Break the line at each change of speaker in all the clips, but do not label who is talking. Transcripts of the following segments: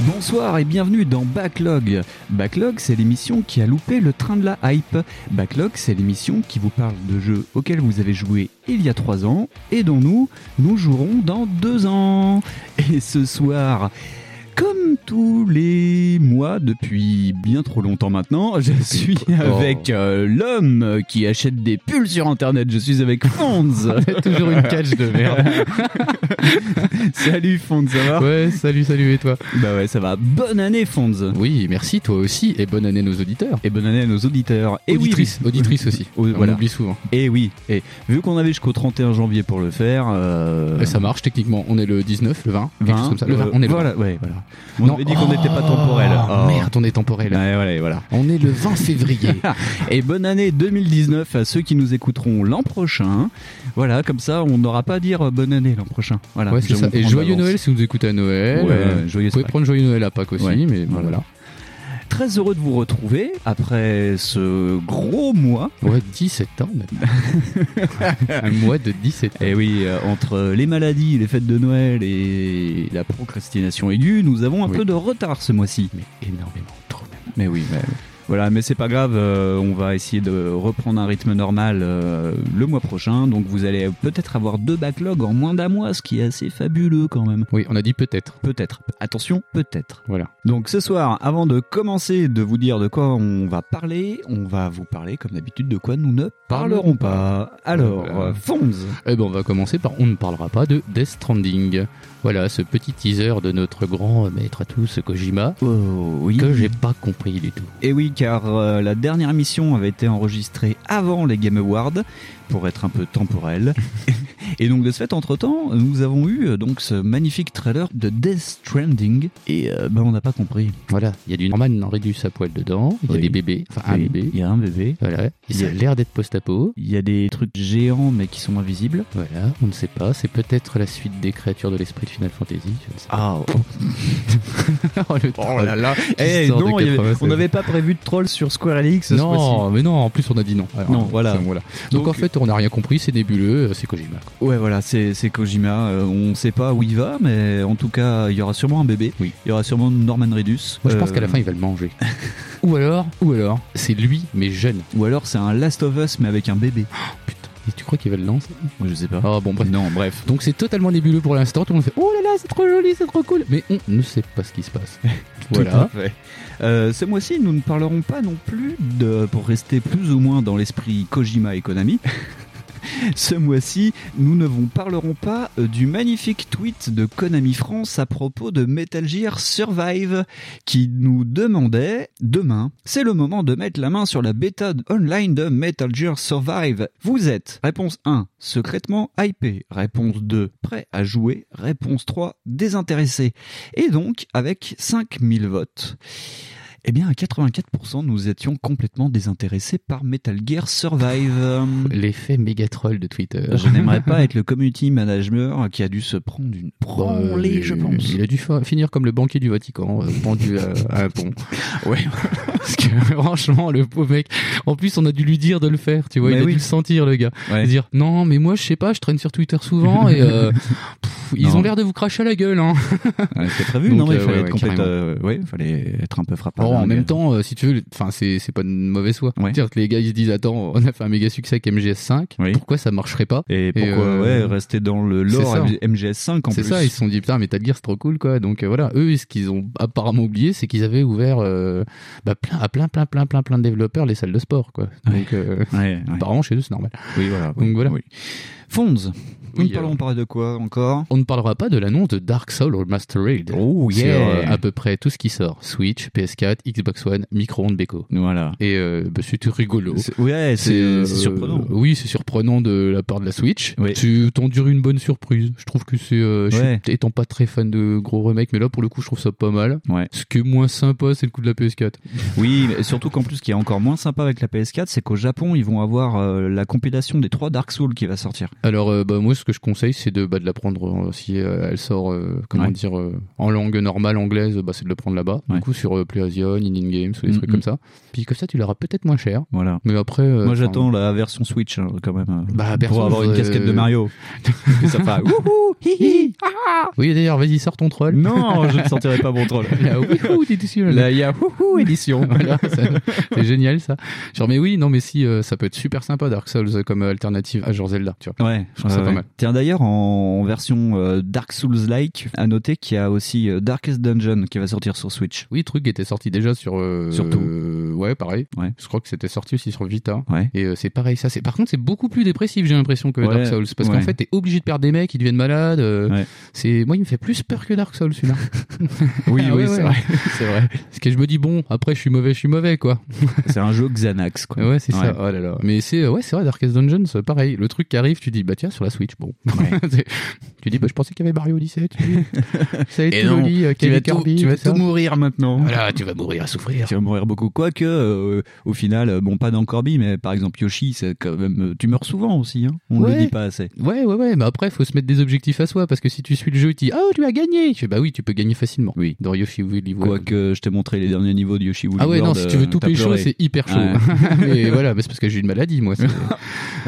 Bonsoir et bienvenue dans Backlog. Backlog, c'est l'émission qui a loupé le train de la hype. Backlog, c'est l'émission qui vous parle de jeux auxquels vous avez joué il y a 3 ans et dont nous, nous jouerons dans 2 ans. Et ce soir, comme tous les mois depuis bien trop longtemps maintenant, je suis avec euh, l'homme qui achète des pulls sur internet. Je suis avec Fonz.
Toujours une catch de merde.
Salut Fonz, ça va
Ouais, salut, salut et toi
Bah ouais, ça va. Bonne année Fonz.
Oui, merci toi aussi et bonne année nos auditeurs.
Et bonne année à nos auditeurs. Et
Auditrice,
oui,
auditrice aussi.
Oui,
On
voilà.
oublie souvent.
Et oui, et vu qu'on avait jusqu'au 31 janvier pour le faire, euh,
Et ça marche techniquement. On est le 19, le 20, quelque chose
20,
comme ça. Le
euh,
20, on est le
voilà, ouais, voilà. On
Non.
avait dit qu'on n'était pas
Oh,
temporel. Oh.
Merde, on est temporel.
Ouais, voilà, et voilà.
On est le 20 février.
Et bonne année 2019 à ceux qui nous écouteront l'an prochain. Voilà, comme ça, on n'aura pas à dire euh, bonne année l'an prochain. Voilà.
ouais, c'est
je vais
ça.
vous
Et
prendre
joyeux
d'avance.
Noël si vous écoutez à Noël.
Ouais,
Euh,
joyeux
vous pouvez
Pâques.
prendre joyeux Noël à Pâques aussi,
Ouais,
mais bon,
voilà.
voilà.
Très heureux de vous retrouver après ce gros mois.
Ouais, 17 ans même. Un mois de 17 ans.
Et oui, euh, entre les maladies, les fêtes de Noël et la procrastination aiguë, nous avons un
Oui.
peu de retard ce mois-ci.
Mais énormément trop même.
Mais oui, mais- voilà, mais c'est pas grave, euh, on va essayer de reprendre un rythme normal euh, le mois prochain, donc vous allez peut-être avoir deux backlogs en moins d'un mois, ce qui est assez fabuleux quand même.
Oui, on a dit peut-être.
Peut-être. Attention, peut-être.
Voilà.
Donc ce soir, avant de commencer de vous dire de quoi on va parler, on va vous parler comme d'habitude de quoi nous ne parlerons pas. Alors,
Voilà.
euh, Fonz,
Eh ben, on va commencer par On ne parlera pas de Death Stranding. Voilà, ce petit teaser de notre grand maître à tous, Kojima,
oh, oui.
que j'ai pas compris du tout.
Et oui, car euh, la dernière mission avait été enregistrée avant les Game Awards, pour être un peu temporel. et donc de ce fait, entre-temps, nous avons eu euh, donc ce magnifique trailer de Death Stranding, et euh, ben on n'a pas compris.
Voilà, il y a du Norman Redus à poil dedans, il y a
Oui.
des bébés, enfin un
Et
bébé,
Il y a un bébé.
voilà, et ça a
Il y a-
l'air d'être post-apo.
Il y a des trucs géants mais qui sont invisibles.
Voilà, on ne sait pas, c'est peut-être la suite des créatures de l'esprit de Final Fantasy, je ne sais pas.
Ah,
oh, le troll.
là Eh
Histoire de
non, il y avait-
96.
on n'avait pas prévu de troll sur Square Enix ce mois-ci.
Non, mais non, en plus on a dit non. Alors,
Non, voilà.
c'est- Donc,
Donc-
en fait, on n'a rien compris, c'est nébuleux, euh, c'est Kojima. quoi.
Ouais, voilà, c'est c'est Kojima. euh, on sait pas où il va, mais en tout cas, il y aura sûrement un bébé.
Oui.
Il y aura sûrement Norman Reedus.
Moi je pense
Euh,
qu'à la fin il va le manger. ou alors, ou alors, c'est lui mais jeune.
Ou alors, c'est un Last of Us, mais avec un bébé.
Putain, et tu crois qu'il va le lancer
Moi, je sais pas.
Ah bon, bref.
Non, bref.
Donc c'est totalement nébuleux pour l'instant, tout le monde fait Oh là là, c'est trop joli, c'est trop cool Mais on ne sait pas ce qui se passe.
Tout à
voilà.
fait. Euh, ce mois-ci, nous ne parlerons pas non plus de, pour rester plus ou moins dans l'esprit Kojima et Konami. Ce mois-ci, nous ne vous parlerons pas euh, du magnifique tweet de Konami France à propos de Metal Gear Survive qui nous demandait demain, c'est le moment de mettre la main sur la bêta online de Metal Gear Survive. Vous êtes réponse 1, secrètement hypé, réponse 2, prêt à jouer, réponse 3, désintéressé. Et donc, avec 5000 votes, eh bien, à 84%, nous étions complètement désintéressés par Metal Gear Survive.
L'effet méga troll de Twitter.
Je n'aimerais pas être le community manager qui a dû se prendre une branlée, je
Euh,
pense.
Il a dû fa- finir comme le banquier du Vatican, euh, pendu à, à un pont. Ouais, parce que franchement, le pauvre mec. En plus, on a dû lui dire de le faire, tu vois.
Mais oui.
il a dû le sentir, le gars.
Ouais.
Dire non, mais moi, je sais pas, je traîne sur Twitter souvent et euh, pff, ils
Non.
ont l'air de vous cracher à la gueule. Hein.
Ouais, C'était prévu,
Donc,
non mais il
euh,
fallait
ouais,
être
ouais,
complète,
carrément.
euh, ouais, il fallait être un peu frappant.
Bon, en même temps, euh, si tu veux, enfin, c'est c'est pas de mauvaise foi.
Ah, Ouais.
Dire que les gars ils se disent attends, on a fait un méga succès avec MGS5,
Oui.
pourquoi ça marcherait pas
Et pourquoi
euh,
ouais, rester dans le lore
c'est ça.
MG- MGS5 en
C'est
plus.
ça, ils se sont dit putain Metal Gear c'est trop cool quoi. Donc euh, voilà, eux ce qu'ils ont apparemment oublié, c'est qu'ils avaient ouvert euh, bah, plein à plein plein plein plein plein de développeurs les salles de sport quoi. Donc euh,
Ouais, ouais.
apparemment chez eux c'est normal.
Oui, voilà.
Donc voilà.
Oui. euh. Fonds, nous
Oui,
ne parlons pas de quoi encore
On ne ne parlera pas de l'annonce de Dark Souls Remastered.
Oh,
Sur, euh,
yeah.
à peu près tout ce qui sort. Switch, PS4, Xbox One, micro-ondes Beko.
Voilà.
Et euh, bah, c'est tout rigolo.
C'est- Ouais, c'est
euh,
c'est surprenant.
oui, c'est surprenant de la part de la Switch.
Oui.
Tu t'endures une bonne surprise. Je trouve que c'est. euh, je suis-
Ouais.
étant pas très fan de gros remakes, mais là pour le coup, je trouve ça pas mal.
Ouais.
Ce qui est moins sympa, c'est le coup de la PS4.
Oui, mais surtout qu'en plus, ce qui est encore moins sympa avec la PS4, c'est qu'au Japon, ils vont avoir euh, la compilation des trois Dark Souls qui va sortir.
Alors, euh, bah, moi, ce que je conseille, c'est de, bah, de la prendre euh, si euh, elle sort, euh, comment
Ouais.
dire, euh, en langue normale anglaise, bah, c'est de la prendre là-bas.
Ouais.
Du coup, sur euh, PlayAsia, Ninin Games, ou des trucs
Mhm.
comme ça. Puis comme ça, tu l'auras peut-être moins cher.
Voilà.
Mais après. euh,
Moi,
enfin,
j'attends la version Switch hein, quand même. euh,
Bah, perso,
pour avoir
je
une
voudrais-
casquette de Mario. Que ça fera wouhou, hihi.
Oui, d'ailleurs, vas-y, sors ton troll.
Non, je ne sortirai pas mon troll.
Là, wouhou, t'es tout seul.
Là, il y a wouhou édition.
Voilà, ça- c'est génial ça. Genre, mais oui, non, mais si, euh, ça peut être super sympa Dark Souls euh, comme euh, alternative à genre Zelda, tu vois.
Ouais,
Je trouve ça
ouais,
pas
ouais.
mal.
Tiens d'ailleurs en en version euh, Dark Souls-like, à noter qu'il y a aussi euh, Darkest Dungeon qui va sortir sur Switch.
Oui, truc qui était sorti déjà sur. euh,
Surtout.
euh, ouais, pareil.
Ouais.
Je crois que c'était sorti aussi sur Vita.
Ouais.
Et euh, c'est pareil, ça. C'est par contre, c'est beaucoup plus dépressif, j'ai l'impression que
Ouais,
Dark Souls, parce qu'en
ouais.
fait, t'es obligé de perdre des mecs, ils deviennent malades. euh,
Ouais.
C'est moi, il me fait plus peur que Dark Souls celui-là. Ah, ouais, ouais. c'est vrai. Parce que je me dis bon, après, je suis mauvais, je suis mauvais, quoi.
C'est un jeu Xanax quoi.
Ouais, c'est
Ouais.
ça. Oh là là. Mais c'est euh, ouais, c'est vrai Darkest Dungeon, c'est pareil. Le truc qui arrive, tu dis bah tiens sur la Switch, bon. C'est- tu dis bah je pensais qu'il y avait Mario Odyssey. Tu dis. ça a
Et
été
non,
Loli, euh, Kelly Kirby, tout ça.
mourir maintenant.
Voilà, tu vas mourir à souffrir.
Tu vas mourir beaucoup. Quoique, euh, au final, euh, bon, pas dans Corby, mais par exemple Yoshi, c'est quand même. euh, Tu meurs souvent aussi, hein. On ne
Ouais.
le dit pas assez.
Ouais, ouais, ouais, mais après, faut se mettre des objectifs à soi, parce que si tu suis le jeu, tu dis, oh, tu as gagné! Je fais, bah oui, tu peux gagner facilement.
Oui.
Dans Yoshi Woolly World.
Quoique, je t'ai montré les derniers niveaux de Yoshi Woolly
Ah ouais, non,
World,
si tu veux
euh,
tout
t'as
pécho,
pleuré.
c'est hyper chaud. mais voilà, mais c'est parce que j'ai une maladie, moi. c'est-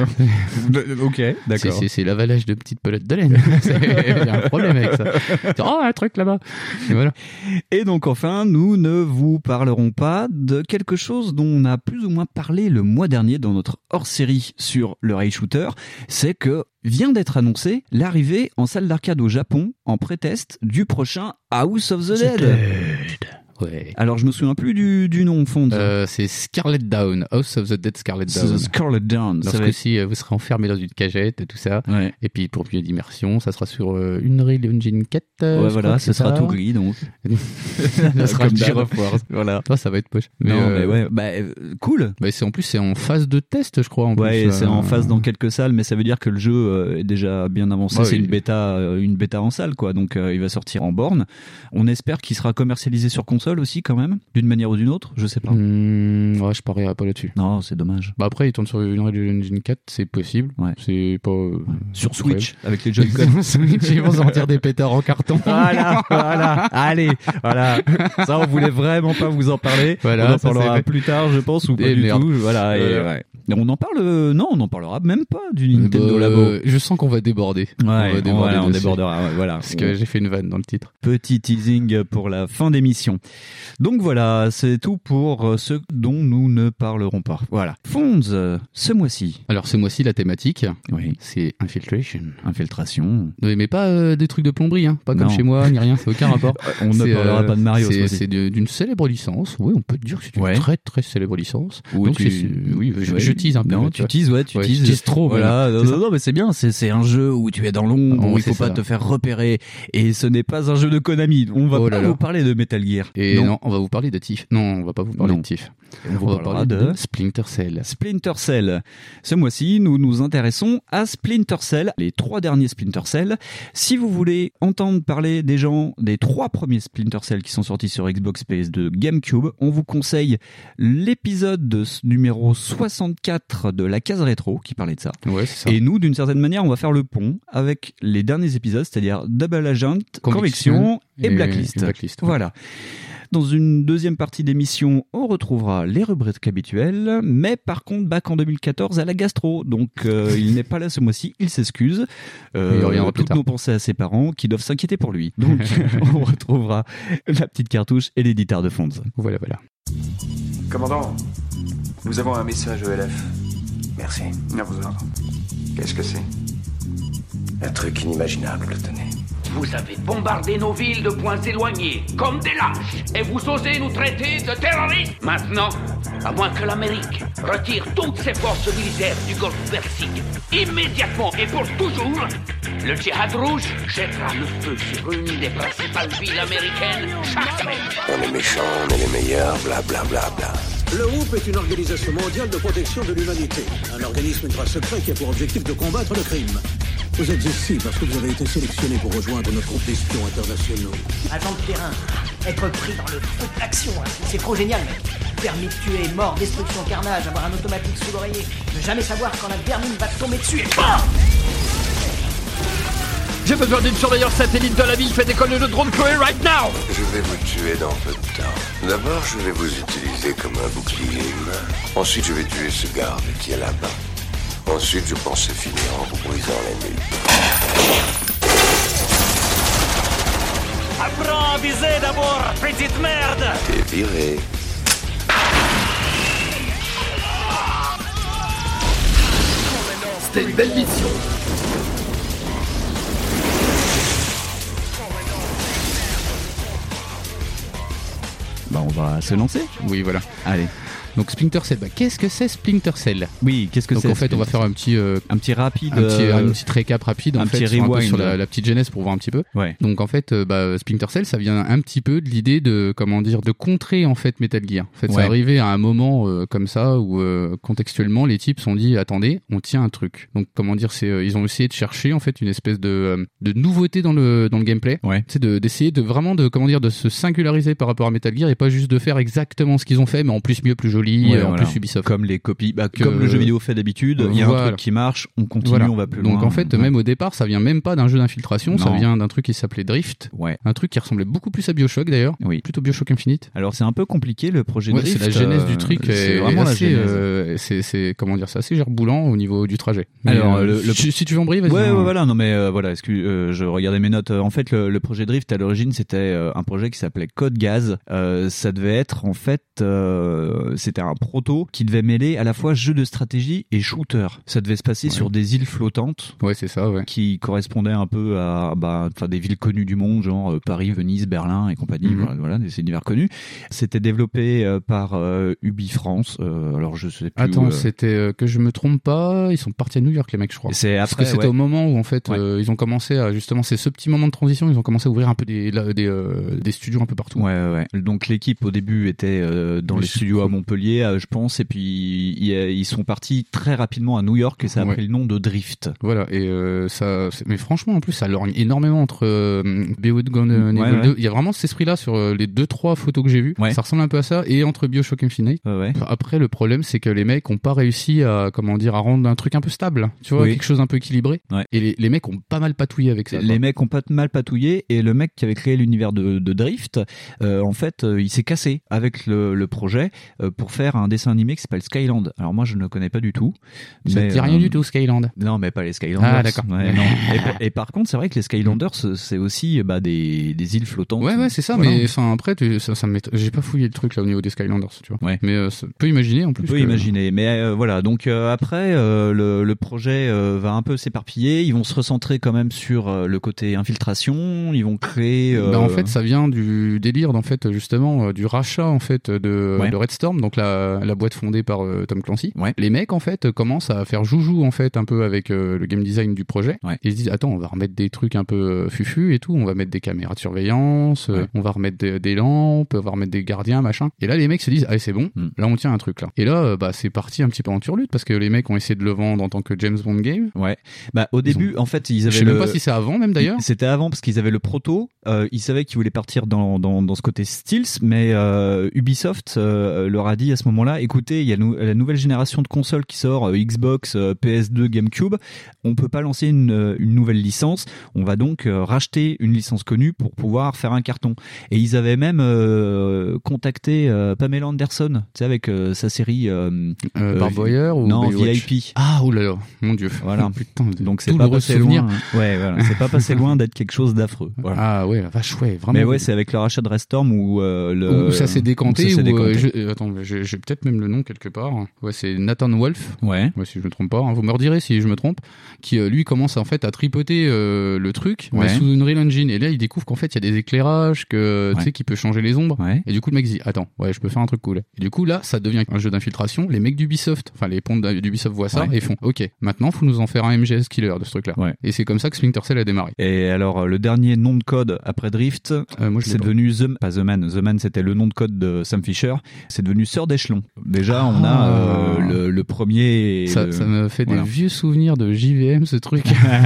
ok,
C'est-
d'accord.
C'est c'est l'avalage de petites pelotes de laine. C'est- Il y a un problème avec ça. C'est, Oh, un truc là-bas. Et voilà.
Et donc, enfin, nous ne vous parlerons pas de quelque chose dont on a plus ou moins parlé le mois dernier dans notre hors-série sur le rail shooter. C'est que vient d'être annoncé l'arrivée en salle d'arcade au Japon en pré-test du prochain House of the Dead.
Ouais.
Alors, je me souviens plus du, du nom, fond.
Euh, c'est Scarlet Down, House of the Dead Scarlet
C'est The
Down.
Scarlet Down.
Dans
Ça
ce
va être-
coup-ci, euh, vous serez enfermé dans une cagette et tout ça.
Ouais,
Et puis pour mieux d'immersion, ça sera sur euh, Unreal Engine 4. euh,
Ouais,
je crois
voilà,
que
ça
c'est
sera tout gris donc.
ça sera
Comme
du
d'hab.
Gears of War.
Voilà.
Toi, Oh, ça va être poche.
Mais,
euh,
mais ouais, bah, euh, cool.
bah, c'est en plus c'est en phase de test, je crois. En
Ouais,
plus,
c'est
euh,
en phase dans quelques salles, mais ça veut dire que le jeu euh, est déjà bien avancé.
Ouais,
c'est
il-
une bêta, euh, une bêta en salle, quoi. Donc euh, il va sortir en borne. On espère qu'il sera commercialisé sur console aussi, quand même, d'une manière ou d'une autre. Je sais pas.
Hmm, ouais, je parierais pas là-dessus.
Non, c'est dommage.
Bah après, ils tournent sur Unreal Engine 4, c'est possible.
Ouais.
C'est pas. euh,
Sur
incroyable.
Switch, avec les Joy-Con.
Switch, ils vont sortir des pétards en carton.
voilà, voilà. Allez, voilà. Ça, on voulait vraiment pas vous en parler.
Voilà,
on en
ça, c'est
parlera
vrai.
plus tard, je pense, ou pas
Et
du
merde.
tout. Voilà. et,
Euh,
ouais. Et On en parle euh, Non, on en parlera même pas du Nintendo
Bah,
Labo.
euh, Je sens qu'on va déborder.
Ouais,
va
on,
déborder
voilà, on
dessus.
débordera. ouais, Voilà.
Parce que j'ai fait une vanne dans le titre.
Petit teasing pour la fin d'émission. Donc voilà, c'est tout pour euh, ce dont nous ne parlerons pas. Voilà. Fonds, euh, ce mois-ci.
Alors ce mois-ci, la thématique,
Oui.
c'est infiltration.
Infiltration.
Oui, mais pas euh, des trucs de plomberie, hein. pas comme
Non.
chez moi, ni rien, c'est aucun rapport.
On ne
C'est,
parlera
euh,
pas de Mario ce
C'est
mois-ci.
c'est de- d'une célèbre licence, oui, on peut dire que c'est une
Ouais.
très très célèbre licence.
Ou
Donc
tu-
c'est- oui, je,
Ouais.
je tease un peu.
Non,
mais
tu teases, ouais, tu
Ouais, je
teases.
tease trop,
Voilà. Non,
c'est
non, non, mais c'est bien. C'est c'est un jeu où tu es dans l'ombre,
Oh,
où il
c'est
faut pas
ça.
te faire repérer. Et ce n'est pas un jeu de Konami. On va
Oh
pas
là là.
vous parler de Metal Gear.
Et non. on va vous parler de TIF. Non, on va pas vous parler
Non.
de TIF.
on vous
va
parlera
parler
de...
Splinter Cell.
Splinter Cell. Ce mois-ci, nous nous intéressons à Splinter Cell, les trois derniers Splinter Cell. Si vous voulez entendre parler des gens des trois premiers Splinter Cell qui sont sortis sur Xbox, PS2, GameCube, on vous conseille l'épisode de- numéro 64 de la case rétro qui parlait de ça.
Ouais, c'est ça.
Et nous, d'une certaine manière, on va faire le pont avec les derniers épisodes, c'est-à-dire Double Agent, Conviction,
Conviction
et, Blacklist.
et Blacklist. ouais.
Voilà. Dans une deuxième partie d'émission, on retrouvera les rubriques habituelles, mais par contre, back en 2014 à la gastro. Donc, euh, il n'est pas là ce mois-ci, il s'excuse. Euh,
Il reviendra plus
toutes
tard.
nos pensées à ses parents qui doivent s'inquiéter pour lui. Donc, on retrouvera la petite cartouche et l'éditeur de Fonds.
Voilà, voilà.
Commandant, nous avons un message ELF. Merci. À vos ordres. Qu'est-ce que c'est
Un truc inimaginable, le tenez. Vous avez bombardé nos villes de points éloignés, comme des lâches, et vous osez nous traiter de terroristes Maintenant, à moins que l'Amérique retire toutes ses forces militaires du golfe Persique, immédiatement et pour toujours, le djihad rouge jettera le feu sur une des principales villes américaines chaque semaine.
On est méchants, on est les meilleurs, blablabla. Bla, bla,
Le HOUP est une organisation mondiale de protection de l'humanité. Un organisme ultra-secret qui a pour objectif de combattre le crime. Vous êtes ici parce que vous avez été sélectionné pour rejoindre notre groupe d'espions internationaux.
Avant de terrain, être pris dans le feu de l'action, hein, c'est trop génial, mec. Permis de tuer, mort, destruction, carnage, avoir un automatique sous l'oreiller, ne jamais savoir quand la vermine va te tomber dessus et BAM
J'ai besoin d'une surveillance satellite de la ville, faites école de drone Chloé right now
Je vais vous tuer dans peu de temps. D'abord, je vais vous utiliser comme un bouclier humain. Ensuite, je vais tuer ce garde qui est là-bas. Ensuite, je pensais finir en vous brisant la nuque.
Apprends à viser d'abord, petite merde
T'es viré.
C'était une belle mission
Bah, on va se lancer.
Oui, voilà.
Allez.
Donc Splinter Cell, bah, qu'est-ce que c'est Splinter Cell
Oui, qu'est-ce que
Donc
c'est
en fait, on va faire un petit, euh,
un petit rapide.
un petit,
euh,
un petit récap rapide, en
un
fait,
petit
sur, un peu
rewind.
sur la, la petite genèse pour voir un petit peu.
Ouais.
Donc en fait, euh, bah, Splinter Cell, ça vient un petit peu de l'idée de comment dire de contrer en fait Metal Gear. En fait,
Ouais.
c'est arrivé à un moment euh, comme ça où euh, contextuellement les types se sont dit attendez, on tient un truc. Donc comment dire, c'est euh, ils ont essayé de chercher en fait une espèce de euh, de nouveauté dans le dans le gameplay.
Ouais.
C'est de d'essayer de vraiment de comment dire de se singulariser par rapport à Metal Gear et pas juste de faire exactement ce qu'ils ont fait, mais en plus mieux, plus joli,
Ouais,
euh, en
voilà.
plus Ubisoft.
Comme les copies, bah,
Que-
comme le jeu vidéo fait d'habitude, il y a un
Voilà.
truc qui marche, on continue,
Voilà.
on va plus
Donc
loin.
en fait,
Ouais.
même au départ, ça vient même pas d'un jeu d'infiltration, ça
Non.
vient d'un truc qui s'appelait Drift,
Ouais.
un truc qui ressemblait beaucoup plus à Bioshock d'ailleurs,
Oui.
plutôt Bioshock Infinite.
Alors c'est un peu compliqué le projet
Ouais,
Drift.
c'est la genèse
euh,
du truc,
C'est
et,
vraiment la
assez,
genèse.
euh, c'est c'est- comment dire, c'est assez gerboulant au niveau du trajet. Mais, euh,
Alors, le- le-
si, si tu veux en briller, vas-y.
Ouais, ouais,
hein.
voilà, non, mais euh, voilà, excuse, euh, je regardais mes notes. Euh, En fait, le, le projet Drift à l'origine, c'était euh, un projet qui s'appelait Code Gaz. Euh, ça devait être, en fait, euh, c'était un proto qui devait mêler à la fois jeu de stratégie et shooter. Ça devait se passer
Ouais.
sur des îles flottantes
Ouais, c'est ça, ouais.
qui correspondaient un peu à bah, enfin, des villes connues du monde, genre euh, Paris, Venise, Berlin et compagnie.
Mhm.
Voilà, voilà, des univers connus. C'était développé euh, par euh, Ubi France. Euh, alors, je sais plus.
Attends,
euh,
c'était euh, que je me trompe pas, ils sont partis à New York les mecs, je crois.
c'est
Parce
après.
que c'était
ouais.
au moment où en fait
Ouais.
euh, ils ont commencé à justement c'est ce petit moment de transition ils ont commencé à ouvrir un peu des la- des, euh, des studios un peu partout.
Ouais, ouais, ouais. Donc l'équipe au début était euh, dans
Mais
les
c'est
studios à
cool.
Montpellier, euh, je pense, et puis y- euh, ils sont partis très rapidement à New York et ça a
Ouais.
pris le nom de Drift.
Voilà, et euh, ça. c'est- Mais franchement, en plus, ça lorgne énormément entre euh, Beowulf Gone euh,
Ouais,
Evil
ouais.
2. Il y a vraiment cet esprit-là sur euh, les deux trois photos que j'ai vues.
Ouais.
Ça ressemble un peu à ça, et entre Bioshock Infinite.
Ouais, ouais.
Après, le problème, c'est que les mecs ont pas réussi à, comment dire, à rendre un truc un peu stable. Tu vois,
Oui.
quelque chose un peu équilibré.
Ouais.
Et les, les mecs ont pas mal patouillé avec ça.
Les mecs ont pas mal patouillé et le mec qui avait créé l'univers de, de Drift, euh, en fait, euh, il s'est cassé avec le, le projet euh, pour faire un dessin animé qui s'appelle Skyland. Alors moi, je ne le connais pas du tout.
Ça
mais,
te dit rien
euh,
du tout, Skyland.
Non, mais pas les Skylanders.
Ah, d'accord. Mm.
Ouais, non. et, par- et par contre, c'est vrai que les Skylanders, c'est aussi bah, des, des îles flottantes.
Ouais, ouais, c'est ça,
Voilà.
mais enfin, après, tu- ça, ça m'étonne- j'ai pas fouillé le truc là au niveau des Skylanders, tu vois.
Ouais.
Mais euh, ça- peut imaginer en
On
plus.
peut
que-
imaginer, mais euh, voilà. Donc euh, après, euh, le, le projet euh, va un peu s'éparpiller. Ils vont se recentrer quand même sur euh, le côté infiltration. Ils vont créer. euh,
Bah, en fait, ça vient du délire, en fait, justement, euh, du rachat en fait de,
Ouais.
de Red Storm, donc la, la boîte fondée par euh, Tom Clancy.
Ouais.
Les mecs, en fait, commencent à faire joujou en fait un peu avec euh, le game design du projet.
Ouais.
Ils se disent attends, on va remettre des trucs un peu euh, fufu et tout, on va mettre des caméras de surveillance, euh,
Ouais.
on va remettre des, des lampes, on va remettre des gardiens, machin. Et là, les mecs se disent ah c'est bon,
Hmm.
là on tient un truc là. Et là, euh, bah c'est parti un petit peu en turlute parce que les mecs ont essayé de le vendre en tant que James Bond game.
bah, au
ils
début, en fait, ils avaient.
Je sais même
le-
pas si c'est avant même d'ailleurs.
C'était avant parce qu'ils avaient le proto. Euh, ils savaient qu'ils voulaient partir dans, dans, dans ce côté Steels, mais euh, Ubisoft euh, leur a dit à ce moment-là écoutez, il y a nou- la nouvelle génération de consoles qui sort, euh, Xbox, euh, PS2, GameCube. On peut pas lancer une, euh, une nouvelle licence. On va donc euh, racheter une licence connue pour pouvoir faire un carton. Et ils avaient même euh, contacté euh, Pamela Anderson, tu sais, avec euh, sa série euh,
Euh,
euh,
Barboyer ou
non
Baywatch
VIP.
Ah, oh là là, mon dieu.
Voilà.
Oh, putain, de-
Donc c'est pas
douloureux
passé
souvenir.
loin. Ouais, voilà, c'est pas passé loin d'être quelque chose d'affreux. Voilà.
Ah ouais, la vache, ouais, vraiment.
Mais ouais, c'est avec le rachat de Restorm où euh, le.
Où ça s'est décanté,
où ça s'est
où, euh,
décanté.
je- euh, attends, je, j'ai j'ai peut-être même le nom quelque part. Ouais, c'est Nathan Wolf.
Ouais.
si je me trompe pas. hein. Vous me redirez si je me trompe. Qui euh, lui commence en fait à tripoter euh, le truc, mais
Ouais.
sous Unreal Engine. Et là, il découvre qu'en fait, il y a des éclairages, que tu
Ouais.
sais, qui peut changer les ombres.
Ouais.
Et du coup, le mec se dit attends, ouais, je peux faire un truc cool. Et du coup, là, ça devient un jeu d'infiltration. Les mecs d'Ubisoft, enfin les pontes d'Ubisoft voient ça
Ouais.
et font ok, maintenant, faut nous en faire un MGS killer de ce truc-là.
Ouais.
Et c'est comme ça que Splinter Cell a démarré.
Et alors, euh, le dernier nom de code après Drift,
Euh, moi, je l'ai
c'est
pas.
devenu The, pas The Man. The Man, c'était le nom de code de Sam Fisher. C'est devenu Sœur d'échelon. Déjà, on a
Ah.
euh, le, le premier. et
Ça,
le-
ça me fait
voilà.
des vieux souvenirs de JVM, ce truc.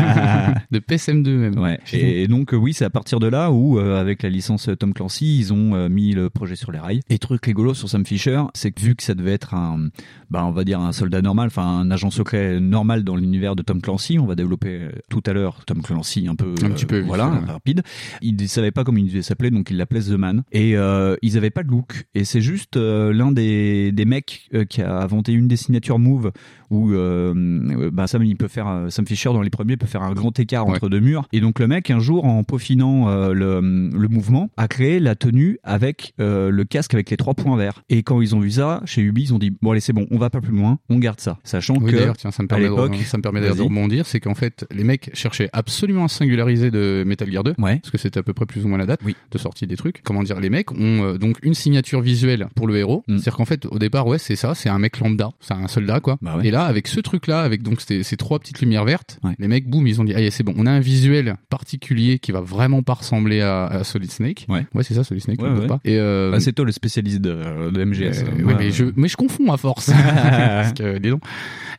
de PSM2 même.
Ouais. Et, et donc, euh, oui, c'est à partir de là où, euh, avec la licence Tom Clancy, ils ont euh, mis le projet sur les rails. Et truc rigolo sur Sam Fisher, c'est que vu que ça devait être un, bah, on va dire un soldat normal, enfin un agent secret normal dans l'univers de Tom Clancy, on va développer euh, tout à l'heure Tom Clancy un peu, euh,
Un petit peu,
voilà,
vite fait, ouais.
rapide. Ils ne savaient pas comment il devait s'appeler, donc ils l'appelaient The Man. Et euh, ils n'avaient pas de look. Et c'est juste euh, l'un des, des mecs euh, qui a inventé une des signatures Move où euh, euh, bah, Sam, il peut faire, euh, Sam Fisher dans les premiers peut faire un grand écart entre deux murs. Et donc le mec, un jour, en peaufinant euh, le, le mouvement, a créé la tenue avec euh, le casque avec les trois points verts. Et quand ils ont vu ça, chez Ubi, ils ont dit bon allez c'est bon, on va pas plus loin, on garde ça, sachant
Oui,
que
d'ailleurs, tiens, ça me
euh, à
permet,
l'époque-
de, ça me permet d'ailleurs de
Vas-y.
rebondir. C'est qu'en fait, les mecs cherchaient absolument à singulariser de Metal Gear 2.
ouais.
Parce que c'était à peu près plus ou moins la date
Oui.
de sortie des trucs. Comment dire, les mecs ont euh, donc une signature visuelle pour le héros.
Mm.
C'est-à-dire qu'en fait, au départ, ouais, c'est ça, c'est un mec lambda, c'est un soldat, quoi.
Bah ouais.
Et là, avec ce truc-là, avec donc ces, ces trois petites lumières vertes,
Ouais.
les mecs, boum, ils ont dit, ah, c'est bon, on a un visuel particulier qui va vraiment pas ressembler à, à Solid Snake.
Ouais.
c'est ça, Solid Snake,
Ouais,
on peut
ouais.
pas. Et, euh,
Bah, c'est toi le spécialiste de, de MGS.
euh,
Euh,
ouais,
moi,
mais,
euh,
je, mais je confonds à force. Parce que, dis donc.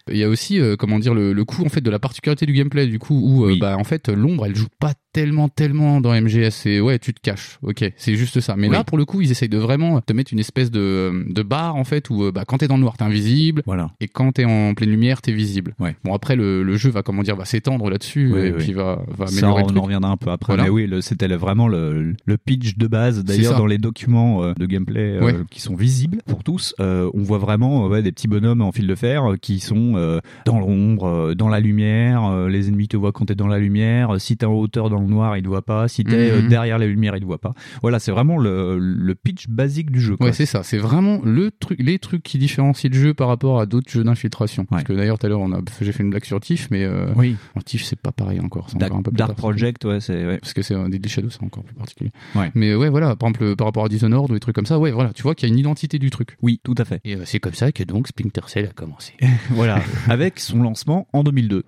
Il y a aussi, euh, comment dire, le, le coup en fait de la particularité du gameplay, du coup où, euh,
Oui.
bah en fait l'ombre elle joue pas tellement tellement dans MGS. Et ouais, tu te caches. Ok, c'est juste ça. Mais
Oui.
là pour le coup, ils essayent de vraiment te mettre une espèce de de barre en fait où euh, bah quand t'es dans le noir t'es invisible.
Voilà.
Et quand t'es en pleine lumière, t'es visible.
Ouais.
Bon après le, le jeu va comment dire va s'étendre là-dessus
Oui,
et
oui.
puis va va
Ça,
améliorer le
on
truc.
en reviendra un peu après.
Voilà.
Mais oui, le- c'était le- vraiment le, le pitch de base.
C'est
D'ailleurs,
ça.
dans les documents euh, de gameplay euh,
Ouais.
qui sont visibles pour tous, euh, on voit vraiment euh, ouais, des petits bonhommes en fil de fer euh, qui sont euh, dans l'ombre, euh, dans la lumière. euh, les ennemis te voient quand t'es dans la lumière. euh, si t'es en hauteur dans le noir, ils te voient pas. Si t'es euh,
Mhm.
derrière la lumière, ils te voient pas. Voilà, c'est vraiment le, le pitch basique du jeu. quoi.
Ouais, c'est ça. C'est vraiment le truc, les trucs qui différencient le jeu par rapport à d'autres jeux d'infiltration. Parce
Ouais.
que d'ailleurs, tout à l'heure, on a, j'ai fait une blague sur Tiff, mais euh,
oui.
en Tiff, c'est pas pareil encore. C'est
Dark,
encore un peu plus
Dark
tard.
Project, ouais, c'est ouais.
Parce que c'est un Deadly Shadow, c'est encore plus particulier.
Ouais.
Mais ouais, voilà. Par exemple, euh, par rapport à Dishonored ou des trucs comme ça, ouais, voilà. Tu vois qu'il y a une identité du truc.
Oui, tout à fait.
Et euh, c'est comme ça que donc Splinter Cell a commencé.
voilà, avec son lancement en 2002.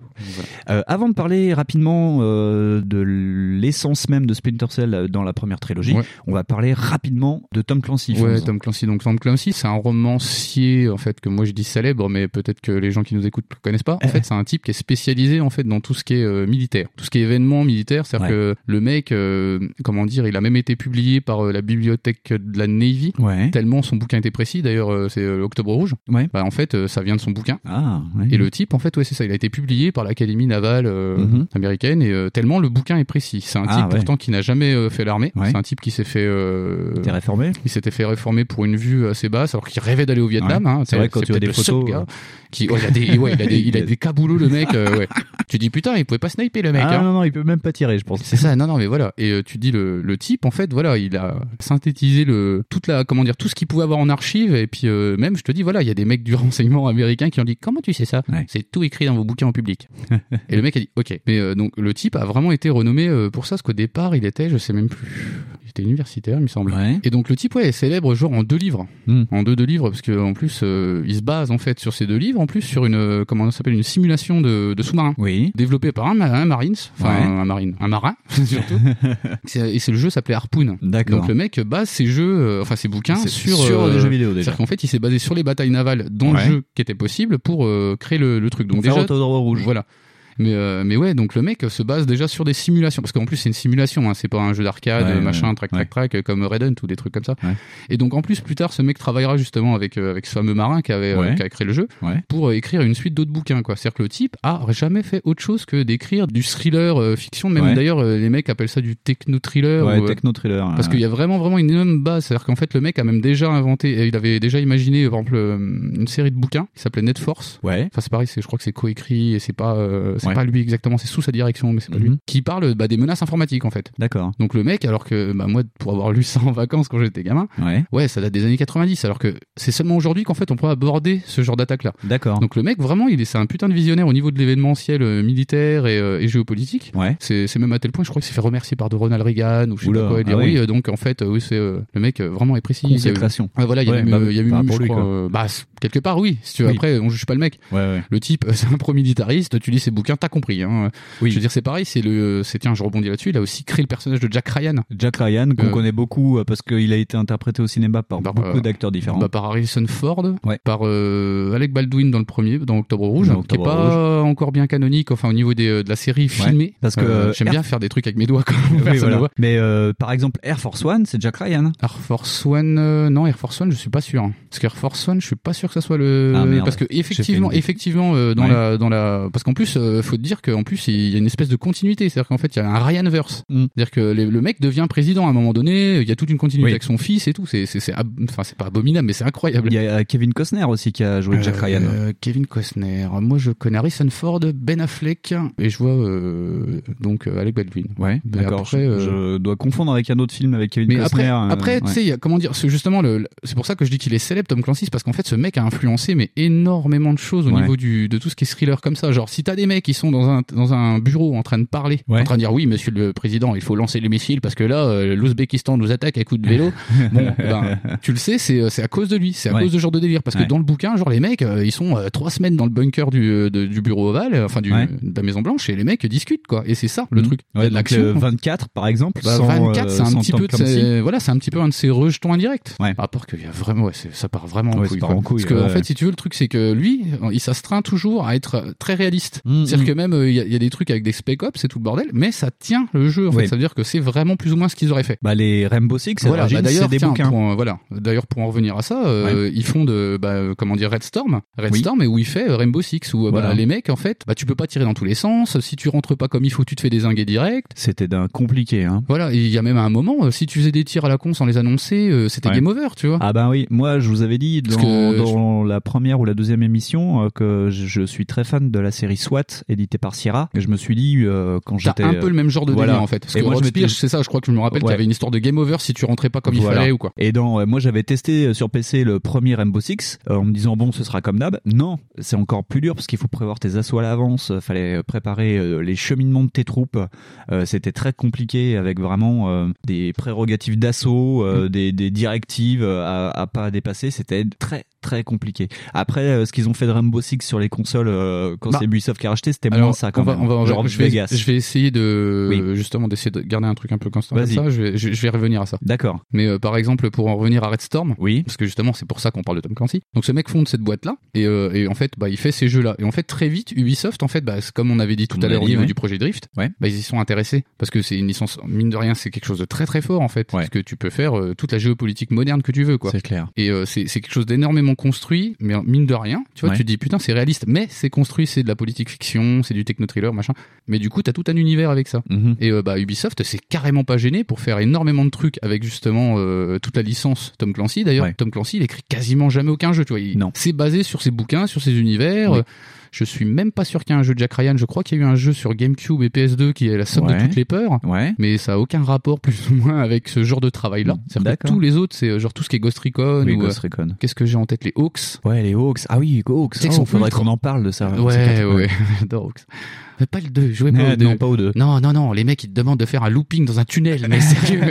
Euh, avant de parler rapidement euh, de l'essence même de Splinter Cell euh, dans la première trilogie,
Ouais.
on va parler rapidement de Tom Clancy.
Ouais,
Fonz.
Tom Clancy. Donc Tom Clancy, c'est un romancier en fait que moi je dis célèbre, mais peut-être que les gens qui nous écoutent le connaissent pas. En fait, c'est un type qui est spécialisé en fait dans tout ce qui est euh, militaire, tout ce qui est événement militaire. C'est-à-dire
Ouais.
que le mec, euh, comment dire, il a même été publié par euh, la bibliothèque de la Navy.
Ouais.
Tellement son bouquin était précis. D'ailleurs, euh, c'est euh, l'Octobre Rouge.
Ouais.
Bah, en fait, euh, ça vient de son bouquin.
Ah, ouais.
Et le type, en fait, ouais, c'est ça. Il a été publié par l'Académie navale euh,
Mhm.
américaine et euh, tellement le bouquin est précis. C'est un
Ah,
type
ouais.
pourtant qui n'a jamais euh, fait l'armée.
Ouais.
C'est un type qui s'est fait euh,
T'es réformé
il s'était fait réformer pour une vue assez basse, alors qu'il rêvait d'aller au Vietnam.
Ouais.
hein.
C'est vrai, quand tu vois
peut-être
des
le seul
photos,
gars
euh.
qui, ouais, il a des, ouais, il a des, il a des caboulots, le mec. euh, ouais. Tu dis putain, il pouvait pas sniper le mec.
Ah
hein.
non, non, il peut même pas tirer, je pense.
C'est ça, non, non, mais voilà. Et euh, tu dis le, le type, en fait, voilà, il a synthétisé le toute la, comment dire, tout ce qu'il pouvait avoir en archives. Et puis euh, même, je te dis, voilà, il y a des mecs du renseignement américain qui ont dit, comment tu sais ça
Ouais.
C'est tout écrit dans vos bouquins en public. et le mec a dit, ok. Mais euh, donc le type a vraiment été renommé euh, pour ça, parce qu'au départ, il était, je sais même plus, il était universitaire, il me semble.
Ouais.
Et donc le type, ouais, est célèbre genre en deux livres.
Hmm.
En deux, deux livres, parce que en plus, euh, il se base en fait sur ces deux livres, en plus sur une, euh, comment ça s'appelle, une simulation de, de sous-marin.
Oui.
Développé par un, ma- un Marines, enfin
Ouais.
un Marine, un marin surtout. C'est- et c'est le jeu s'appelait Harpoon.
D'accord.
Donc le mec base ses jeux, euh, enfin ses bouquins
C'est
sur,
sur
euh,
les jeux vidéo, déjà.
C'est-à-dire qu'en fait, il s'est basé sur les batailles navales dans
Ouais.
le jeu qui était possible pour euh, créer le, le truc. Donc
Donc faire
déjà,
Autodroit rouge.
voilà. Mais, euh, mais ouais, donc le mec se base déjà sur des simulations. Parce qu'en plus, c'est une simulation, hein, c'est pas un jeu d'arcade,
Ouais,
euh, machin,
ouais,
track, track, track, euh, comme Red Hunt ou des trucs comme ça.
Ouais.
Et donc en plus, plus tard, ce mec travaillera justement avec, euh, avec ce fameux marin qui, avait, euh,
Ouais.
qui a créé le jeu
Ouais.
pour euh, écrire une suite d'autres bouquins. quoi. C'est-à-dire que le type a jamais fait autre chose que d'écrire du thriller euh, fiction. Même
Ouais.
d'ailleurs, euh, les mecs appellent ça du techno-thriller.
Ouais,
ou, euh,
techno thriller.
parce qu'il y a vraiment vraiment une énorme base, c'est-à-dire qu'en fait le mec a même déjà inventé, euh, il avait déjà imaginé par exemple euh, une série de bouquins qui s'appelait Net Force,
Ouais.
Enfin, c'est pareil, c'est- je crois que c'est coécrit et c'est pas, euh, c'est
Ouais.
pas lui exactement, c'est sous sa direction, mais c'est pas
Mhm.
lui, qui parle bah, des menaces informatiques en fait.
D'accord.
Donc le mec, alors que bah, moi, pour avoir lu ça en vacances quand j'étais gamin,
Ouais.
ouais, ça date des années 90, alors que c'est seulement aujourd'hui qu'en fait on peut aborder ce genre d'attaque-là.
D'accord.
Donc le mec, vraiment, il est, c'est un putain de visionnaire au niveau de l'événementiel euh, militaire et, euh, et géopolitique.
Ouais.
C'est, c'est même à tel point, je crois qu'il s'est fait remercier par de Ronald Reagan ou je sais
Oula,
pas quoi. Il dit,
ah
oui,
oui.
euh, donc en fait, euh, oui, c'est euh, le mec euh, vraiment est précis. Il y a eu-
Consécration.
Ah, voilà, il y a
Ouais,
eu,
bah,
euh, il y a eu
par
même,
rapport
je
à lui,
crois,
quoi.
euh, bah, c- quelque part, oui. Si tu veux,
Oui.
après, on juge pas le mec.
Ouais, ouais.
Le type, euh, c'est un pro-militariste, tu lis ses bouquins, t'as compris. Hein.
Oui.
Je veux dire, c'est pareil, c'est le. C'est, tiens, je rebondis là-dessus, il a aussi créé le personnage de Jack Ryan.
Jack Ryan, qu'on
Euh,
connaît beaucoup euh, parce qu'il a été interprété au cinéma par
Bah,
beaucoup
euh,
d'acteurs différents.
Bah, par Harrison Ford,
Ouais.
par euh, Alec Baldwin dans le premier, dans Octobre Rouge, hein,
Dans Octobre
qui est pas encore bien canonique, enfin au niveau des, euh, de la série filmée.
parce que,
Euh, j'aime
Air-
bien faire des trucs avec mes doigts quand
Oui,
personne
voilà.
ne voit.
Mais euh, par exemple, Air Force One, c'est Jack Ryan.
Air Force One, euh, non Air Force One, je suis pas sûr. Parce qu'Air Force One, je suis pas sûr que ça soit le.
Ah, merde.
parce que effectivement,
J'ai fait une-
effectivement, euh, dans
Ouais.
la, dans la, parce qu'en plus, euh, faut te dire qu'en plus, il y a une espèce de continuité. C'est-à-dire qu'en fait, il y a un Ryanverse.
Mm.
C'est-à-dire que les- le mec devient président à un moment donné. Il y a toute une continuité
Oui.
avec son fils et tout. C'est, c'est, c'est ab- enfin, c'est pas abominable, mais c'est incroyable.
Il y a euh, Kevin Costner aussi qui a joué Jack
Euh,
Ryan.
euh, Kevin Costner. Moi, je connais Harrison Ford, Ben Affleck et je vois euh, donc euh, Alec Baldwin.
Ouais,
mais
d'accord. Je,
après, euh,
je dois confondre avec un autre film avec Kevin
Mais
Costner.
après,
euh,
après tu
ouais.
sais, il y a- comment dire, c'est justement, le, le- c'est pour ça que je dis qu'il est célèbre, Tom Clancy, c'est parce qu'en fait, ce mec a influencé mais énormément de choses au
Ouais.
niveau du, de tout ce qui est thriller comme ça. Genre, si t'as des mecs qui sont dans un, dans un bureau en train de parler,
Ouais.
en train de dire oui, monsieur le président, il faut lancer les missiles parce que là, euh, l'Ouzbékistan nous attaque à coups de vélo. bon, ben, tu le sais, c'est, c'est à cause de lui, c'est à
Ouais.
cause de ce genre de délire. Parce
Ouais.
que dans le bouquin, genre, les mecs, euh, ils sont euh, trois semaines dans le bunker du, euh, de- du bureau ovale, euh, enfin, du,
Ouais.
de la Maison Blanche, et les mecs discutent, quoi. Et c'est ça, le
Mhm.
truc. Il y
Ouais,
a de
donc,
l'action.
euh, 24 par exemple.
Bah,
sans,
24,
euh,
c'est un
sans
petit
Tom
peu, de
Clancy.
ses- voilà, c'est un petit peu un de ses rejetons indirects.
Ouais.
À part que y a vraiment, ouais, c'est- ça part vraiment
Ouais,
en
ça
couille.
part
quoi.
en couille,
Parce que
ouais.
en fait, si tu veux, le truc c'est que lui, il s'astreint toujours à être très réaliste.
Mm,
C'est-à-dire
mm.
que même euh, il y, a- il y a des trucs avec des spec ops, c'est tout le bordel, mais ça tient le jeu. En
Oui.
fait, ça veut dire que c'est vraiment plus ou moins ce qu'ils auraient fait.
Bah, les Rainbow Six, à
Voilà,
l'origine,
bah,
c'est
d'ailleurs,
des
tiens,
bouquins.
pour, euh, voilà. D'ailleurs, pour en revenir à ça, euh, ils font de, bah, euh, comment dire, Red Storm, Red
Oui.
Storm, et où il fait euh, Rainbow Six, où euh, bah,
Voilà.
les mecs, en fait, bah, tu peux pas tirer dans tous les sens. Si tu rentres pas comme il faut, tu te fais désinguer direct.
C'était d'un compliqué. Hein.
Voilà, et il y a même un moment, euh, si tu faisais des tirs à la con sans les annoncer, euh, c'était
Ouais.
game over, tu vois.
Ah ben oui, moi je vous avais dit
Parce
dans,
que-
dans la première ou la deuxième émission euh, que je, je suis très fan de la série SWAT éditée par Sierra. Et je me suis dit euh, quand
T'as
j'étais euh,
un peu le même genre de
voilà.
délire en fait. Parce
Et
que
moi, je
Rod
m'étais-
Spears, c'est ça, je crois que je me rappelle
Ouais.
qu'il y avait une histoire de game over si tu rentrais pas comme
Voilà.
il fallait ou quoi.
Et dans, euh, moi j'avais testé euh, sur PC le premier Rainbow Six euh, en me disant bon ce sera comme d'hab. Non, c'est encore plus dur parce qu'il faut prévoir tes assauts à l'avance, euh, fallait préparer euh, les cheminements de tes troupes. Euh, C'était très compliqué avec vraiment euh, des prérogatives d'assaut,
Mm.
euh, des, des directives euh, à, à pas dépasser. C'était très très compliqué. Après euh, ce qu'ils ont fait de Rainbow Six sur les consoles euh, quand
Bah,
c'est Ubisoft qui a racheté, c'était moins
Alors
ça quand
on va,
même.
on va, on va-
Genre
je vais,
Vegas.
je vais essayer de
Oui.
justement d'essayer de garder un truc un peu constant comme
Vas-y.
ça. Je vais, je, je vais revenir à ça.
D'accord.
Mais euh, par exemple, pour en revenir à Red Storm,
Oui.
parce que justement c'est pour ça qu'on parle de Tom Clancy. Donc ce mec fonde cette boîte là et, euh, et en fait bah il fait ces jeux là et en fait très vite Ubisoft en fait bah, c'est comme on avait dit tout
On
à l'heure
l'a
au
dit,
niveau
ouais.
du projet Drift,
Ouais.
bah ils y sont intéressés parce que c'est une licence mine de rien c'est quelque chose de très très fort en fait
Ouais.
parce que tu peux faire euh, toute la géopolitique moderne que tu veux quoi.
C'est clair.
Et euh, c'est c'est quelque chose d'énormément construit, mais mine de rien, tu vois,
Ouais.
tu te dis putain, c'est réaliste, mais c'est construit, c'est de la politique fiction, c'est du techno-thriller, machin. Mais du coup, t'as tout un univers avec ça.
Mhm.
Et euh, bah, Ubisoft s'est carrément pas gêné pour faire énormément de trucs avec justement euh, toute la licence Tom Clancy. D'ailleurs,
Ouais.
Tom Clancy, il écrit quasiment jamais aucun jeu. Tu vois, il
Non.
c'est basé sur ses bouquins, sur ses univers.
Oui.
Euh, Je suis même pas sûr qu'il y ait un jeu de Jack Ryan. Je crois qu'il y a eu un jeu sur GameCube et PS2 qui est la somme
Ouais.
de toutes les peurs.
Ouais.
Mais ça a aucun rapport plus ou moins avec ce genre de travail-là. C'est-à-dire que
Mm. D'accord.
tous les autres, c'est euh, genre tout ce qui est Ghost Recon
Oui,
ou, euh,
Ghost Recon.
Qu'est-ce que j'ai en tête Les Hawks
Ouais, les Hawks. Ah oui, Hawks.
C'est
Il
qu'ils sont
faudrait
ultra-
qu'on en parle de ça.
Ouais, ouais, j'adore Hawks. Mais pas le 2, jouez pas
Ah, Euh, Non,
au 2.
non, pas aux deux.
Non, non, non, les mecs ils te demandent de faire un looping dans un tunnel, mais sérieux.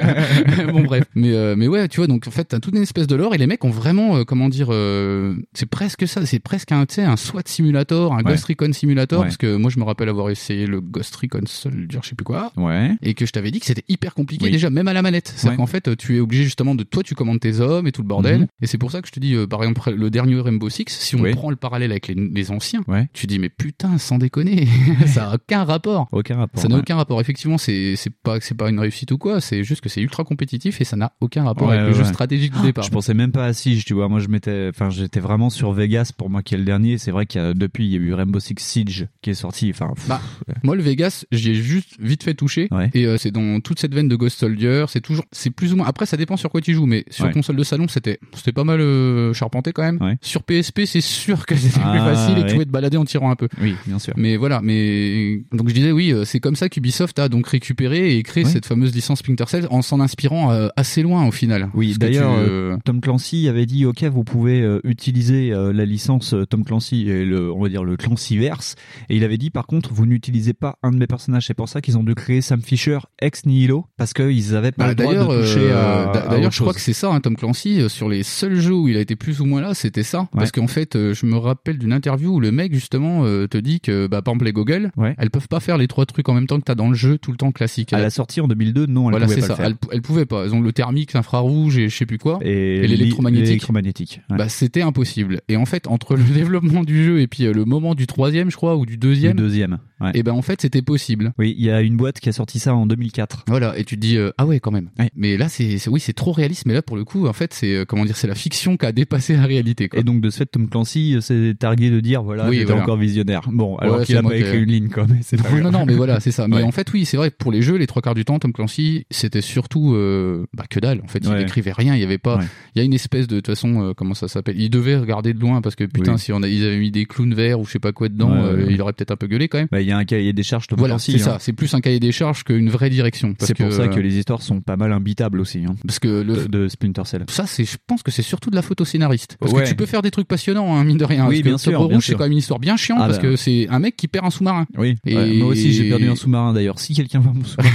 bon, bref. Mais, euh, mais ouais, tu vois, donc en fait, t'as toute une espèce de lore et les mecs ont vraiment, euh, comment dire, euh, c'est presque ça, c'est presque un, tu sais, un SWAT simulator, un
Ouais.
Ghost Recon simulator,
Ouais.
parce que moi je me rappelle avoir essayé le Ghost Recon Soldier, je sais plus quoi.
Ouais.
et que je t'avais dit que c'était hyper compliqué
Oui.
déjà même à la manette c'est à
Ouais.
qu'en fait euh, tu es obligé justement de toi tu commandes tes hommes et tout le bordel
Mhm.
et c'est pour ça que je te dis euh, par exemple le dernier Rainbow Six si on
Oui.
prend le parallèle avec les, les anciens
Ouais.
tu dis mais putain sans déconner ça a aucun rapport
Aucun rapport.
ça n'a
ouais.
aucun rapport effectivement c'est c'est pas c'est pas une réussite ou quoi c'est juste que c'est ultra compétitif et ça n'a aucun rapport
Ouais,
avec
ouais,
le jeu
ouais. Ah,
stratégique du départ
Je pensais même pas à Siege, tu vois. Moi, je m'étais, enfin, j'étais vraiment sur Vegas pour moi qui est le dernier. C'est vrai qu'il y a, depuis, il y a eu Rainbow Six Siege qui est sorti. Enfin, pff,
Bah, Moi, le Vegas, j'y ai juste vite fait toucher.
Ouais.
Et euh, c'est dans toute cette veine de Ghost Soldier. C'est toujours, c'est plus ou moins. Après, ça dépend sur quoi tu joues, mais sur
Ouais.
console de salon, c'était, c'était pas mal euh, charpenté quand même.
Ouais.
Sur PSP, c'est sûr que c'était
Ah,
plus facile et que
ouais.
tu pouvais te balader en tirant un peu.
oui, bien sûr.
Mais voilà, mais Et donc je disais oui, euh, c'est comme ça qu'Ubisoft a donc récupéré et créé
Ouais.
cette fameuse licence Splinter Cell en s'en inspirant euh, assez loin au final.
Oui,
Parce que
d'ailleurs,
tu,
euh,
euh,
Tom Clancy avait dit OK, vous pouvez euh, utiliser euh, la licence euh, Tom Clancy et le, on va dire le Clancyverse. Et il avait dit par contre, vous n'utilisez pas un de mes personnages. C'est pour ça qu'ils ont dû créer Sam Fisher ex nihilo parce qu'ils avaient pas
bah,
le droit
d'ailleurs,
de toucher
euh,
à.
d'a-
à
d'ailleurs,
autre
je crois
chose.
que c'est ça, hein, Tom Clancy, euh, sur les seuls jeux où il a été plus ou moins là, c'était ça. Parce qu'en fait, euh, je me rappelle d'une interview où le mec, justement, euh, te dit que, bah, par exemple, les goggles,
Ouais.
elles peuvent pas faire les trois trucs en même temps que t'as dans le jeu tout le temps classique.
à la sortie en 2002, non, elle
voilà,
pouvait
c'est
pas
ça.
le faire.
Elles, elles pouvaient pas. Elles ont le thermique, l'infrarouge et je sais plus quoi.
Et,
et l'électromagnétique.
l'électromagnétique, ouais.
Bah, c'était impossible. Et en fait, entre le développement du jeu et puis euh, le moment du troisième, je crois, ou du
Le
deuxième,
deuxième. ouais.
et ben en fait, c'était possible.
Oui, il y a une boîte qui a sorti ça en 2004.
Voilà, et tu te dis euh, ah ouais quand même.
Ouais.
Mais là c'est c'est- oui c'est trop réaliste, mais là pour le coup en fait c'est euh, comment dire c'est la fiction qui a dépassé la réalité. Quoi.
Et donc de ce fait, Tom Clancy euh, s'est targué de dire voilà,
Oui,
j'étais
voilà.
encore visionnaire. Bon, alors
Ouais,
qu'il
c'est
a
moi
pas
qui-
écrit une ligne, quoi. Mais c'est pas
non,
grave.
non, non, mais voilà, c'est ça. Mais
Ouais.
en fait, oui, c'est vrai, pour les jeux, les trois quarts du temps, Tom Clancy, c'était surtout euh, bah, que dalle. En fait, il
Ouais.
écrivait rien, il y avait pas.
Ouais.
Il y a une espèce de, de toute façon, euh, comment ça s'appelle Il devait regarder de loin parce que putain,
Oui.
si on a, ils avaient mis des clowns verts ou je sais pas quoi dedans,
Ouais,
euh,
ouais.
il aurait peut-être un peu gueulé quand même.
Bah, il y a un cahier des charges Tom
Voilà,
Clancy.
c'est
hein.
ça. C'est plus un cahier des charges qu'une vraie direction. parce
C'est pour
que,
ça que
euh,
les histoires sont pas mal imbitables aussi, hein,
parce que
de,
le,
de Splinter Cell.
Ça, c'est, je pense que c'est surtout de la photo scénariste. Parce
Ouais.
que tu peux faire des trucs passionnants, hein, mine de rien.
Oui,
parce que
bien sûr,
Octobre
bien
Rouge, c'est
sûr.
quand même une histoire bien chiante
Ah
parce
bah.
que c'est un mec qui perd un sous-marin.
Oui.
Et-
Ouais, moi aussi, j'ai perdu un sous-marin d'ailleurs. Si quelqu'un voit mon sous-marin.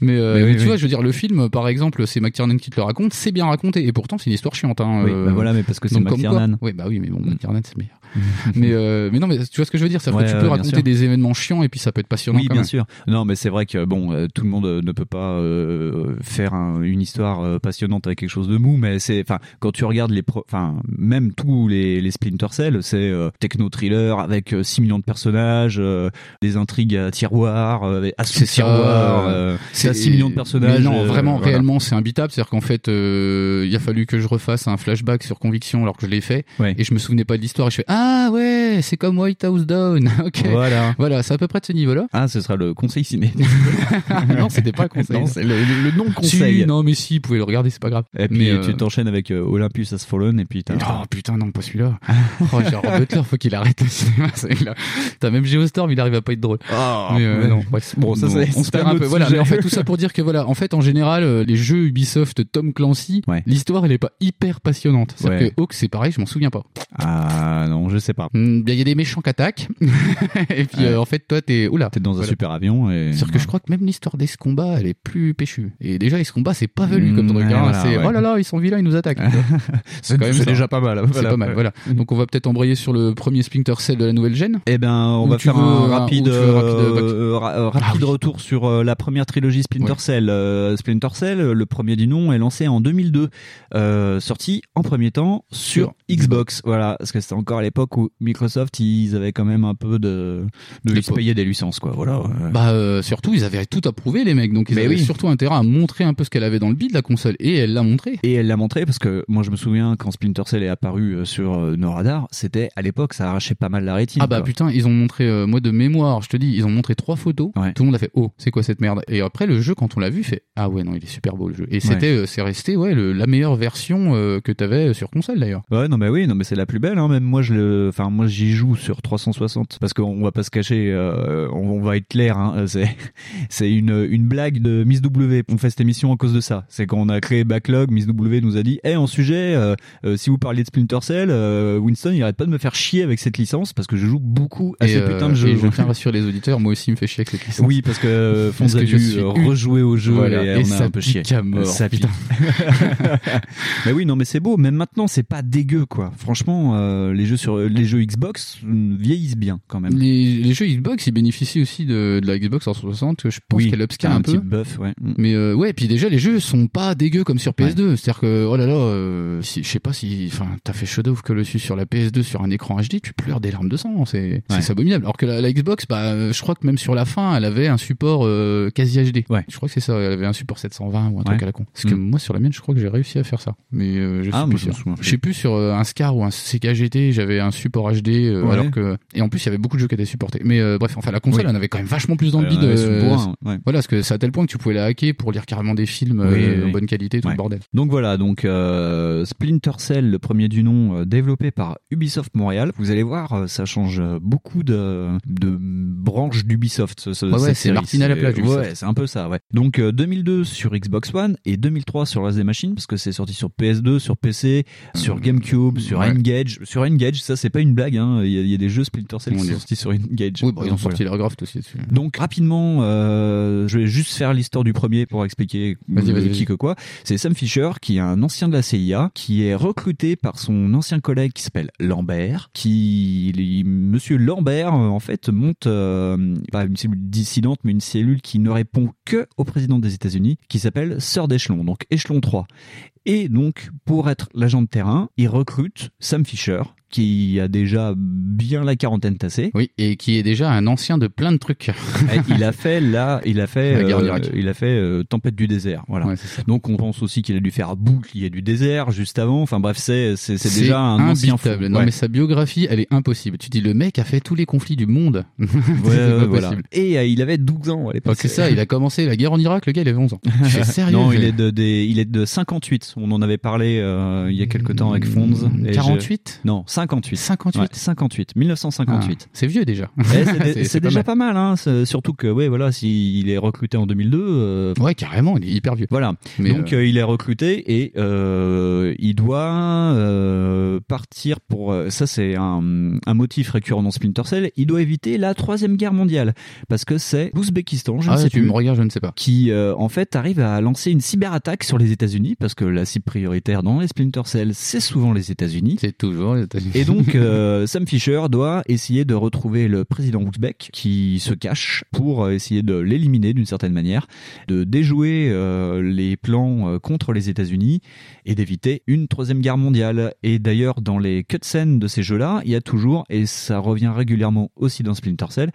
mais, euh,
Mais oui,
mais tu
oui.
vois, je veux dire, le film, par exemple, c'est McTiernan qui te le raconte, c'est bien raconté. Et pourtant, c'est une histoire chiante. Hein,
Oui,
euh,
bah voilà, mais parce que c'est
donc comme quoi-
McTiernan.
Oui, bah oui, mais bon, McTiernan, c'est meilleur. mais, euh, mais non, mais tu vois ce que je veux dire, c'est
Ouais,
que tu
ouais,
peux
bien sûr.
raconter des événements chiants et puis ça peut être passionnant
Oui,
quand
bien
même.
sûr. Non, mais c'est vrai que bon, euh, tout le monde euh, ne peut pas euh, faire un- une histoire euh, passionnante avec quelque chose de mou, mais c'est, enfin, quand tu regardes les, pro- enfin, même tous les, les Splinter Cell, c'est techno thriller avec euh, 6 millions de personnages, euh, des intrigues à tiroir, euh, à
C'est ça.
sous-tiroir, euh, t'as 6 millions de personnages.
Mais non,
euh,
vraiment,
voilà.
réellement, c'est imbitable. C'est-à-dire qu'en fait, euh, il a fallu que je refasse un flashback sur Conviction alors que je l'ai fait.
Ouais.
Et je me souvenais pas de l'histoire. Et je fais Ah ouais, c'est comme White House Down. ok.
Voilà.
Voilà, c'est à peu près de ce niveau-là. Ah,
Ah, ce sera le conseil ciné.
non, c'était pas un conseil.
Non, c'est le, le- le
Si,
non-conseil.
non, mais si, vous pouvez le regarder, c'est pas grave.
Et puis
Mais, euh,
tu t'enchaînes avec euh, Olympus Has Fallen et puis t'as.
Oh putain, non, pas celui-là. Oh, Gérard Butler, faut qu'il arrête le cinéma, celui-là. T'as même Geostorm, il arrive à pas être drôle.
Ah,
Mais, euh, non, bref.
Bon, ça, c'est-
on
c'est
se perd
un
un
autre
peu. Voilà,
sujet.
mais en fait, tout ça pour dire que voilà, en fait, en général, euh, les jeux Ubisoft Tom Clancy,
Ouais.
l'histoire, elle est pas hyper passionnante. C'est-à-dire
Ouais.
que Hawk, c'est pareil, je m'en souviens pas.
Ah non, je sais pas.
Hmm, bien, Il y a des méchants qui attaquent. et puis,
Ouais.
euh, en fait, toi, t'es. Oula.
T'es dans un
Voilà.
super avion et.
C'est-à-dire que je crois que même l'histoire des combats, elle est plus péchue. Et déjà, les combats, c'est pas velu comme
Mmh,
truc.
ouais,
hein.
voilà,
c'est
ouais.
oh là là, ils sont vilains, ils nous attaquent. Tu vois.
c'est
quand même
c'est
ça.
déjà pas mal.
c'est pas mal, voilà. Donc, on va peut-être embrayer sur le premier Splinter Cell de la nouvelle gêne.
Eh ben, on
Ou
va
tu
faire
veux
un
un-
rapide,
ou tu veux un rapide
euh,
back-
euh, ra- euh, rapide
Ah oui.
retour sur euh, la première trilogie Splinter
Ouais.
Cell. Euh, Splinter Cell, euh, le premier du nom, est lancé en 2002, euh, sorti en premier temps sur
Sur
Xbox. Voilà, parce que c'était encore à l'époque où Microsoft, ils avaient quand même un peu de, de ils se
L'époque.
payaient des licences, quoi. Voilà. ouais.
Bah euh, surtout, ils avaient tout approuvé les mecs, donc ils
Mais
avaient
oui.
surtout intérêt à montrer un peu ce qu'elle avait dans le bide la console, et elle l'a montré.
Et elle l'a montré parce que moi je me souviens quand Splinter Cell est apparu euh, sur euh, nos radars, c'était à l'époque ça arrachait pas mal la rétine.
Ah bah
quoi.
putain, ils ont montré, euh, moi de mémoire, je te dis, ils ont montré trois photos,
Ouais.
tout le monde a fait oh, c'est quoi cette merde Et après le jeu, quand on l'a vu, fait ah ouais non, il est super beau le jeu. Et c'était, euh, c'est resté ouais le- la meilleure version euh, que t'avais sur console d'ailleurs.
Bah Ouais non mais oui non mais c'est la plus belle hein. même moi je le enfin moi j'y joue sur 360 parce qu'on va pas se cacher euh, on, on va être clair hein, euh, c'est c'est une une blague de Miss W on fait cette émission à cause de ça c'est qu'on a créé backlog Miss W nous a dit Eh en sujet euh, euh, si vous parliez de Splinter Cell euh, Winston il arrête pas de me faire chier avec cette licence parce que je joue beaucoup à
et,
ce
euh,
Ah, putain de
et
jeu
je tiens à rassurer les auditeurs, moi aussi il me fait chier avec cette licence.
Oui, parce que euh,
Parce
Fonz a
que je
dû
suis
euh,
une-
rejouer au jeu
Voilà,
et,
et
on a
ça
un peu chié.
pique à mort,
pique. mais oui, non, mais c'est beau. Même maintenant, c'est pas dégueu, quoi. Franchement, euh, les jeux sur les jeux Xbox euh, vieillissent bien quand même.
Les, les jeux Xbox, ils bénéficient aussi de, de la Xbox 360, que je pense
oui,
qu'elle upscale
t'as
un,
un
peu.
petit buff, ouais. Mm.
Mais euh, ouais, puis déjà les jeux sont pas dégueux comme sur PS2. C'est-à-dire que oh là là, euh, si, je sais pas si, enfin, t'as fait Shadow of Colossus sur la PS2 sur un écran HD, tu pleures des larmes de sang. hein, C'est c'est abominable. Alors que la, la Xbox, bah, euh, je crois que même sur la fin, elle avait un support euh, quasi HD.
Ouais.
Je crois que c'est ça. Elle avait un support 720 ou un
Ouais.
truc à la con. Parce que
Mm.
moi sur la mienne, je crois que j'ai réussi à faire ça. Mais euh, je sais
Ah, mais
plus.
je me
sûr.
souviens plus.
Je sais plus sur euh, un Scar ou un CKGT, j'avais un un support HD euh,
Ouais.
alors que et en plus il y avait beaucoup de jeux qui étaient supportés. Mais euh, bref, enfin la console
Oui.
elle en avait quand même vachement plus dans le
Elle en
bide.
avait sous
euh,
le hein. bras, ouais.
Voilà, parce que c'est à tel point que tu pouvais la hacker pour lire carrément des films
Oui,
euh,
oui, oui.
en bonne qualité, tout
Ouais.
le bordel.
Donc voilà, donc euh, Splinter Cell, le premier du nom, euh, développé par Ubisoft Montréal. Vous allez voir, euh, ça change euh, beaucoup de, de branches d'Ubisoft. ce- ce-
Ouais, ouais,
cette
c'est
série.
Martine à la plage, Ubisoft.
Ouais, c'est un peu ça. Ouais. Donc euh, 2002 sur Xbox One et 2003 sur le reste des machines, parce que c'est sorti sur PS2, sur PC, sur GameCube, sur
Euh, ouais.
Engage. Sur Engage, ça c'est pas une blague. hein. Il y, a- il y a des jeux Splinter Cell
Mon
qui sont
Dieu.
sortis sur Engage.
Oui, bon, ils ont
Donc,
sorti leur graft aussi dessus.
donc rapidement, euh, je vais juste faire l'histoire du premier pour expliquer
Vas-y,
euh,
vas-y,
qui
vas-y.
que quoi. C'est Sam Fisher qui est un ancien de la CIA qui est recruté par son ancien collègue qui s'appelle Lambert. Qui il- Monsieur Lambert euh, en fait monte euh, pas une cellule dissidente mais une cellule qui ne répond que au président des États-Unis qui s'appelle Sœur d'échelon donc échelon 3. Et donc, pour être l'agent de terrain, il recrute Sam Fisher, qui a déjà bien la quarantaine tassée,
Oui, et qui est déjà un ancien de plein de trucs.
eh, il a fait là, il a fait,
La guerre en
euh,
Irak.
il a fait euh, tempête du désert, voilà.
Ouais, c'est ça.
Donc on pense aussi qu'il a dû faire bouclier du désert juste avant. Enfin bref, c'est c'est c'est déjà un ancien fou.
imbitable. Non
Ouais.
mais sa biographie, elle est impossible. Tu dis le mec a fait tous les conflits du monde.
Ouais,
C'est
ouais,
pas
voilà.
possible.
Et euh, il avait 12 ans à
Pas
l'époque.
que ça, il a commencé la guerre en Irak, le gars il avait 11 ans. Tu fais sérieux
Non,
je-
il est de des- il est de 58. On en avait parlé euh, il y a quelque temps avec Fonz. Et je-
48
Non, 58.
58
Ouais, 58, 1958.
Ah, c'est vieux déjà.
Eh, c'est dé-
C'est-
c'est
c'est pas
déjà pas mal, hein. C'est- surtout que ouais, voilà, s'il est recruté en 2002, euh,
Ouais, carrément, il est hyper vieux.
voilà.
Mais
Donc
euh,
euh, il est recruté et euh, il doit euh, partir pour euh, ça c'est un, un motif récurrent dans Splinter Cell. Il doit éviter la troisième guerre mondiale parce que c'est l'Ouzbékistan, je
ah,
ne sais
tu
plus,
me regardes, je ne sais pas.
qui euh, en fait arrive à lancer une cyberattaque sur les États-Unis parce que la cible prioritaire dans les Splinter Cell c'est souvent les États-Unis.
C'est toujours les États-Unis.
Et donc, euh, Sam Fisher doit essayer de retrouver le président Uzbek qui se cache pour euh, essayer de l'éliminer d'une certaine manière, de déjouer euh, les plans euh, contre les États-Unis et d'éviter une troisième guerre mondiale. Et d'ailleurs, dans les cutscenes de ces jeux-là, il y a toujours, et ça revient régulièrement aussi dans Splinter Cell,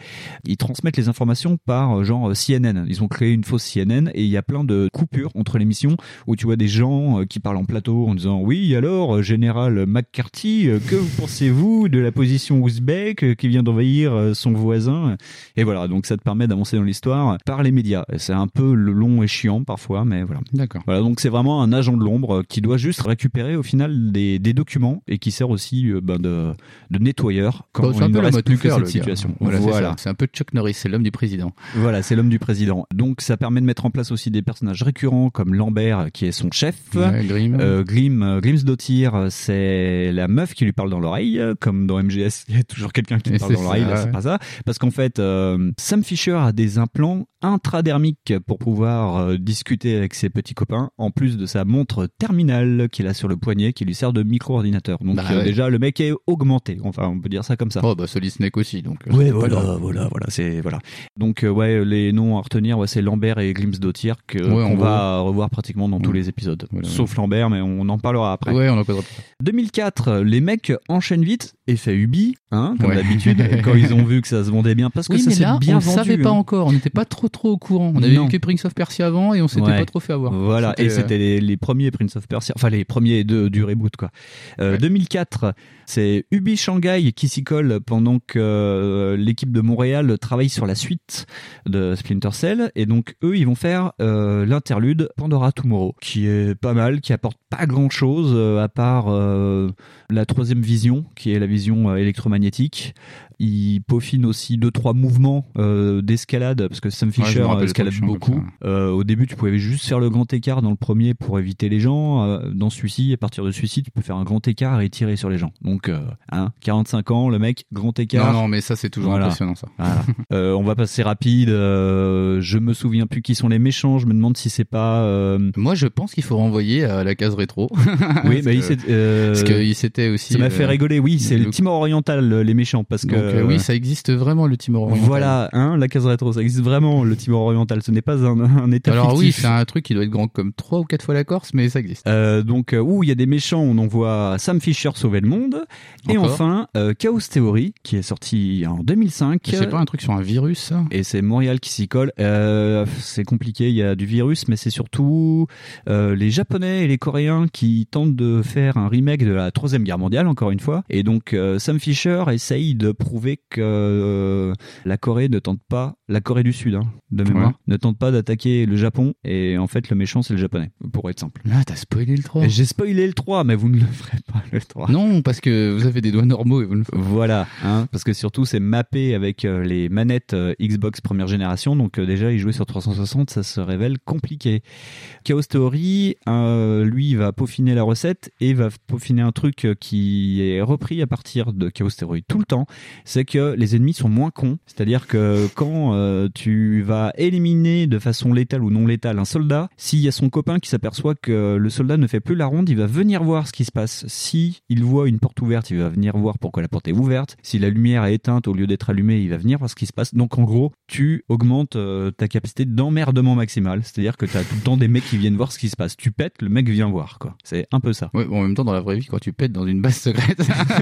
ils transmettent les informations par euh, genre euh, CNN. Ils ont créé une fausse CNN et il y a plein de coupures entre les missions où tu vois des gens euh, qui parlent en plateau en disant oui alors euh, général McCarthy euh, que pensez-vous de la position ouzbek euh, qui vient d'envahir euh, son voisin et voilà donc ça te permet d'avancer dans l'histoire par les médias Et c'est un peu le long et chiant parfois mais voilà
D'accord.
voilà, donc c'est vraiment un agent de l'ombre euh, qui doit juste récupérer au final des, des documents et qui sert aussi euh, ben, de, de nettoyeur quand
Bon, c'est
il
un
ne
peu Bah, la
reste
mode
plus que
nucléaire,
cette
le gars.
situation.
Voilà, c'est
Voilà.
ça. c'est un peu Chuck Norris, c'est l'homme du président.
Voilà, c'est l'homme du président. Donc ça permet de mettre en place aussi des personnages récurrents comme Lambert qui est son chef.
Ouais, Grimm.
Euh, Glim, euh, Glimsdottir, euh, c'est la meuf qui lui parle dans l'oreille, euh, comme dans MGS, il y a toujours quelqu'un qui te
Et
parle
c'est
dans l'oreille,
ça,
là
ouais.
c'est pas ça. Parce qu'en fait, euh, Sam Fisher a des implants intradermiques pour pouvoir euh, discuter avec ses petits copains, en plus de sa montre terminale qu'il a sur le poignet qui lui sert de micro-ordinateur. Donc
Bah
euh,
ouais.
déjà, le mec est augmenté, enfin on peut dire ça comme ça.
Oh, bah, Solid Snake aussi, donc. euh,
Ouais,
c'est pas
voilà,
grave.
voilà, voilà, c'est voilà. Donc euh, ouais, les noms à retenir, ouais, c'est Lambert et Glimsdottir que
Ouais, en
qu'on
gros.
va revoir pratiquement dans tous
Ouais.
les épisodes,
Voilà,
sauf Lambert, mais on en parlera après.
Ouais, on en connaît.
2004, les mecs enchaînent vite, effet Ubi, hein, comme
Ouais.
d'habitude, quand ils ont vu que ça se vendait bien, parce que
Oui,
ça
mais
s'est
là,
bien
on
vendu.
savait pas
hein.
encore. On n'était pas trop trop au courant. On avait
Non.
eu que Prince of Persia avant et on s'était
Ouais.
pas trop fait avoir.
Voilà, et
euh,
c'était les, les premiers Prince of Persia, enfin les premiers de, du reboot quoi. Euh,
Ouais.
2004, c'est Ubi Shanghai qui s'y colle pendant que euh, l'équipe de Montréal travaille sur la suite de Splinter Cell, et donc eux ils vont faire euh, l'interlude Pandora Tomorrow, qui est pas mal, qui apporte pas grand chose à part euh, la troisième vision, qui est la vision euh, électromagnétique. Il peaufine aussi deux trois mouvements euh, d'escalade parce que Sam
je me
Fisher euh,
rappelle
escalade
le truc,
beaucoup.
comme
Euh, au début, tu pouvais juste faire le grand écart dans le premier pour éviter les gens. Euh, dans celui-ci, à partir de celui-ci, tu peux faire un grand écart et tirer sur les gens. Donc, euh, hein, 45 ans, le mec, grand écart.
Non, non, mais ça, c'est toujours
Voilà.
impressionnant, ça.
Voilà. Euh, on va passer rapide. euh, je me souviens plus qui sont les méchants. Je me demande si c'est pas. euh,
Moi, je pense qu'il faut renvoyer à la case rétro.
Oui,
Parce
mais il
que-
s'est- euh,
Parce qu'il s'était aussi.
ça m'a
euh,
fait rigoler. Oui, c'est le
le-
Timor oriental, le- les méchants, parce que
Donc, euh, oui, ça existe vraiment, le Timor oriental.
Voilà, hein, la case rétro, ça existe vraiment, le Timor oriental. Ce n'est pas un, un état
Alors oui,
fictif.
c'est un truc qui doit être grand comme 3 ou 4 fois la Corse, mais ça existe.
Euh, donc, euh, où il y a des méchants, on en voit Sam Fisher sauver le monde. Et
Encore.
enfin, euh, Chaos Theory, qui est sorti en 2005.
C'est pas un truc sur un virus, hein. ça
Et c'est Montréal qui s'y colle. Euh, c'est compliqué, il y a du virus, mais c'est surtout euh, les Japonais et les Coréens qui tentent de faire un remake de la Troisième Guerre mondiale, encore une fois. Et donc, Donc euh, Sam Fisher essaye de prouver que euh, la Corée ne tente pas, la Corée du Sud, hein, de mémoire,
Ouais.
ne tente pas d'attaquer le Japon. Et en fait, le méchant, c'est le japonais, pour être simple.
Là, t'as spoilé le 3.
Et J'ai spoilé le 3, mais vous ne le ferez pas, le 3.
Non, parce que vous avez des doigts normaux et vous le
Voilà, hein, parce que surtout c'est mappé avec euh, les manettes euh, Xbox première génération, donc euh, déjà y jouer sur 360, ça se révèle compliqué. Chaos Theory, euh, lui, va peaufiner la recette et va peaufiner un truc euh, qui est repris à partir de Chaos Theory tout le temps, c'est que les ennemis sont moins cons, c'est-à-dire que quand euh, tu vas éliminer de façon létale ou non létale un soldat, s'il y a son copain qui s'aperçoit que le soldat ne fait plus la ronde, il va venir voir ce qui se passe. Si il voit une porte ouverte, il va venir voir pourquoi la porte est ouverte. Si la lumière est éteinte au lieu d'être allumée, il va venir voir ce qui se passe. Donc en gros, tu augmentes euh, ta capacité d'emmerdement maximale, c'est-à-dire que tu as tout le temps des mecs qui viennent voir ce qui se passe. Tu pètes, le mec vient voir quoi. C'est un peu ça.
Ouais, bon, en même temps, dans la vraie vie, quand tu pètes dans une base secrète,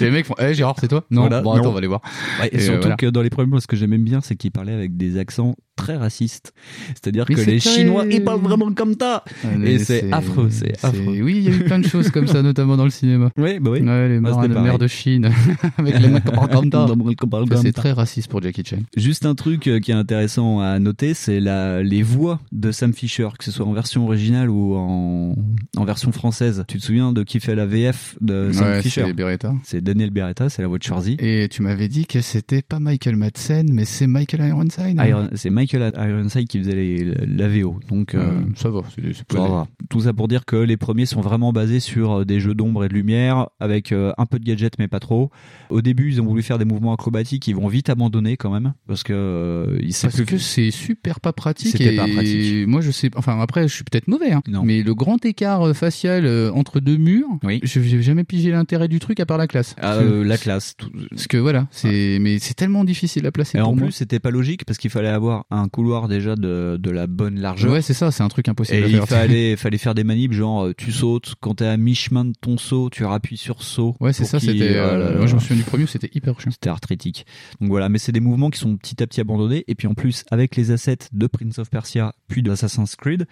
les mecs font Eh Gérard, c'est toi Non,
Voilà,
bon, attends,
non.
on va aller voir.
Ouais, et
Et, euh,
surtout
voilà.
que dans les premiers mois, ce que j'aimais bien, c'est qu'ils parlaient avec des accents très racistes. C'est-à-dire
Mais
que
c'est
les
très-
Chinois, ils parlent vraiment comme ça. Et Ah, c'est affreux, c'est affreux.
Oui, il y a eu plein de choses comme ça, notamment dans le cinéma.
Oui, bah oui.
Ouais, les
Moi,
marins
c'était
de
pareil.
mer de Chine, avec les mecs qui parlent comme ça. Ça, C'est très raciste pour Jackie Chan.
Juste un truc euh, qui est intéressant à noter, c'est la, les voix de Sam Fisher, que ce soit en version originale ou en, en version française. Tu te souviens de qui fait la VF de Sam
Ouais,
Fisher
c'est Beretta.
C'est Daniel Beretta, c'est la voix de Schwarzy.
Et tu m'avais dit que c'était pas Michael Madsen, mais c'est Michael Ironside.
Iron- c'est Michael Ironside qui faisait les- la VO. Donc, euh,
Euh, ça va, c'est c'est
Ça
posé.
va. Tout ça pour dire que les premiers sont vraiment basés sur euh, des jeux d'ombre et de lumière, avec euh, un peu de gadgets mais pas trop. Au début, ils ont voulu faire des mouvements acrobatiques, ils vont vite abandonner quand même, parce que euh, ils savent
Parce que c'est super pas pratique.
C'était
Et
pas pratique.
Moi, je sais. Enfin, après, je suis peut-être mauvais. hein.
Non.
Mais le grand écart euh, facial euh, entre deux murs,
Oui.
je j'ai jamais pigé l'intérêt du truc à part la classe.
Ah,
Parce que-
euh, la classe. tout-
Parce que voilà, c'est. Mais c'est tellement difficile à placer
Et
pour
en
moi.
plus, c'était pas logique parce qu'il fallait avoir un couloir déjà de, de la bonne largeur.
Ouais, c'est ça. C'est un truc impossible
Et
à
il
faire.
fallait, fallait faire des manips genre euh, tu sautes, quand t'es à mi-chemin de ton saut, tu rappuies sur saut.
Ouais, c'est
pour
ça.
qu'il-
C'était.
Ah
euh,
là là.
moi, je me souviens du premier, c'était hyper chiant.
C'était arthritique. Donc voilà, mais c'est des mouvements qui sont petit à petit abandonnés. Et puis en plus, avec les assets de Prince of Persia, puis de Assassin's Creed,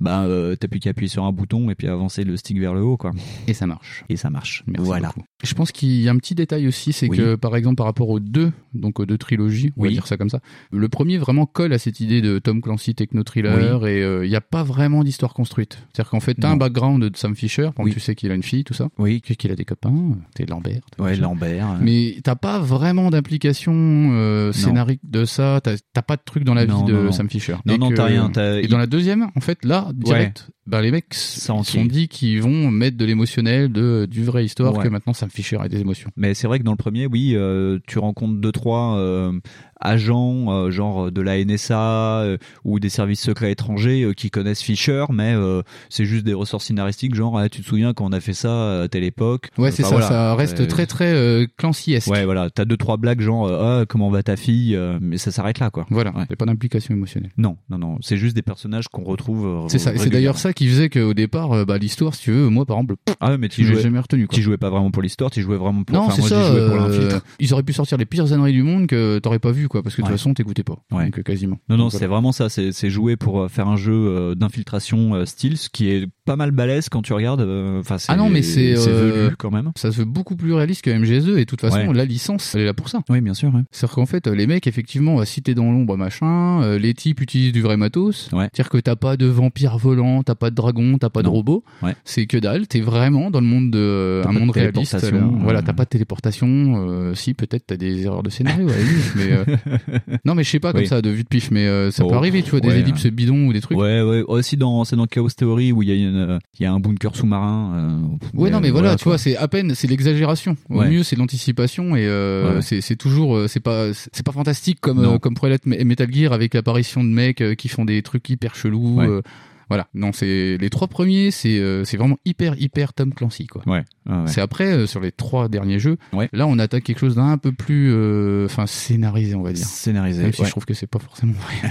bah euh, t'as plus qu'à appuyer sur un bouton et puis avancer le stick vers le haut, quoi.
Et ça marche.
Et ça marche.
Merci
voilà.
beaucoup. Je pense qu'il y a un petit détail aussi, c'est
Oui.
que par exemple par rapport aux deux, donc aux deux trilogies, on va
Oui.
dire ça comme ça, le premier vraiment colle à cette idée de Tom Clancy techno thriller et euh, il n'y a pas vraiment d'histoire construite. C'est-à-dire qu'en fait, t'as un
Non.
background de Sam Fisher, par exemple,
Oui.
tu sais qu'il a une fille, tout ça,
Oui.
tu sais qu'il a des copains, euh, t'es Lambert. t'es
Ouais,
machin.
Lambert. euh.
Mais t'as pas vraiment d'implication euh, scénarique de ça, t'as t'as pas de truc dans la
Non,
vie de
non, non.
Sam Fisher.
non,
Dès
non,
que-
t'as rien. t'as-
et dans la deuxième, en fait, là, direct, bah, les mecs s-
Euh, Ça en
sont
tire.
dit qu'ils vont mettre de l'émotionnel, de, du vrai histoire,
Ouais.
que maintenant Sam Fisher a des émotions.
Mais c'est vrai que dans le premier, oui, euh, tu rencontres deux trois euh, agents, euh, genre de la NSA euh, ou des services secrets étrangers euh, qui connaissent Fisher, mais euh, c'est juste des ressorts scénaristiques, genre Ah, tu te souviens quand on a fait ça à telle époque.
Ouais, c'est
Enfin,
ça,
voilà.
ça reste
Euh,
très très euh, Clancy-esque.
Ouais, voilà, t'as deux trois blagues genre euh, ah comment va ta fille, euh, mais ça s'arrête là quoi.
Voilà,
Ouais.
y a pas d'implication émotionnelle.
Non, non, non, c'est juste des personnages qu'on retrouve. euh,
C'est ça, et c'est
régulièrement.
d'ailleurs ça qui faisait qu'au départ, euh, bah, l'histoire, si tu veux, moi par exemple,
Ah ouais, mais tu
je l'ai
jouais,
jamais retenu. Quoi.
t'y jouais pas vraiment pour l'histoire, tu jouais vraiment pour.
Non,
enfin,
c'est
moi,
ça.
j'y jouais pour
euh,
l'infiltre.
ils auraient pu sortir les pires âneries du monde que t'aurais pas vu, quoi, parce que de
Ouais.
toute façon, t'écoutais pas.
Ouais.
Donc, euh, quasiment.
Non, non,
Donc,
c'est vraiment ça. C'est c'est joué pour euh, faire un jeu euh, d'infiltration euh, style, ce qui est pas mal balèze quand tu regardes. euh, Enfin, c'est-
Ah non, mais c'est, euh,
velu quand même.
Ça se veut beaucoup plus réaliste que MGS2, et de toute façon,
Ouais.
la licence, elle est là pour ça.
Oui, bien sûr.
C'est-à-dire qu'en fait, euh, les mecs, effectivement, euh, si t'es dans l'ombre, machin, euh, les types utilisent du vrai matos.
Ouais.
C'est-à-dire que t'as pas de vampire volant, t'as pas de dragon, t'as pas de
Non.
robot.
Ouais.
C'est que dalle, t'es vraiment dans le monde de,
T'as
un
pas de
monde réaliste.
téléportation,
alors.
euh.
Voilà, t'as pas de téléportation. euh, si, peut-être t'as des erreurs de scénario, à la limite, mais, euh, non, mais je sais pas, comme
Oui.
ça, de vue de pif, mais euh, ça
Oh,
peut arriver, tu vois, des
ouais. hein.
ellipses bidons ou des trucs.
Ouais, ouais. Aussi dans, c'est dans Chaos Theory où il y a une, euh, il y a un bunker sous-marin. euh, pff,
Ouais, non, mais voilà, tu vois,
quoi.
c'est à peine, c'est l'exagération. Au
Ouais.
mieux, c'est de l'anticipation et euh,
Ouais.
c'est c'est toujours, euh, c'est pas, c'est pas fantastique comme
Non.
euh, comme pourrait l'être Me- Metal Gear avec l'apparition de mecs euh, qui font des trucs hyper chelous.
Ouais.
euh, voilà, non, c'est les trois premiers, c'est euh, c'est vraiment hyper hyper Tom Clancy quoi.
Ouais. ouais, ouais.
C'est après euh, sur les trois derniers jeux.
Ouais.
Là, on attaque quelque chose d'un peu plus, euh, enfin scénarisé, on va dire.
Scénarisé.
Même si
ouais.
je trouve que c'est pas forcément vrai.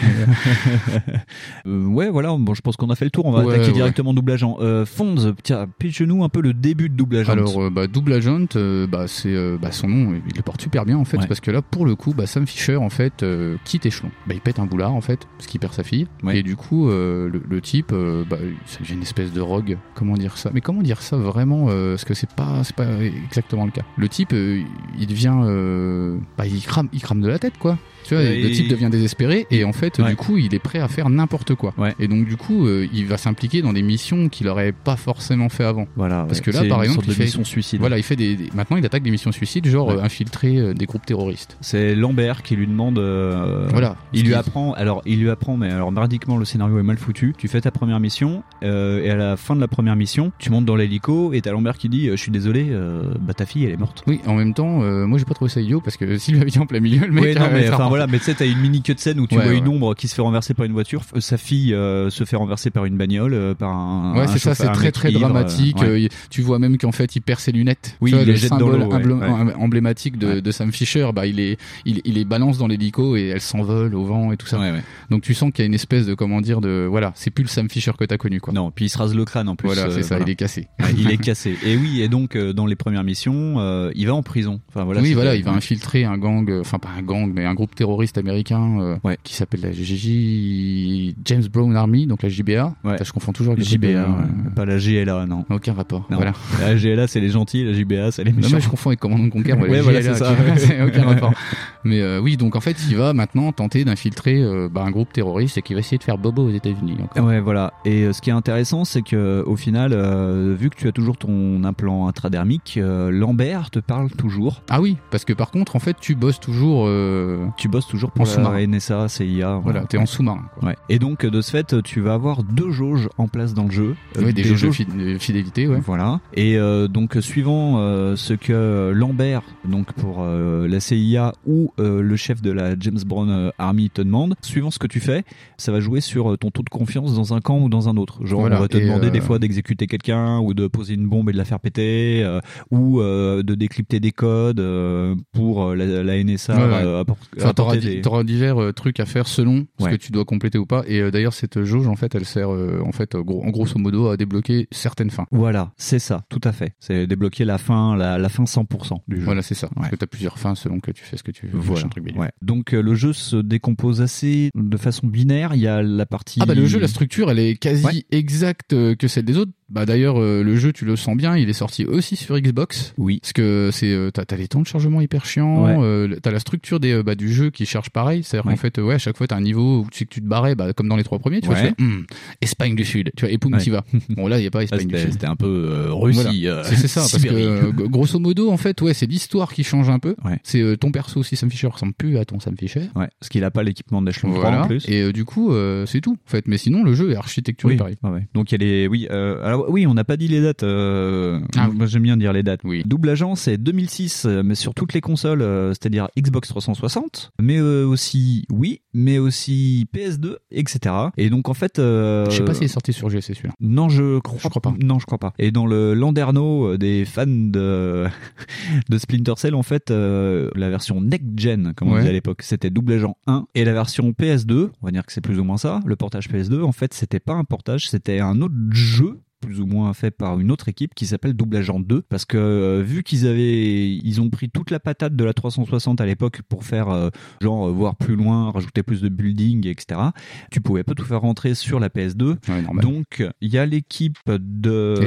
Euh, ouais, voilà, bon, je pense qu'on a fait le tour. On va
Ouais,
attaquer
ouais.
directement Double Agent. Euh, Fonds, tiens, pitch-nous un peu le début de Double Agent.
Alors, euh, bah, Double Agent, euh, bah, c'est euh, bah, son nom, il le porte super bien en fait,
Ouais.
parce que là, pour le coup, bah, Sam Fisher en fait euh, quitte échelon. Bah, il pète un boulard en fait, parce qu'il perd sa fille,
Ouais.
et du coup, euh, le, le type Europe, euh, bah, c'est- j'ai une espèce de rogue. Comment dire ça Mais comment dire ça vraiment euh, Parce que c'est pas, c'est pas exactement le cas. Le type, euh, il devient, euh, bah, il crame, il crame de la tête, quoi. Tu vois,
Euh,
le type
il-
devient désespéré et en fait,
Ouais.
du coup, il est prêt à faire n'importe quoi.
Ouais.
Et donc, du coup, euh, il va s'impliquer dans des missions qu'il aurait pas forcément fait avant.
Voilà,
Parce
ouais.
que là,
C'est
par
une
exemple,
sorte
il
de
fait-
mission suicide.
Voilà, il fait des, des- maintenant il attaque des missions suicides, genre
Ouais.
euh, infiltrer euh, des groupes terroristes.
C'est Lambert qui lui demande. euh,
Voilà.
Il
Ce
lui
qui-
apprend. Alors, il lui apprend, mais alors merdiquement, le scénario est mal foutu. Tu fais ta première mission, euh, et à la fin de la première mission, tu montes dans l'hélico, et t'as Lambert qui dit euh, Je suis désolé, euh, bah ta fille, elle est morte.
Oui, en même temps, euh, moi j'ai pas trouvé ça idiot parce que s'il lui avait dit en plein milieu, le mec.
Oui, non,
aurait
mais
été
enfin
reparti.
voilà, mais tu sais, t'as une mini scène où tu
Ouais,
vois
ouais.
une ombre qui se fait renverser par une voiture, f- sa fille euh, se fait renverser par une bagnole, euh, par un. un
Ouais, c'est
chauffeur,
ça, c'est
un
très
mec
très
ivre, euh,
dramatique.
ouais.
euh, il- tu vois même qu'en fait, il perd ses lunettes.
Oui,
Tu vois,
il
le
les jette dans
symbole
l'eau, ouais,
emblem-
ouais.
emblématique de,
Ouais.
de Sam Fisher, bah, il, est, il, il les balance dans l'hélico et elles s'envolent au vent et tout ça.
Ouais, ouais.
Donc tu sens qu'il y a une espèce de, comment dire, de. Voilà, c'est plus le Sam Fisher que t'as connu, quoi.
Non, puis il se rase le crâne en plus.
voilà,
euh,
c'est ça,
voilà.
il est cassé.
Ouais, il est cassé. Et oui, et donc euh, dans les premières missions, euh, il va en prison. Enfin voilà.
oui,
c'est-
voilà, il va infiltrer un gang, euh, enfin pas un gang, mais un groupe terroriste américain euh,
Ouais.
qui s'appelle la GG James Brown Army, donc la JBA.
Ouais.
Putain, Je confonds toujours avec la
JBA,
JBA.
ouais.
euh,
pas la GLA, non.
Aucun rapport.
Non.
Voilà.
La GLA, c'est les gentils, la JBA, c'est les
Non,
méchants.
mais je confonds avec Command and Conquer.
Ouais,
j'y
voilà,
ai
c'est
là,
ça.
tu vois, c'est aucun rapport. Mais euh, oui, donc en fait, il va maintenant tenter d'infiltrer euh, bah, un groupe terroriste et qui va essayer de faire bobo aux États-Unis. encore.
Ouais, voilà. Et euh, ce qui est intéressant, c'est que au final, euh, vu que tu as toujours ton implant intradermique, euh, Lambert te parle toujours.
Ah oui, parce que par contre, en fait, tu bosses toujours. euh,
Tu bosses toujours pour
En sous-marin.
la NSA, CIA.
voilà, t'es en sous-marin. quoi.
Ouais. Et donc, euh, de ce fait, tu vas avoir deux jauges en place dans le jeu. Euh,
Ouais, des, jauges de fi- de fidélité, ouais.
Voilà. Et euh, donc suivant euh, ce que Lambert, donc pour euh, la CIA ou euh, le chef de la James Brown euh, Army te demande, suivant ce que tu fais, ça va jouer sur euh, ton taux de confiance dans un camp ou dans un autre. Genre
Voilà.
on va te
Et,
demander
euh,
des fois d'exécuter quelqu'un ou de poser une bombe et de la faire péter euh, ou euh, de décrypter des codes euh, pour euh, la, la NSA.
Ouais, ouais.
euh, appor-
Enfin, t'auras,
apporter
di-
des-
t'auras divers euh, trucs à faire selon ce
Ouais.
que tu dois compléter ou pas. Et euh, d'ailleurs, cette jauge, en fait, elle sert, euh, en fait, euh, gros- en grosso modo, à débloquer certaines fins.
Voilà, c'est ça, tout à fait. C'est débloquer la fin, la, la fin 100% du jeu.
Voilà, c'est ça. Parce
Ouais.
que t'as plusieurs fins selon que tu fais ce que tu veux.
Voilà.
machin, truc bidule.
Ouais. Donc euh, le jeu se décompose assez de façon binaire. Il y a la partie.
Ah bah le jeu, la structure, elle est quasi
Ouais.
exacte euh, que celle des autres. Bah d'ailleurs, euh, le jeu, tu le sens bien, il est sorti aussi sur Xbox.
Oui.
Parce que c'est euh, t'as t'as les temps de chargement hyper chiants,
Ouais.
euh, t'as la structure des euh, bah, du jeu qui charge pareil, c'est-à-dire
Ouais.
qu'en fait euh, ouais à chaque fois t'as un niveau où tu sais que tu te barrais bah, comme dans les trois premiers, tu vois,
Ouais.
tu fais, Hum, Espagne du Sud, tu vois, et poum
Ouais.
t'y vas. Bon là il y a pas
Ah,
Espagne du
C'était
Sud.
c'était un peu euh, Russie. euh,
C'est c'est ça, parce que
Sibérie.
euh, g- grosso modo en fait ouais c'est l'histoire qui change un peu.
Ouais.
C'est euh, ton perso aussi Sam Fisher ressemble plus à ton Sam Fisher.
Ouais, parce qu'il a pas l'équipement d'échelon 3
Voilà.
en plus.
Et euh, du coup euh, c'est tout en fait, mais sinon le jeu est architecturé
Oui,
pareil.
ouais, ouais. Donc il y a les oui euh, alors oui on n'a pas dit les dates euh,
Ah
moi j'aime bien dire les dates
Oui.
double agent c'est 2006 euh, mais sur toutes les consoles euh, c'est-à-dire Xbox 360 mais euh, aussi oui mais aussi PS2 etc et donc en fait euh,
Je sais pas s'il est sorti sur GC celui-là.
Non, je crois,
Je crois pas.
Non, je crois pas. Et dans le Landerneau euh, des fans de, de Splinter Cell, en fait, euh, la version next-gen, comme on
Ouais.
disait à l'époque, c'était double agent 1. Et la version PS2, on va dire que c'est plus ou moins ça, le portage PS2, en fait, c'était pas un portage, c'était un autre jeu plus ou moins fait par une autre équipe qui s'appelle Double Agent 2 parce que euh, vu qu'ils avaient ils ont pris toute la patate de la 360 à l'époque pour faire euh, genre euh, voir plus loin rajouter plus de building etc tu pouvais pas tout faire rentrer sur la PS2
Ouais, normal.
donc, il y a l'équipe de.
euh,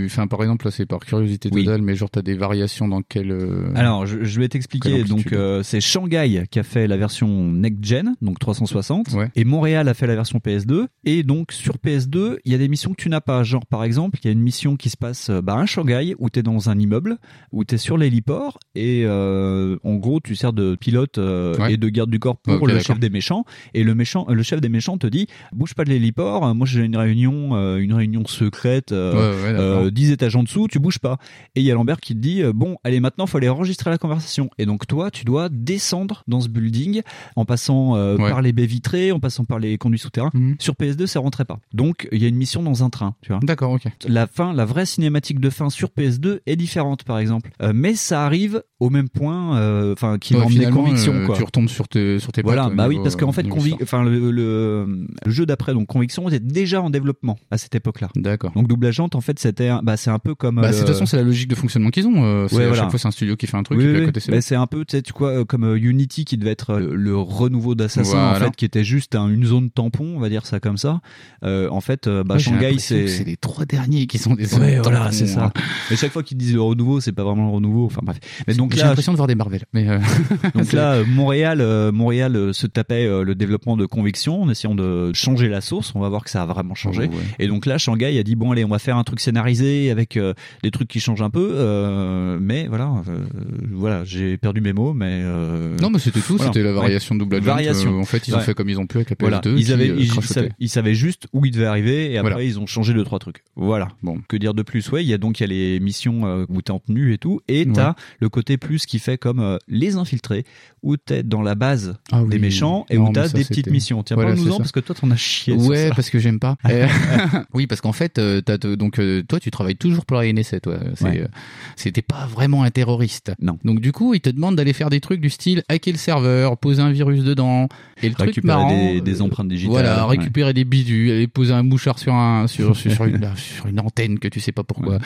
Et tu, enfin, par exemple, là, c'est par curiosité
euh, Oui.
totale, mais genre, t'as des variations dans quel. euh,
Alors, je, je vais
Quelle
t'expliquer.
amplitude.
Donc, euh, c'est Shanghai qui a fait la version next-gen, donc 360,
Ouais.
et Montréal a fait la version PS2. Et donc, sur PS2, il y a des missions que tu n'as pas. Genre, par exemple, il y a une mission qui se passe euh, bah, à Shanghai, où tu es dans un immeuble, où tu es sur l'héliport, et euh, en gros, tu sers de pilote euh,
Ouais.
et de garde du corps pour
Ok,
le
d'accord.
chef des méchants. Et le, méchant, euh, le chef des méchants te dit bouge pas de l'héliport, euh, moi j'ai une réunion, euh, une réunion secrète. euh,
Ouais, ouais, d'accord.
euh, 10 étages en dessous, tu bouges pas. Et il y a Lambert qui te dit euh, bon, allez maintenant, faut aller enregistrer la conversation. Et donc toi, tu dois descendre dans ce building en passant euh,
Ouais.
par les baies vitrées, en passant par les conduits souterrains.
Mhm.
Sur PS2, ça rentrait pas. Donc il y a une mission dans un train, tu vois.
D'accord, ok.
La fin, la vraie cinématique de fin sur PS2 est différente, par exemple. Euh, mais ça arrive au même point, euh, enfin, qui
Ouais,
rend des
finalement,
convictions,
euh,
quoi.
Tu retombes sur tes, sur tes
Voilà,
pattes, euh,
bah oui,
niveau-
parce qu'en fait,
niveau
convi-
histoire.
enfin, le, le- le jeu d'après, donc Conviction, était déjà en développement à cette époque-là.
D'accord.
Donc Double Agente, en fait, c'était, un- bah, c'est un peu comme.
Bah,
euh,
c'est- de toute façon, c'est la logique de fonctionnement qu'ils ont. euh, c'est-
Ouais,
à
voilà.
Chaque fois, c'est un studio qui fait un truc,
Oui,
et puis
oui,
à côté, c'est
bah,
l'autre.
c'est un peu, tu sais, tu quoi, euh, comme euh, Unity qui devait être euh, le, le renouveau d'Assassin, en
Voilà.
fait, qui était juste un- une zone tampon, on va dire ça comme ça. Euh, en fait, euh, bah,
Moi, j'ai
Shanghai,
l'impression que
c'est.
C'est les trois derniers qui sont des
Ouais,
hommes
voilà,
tampons,
c'est ça.
hein.
Mais chaque fois qu'ils disent le renouveau, c'est pas vraiment le renouveau. Enfin bref. Mais donc
J'ai
là,
l'impression de voir des Marvel. Mais euh,
donc
c'est-
là, euh, Montréal, euh, Montréal euh, se tapait euh, le développement de Conviction en essayant de changer la source. On va voir que ça a vraiment changé.
Ouais.
Et donc là, Shanghai a dit bon allez, on va faire un truc scénarisé avec euh, des trucs qui changent un peu. euh, mais voilà, euh, voilà, j'ai perdu mes mots, mais euh,
Non, mais c'était tout.
Voilà.
C'était la
Ouais.
variation double agent.
Variation.
euh, en fait, ils ont
Ouais.
fait comme ils ont pu avec la PS2.
voilà,
qui,
ils avaient,
euh,
ils, ils
crachotaient.
savaient, ils savaient juste où ils devaient arriver et après
Voilà.
ils ont changé deux trois trucs. Voilà.
Bon.
Que dire de plus Ouais, il y a donc il y a les missions euh, où t'es en tenue et tout, et
Ouais.
t'as le côté plus qui fait comme euh, les infiltrés où t'es dans la base
Ah
des
oui.
méchants et
Non,
où
mais
t'as
ça,
des petites
c'était-
missions. Tiens,
Voilà,
parle-nous-en
c'est ça.
parce que toi t'en as chié. sur
Ouais,
ça.
parce que j'aime pas. Euh, oui, parce qu'en fait, euh, t'as te- donc euh, toi, tu travailles toujours pour la NSA, toi. C'est,
Ouais.
euh, C'était pas vraiment un terroriste.
Non.
Donc du coup, ils te demandent d'aller faire des trucs du style hacker le serveur, poser un virus dedans, et le truc
récupérer
marrant,
des, des
euh,
empreintes digitales.
Voilà,
Ouais.
récupérer des bidus, aller poser un mouchard sur un sur sur, sur une, bah, sur une antenne que tu sais pas pourquoi.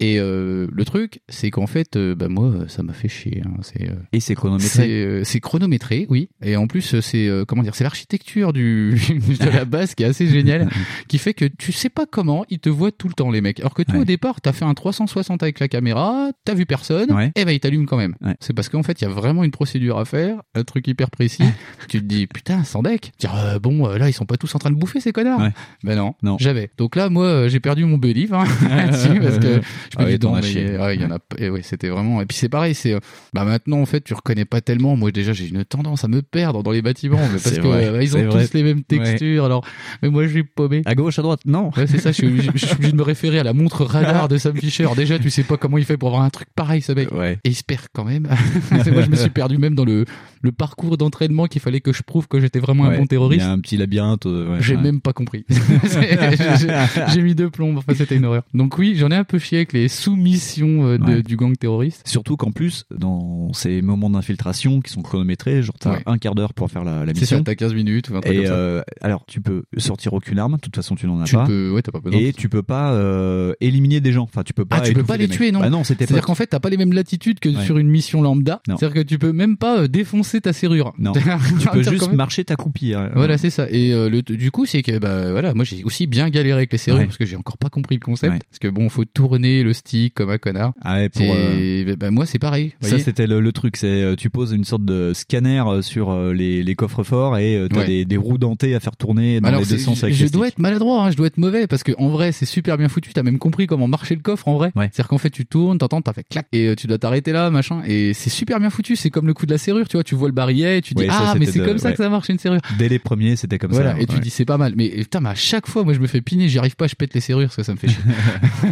Et euh, le truc, c'est qu'en fait, euh, bah moi, euh, ça m'a fait chier. hein. C'est euh,
Et c'est
c'est
chronométré.
euh, c'est chronométré, oui. Et en plus, euh, c'est euh, comment dire, c'est l'architecture du de la base qui est assez géniale, qui fait que tu sais pas comment ils te voient tout le temps les mecs. Alors que toi
Ouais.
au départ, t'as fait un 360 avec la caméra, t'as vu personne,
Ouais.
et ben ils t'allument quand même.
Ouais.
C'est parce qu'en fait, il y a vraiment une procédure à faire, un truc hyper précis. tu te dis putain, sans deck. Dire euh, bon, euh, là ils sont pas tous en train de bouffer ces connards.
Ouais.
Ben non,
Non.
jamais. Donc là, moi, euh, j'ai perdu mon belief hein, là-dessus, parce que je
Ah
me
ouais,
dis
t'en
non,
as
mais
chié.
ouais, il y en a. p- Et ouais, c'était vraiment. Et puis c'est pareil, c'est euh, bah maintenant en fait tu reconnais pas tellement. Moi déjà j'ai une tendance à me perdre dans les bâtiments mais parce
C'est
que
vrai,
euh, ils
c'est
ont
vrai.
tous les mêmes textures. Alors mais moi je suis paumé.
À gauche, à droite, non.
Ouais, c'est ça, je suis, obligé, je suis obligé de me référer à la montre radar de Sam Fisher. Déjà, tu sais pas comment il fait pour avoir un truc pareil, ce mec.
Ouais.
Et il se perd quand même. moi, je me suis perdu même dans le, le parcours d'entraînement qu'il fallait que je prouve que j'étais vraiment
Ouais.
un bon
Il y
terroriste.
a un petit labyrinthe. euh, ouais,
J'ai
ouais.
même pas compris. C'est- j'ai- j'ai mis deux plombes. Enfin, c'était une horreur. Donc oui, j'en ai un peu chié avec les soumissions euh, de-
Ouais.
du gang terroriste.
Surtout qu'en plus, dans ces moments d'infiltration qui sont chronométrés, genre t'as
Ouais.
un quart d'heure pour faire la, la
C'est ça,
mission.
t'as 15 minutes ou un truc
Et
comme ça.
euh, alors, tu peux sortir aucune arme, de toute façon tu n'en as
Tu
pas.
peux, ouais, t'as pas besoin.
Et tu peux pas euh, éliminer des gens. Enfin, tu peux pas.
Ah, tu peux
étouffer
pas les
des mecs.
tuer, non
Bah non, c'était pas.
C'est-à-dire qu'en fait, t'as pas les mêmes latitudes que
Ouais.
sur une mission lambda.
Non.
C'est-à-dire que tu peux même pas euh, défoncer ta serrure.
Non.
tu
Tu peux juste marcher ta coupille. hein.
Voilà, c'est ça. Et euh, le, du coup, c'est que bah voilà, moi j'ai aussi bien galéré avec les serrures
Ouais.
parce que j'ai encore pas compris le concept.
Ouais.
Parce que bon, faut tourner le stick comme un connard.
Ah ouais, pour. euh,
Et bah, moi, c'est pareil. vous
Ça
voyez.
c'était le, le truc, c'est euh, tu poses une sorte de scanner euh, sur euh, les, les coffres forts et euh, t'as
Ouais.
des, des roues dentées à faire tourner dans
Alors,
les deux
c'est-
sens avec
je
les
dois
sticks.
être maladroit, hein, je dois être mauvais parce que en vrai c'est super bien foutu. T'as même compris comment marcher le coffre en vrai.
Ouais.
C'est-à-dire qu'en fait tu tournes, t'entends, t'as fait clac et euh, tu dois t'arrêter là, machin. Et c'est super bien foutu. C'est comme le coup de la serrure, tu vois. Tu vois le barillet, et tu dis
Ouais, ça,
ah mais
c'était
c'est
de-
comme ça
ouais.
que ça marche une serrure.
Dès les premiers, c'était comme
voilà.
ça.
et tu
ouais.
dis c'est pas mal. Mais et, putain, mais à chaque fois, moi je me fais piner, j'y arrive pas, je pète les serrures parce que ça me fait chier.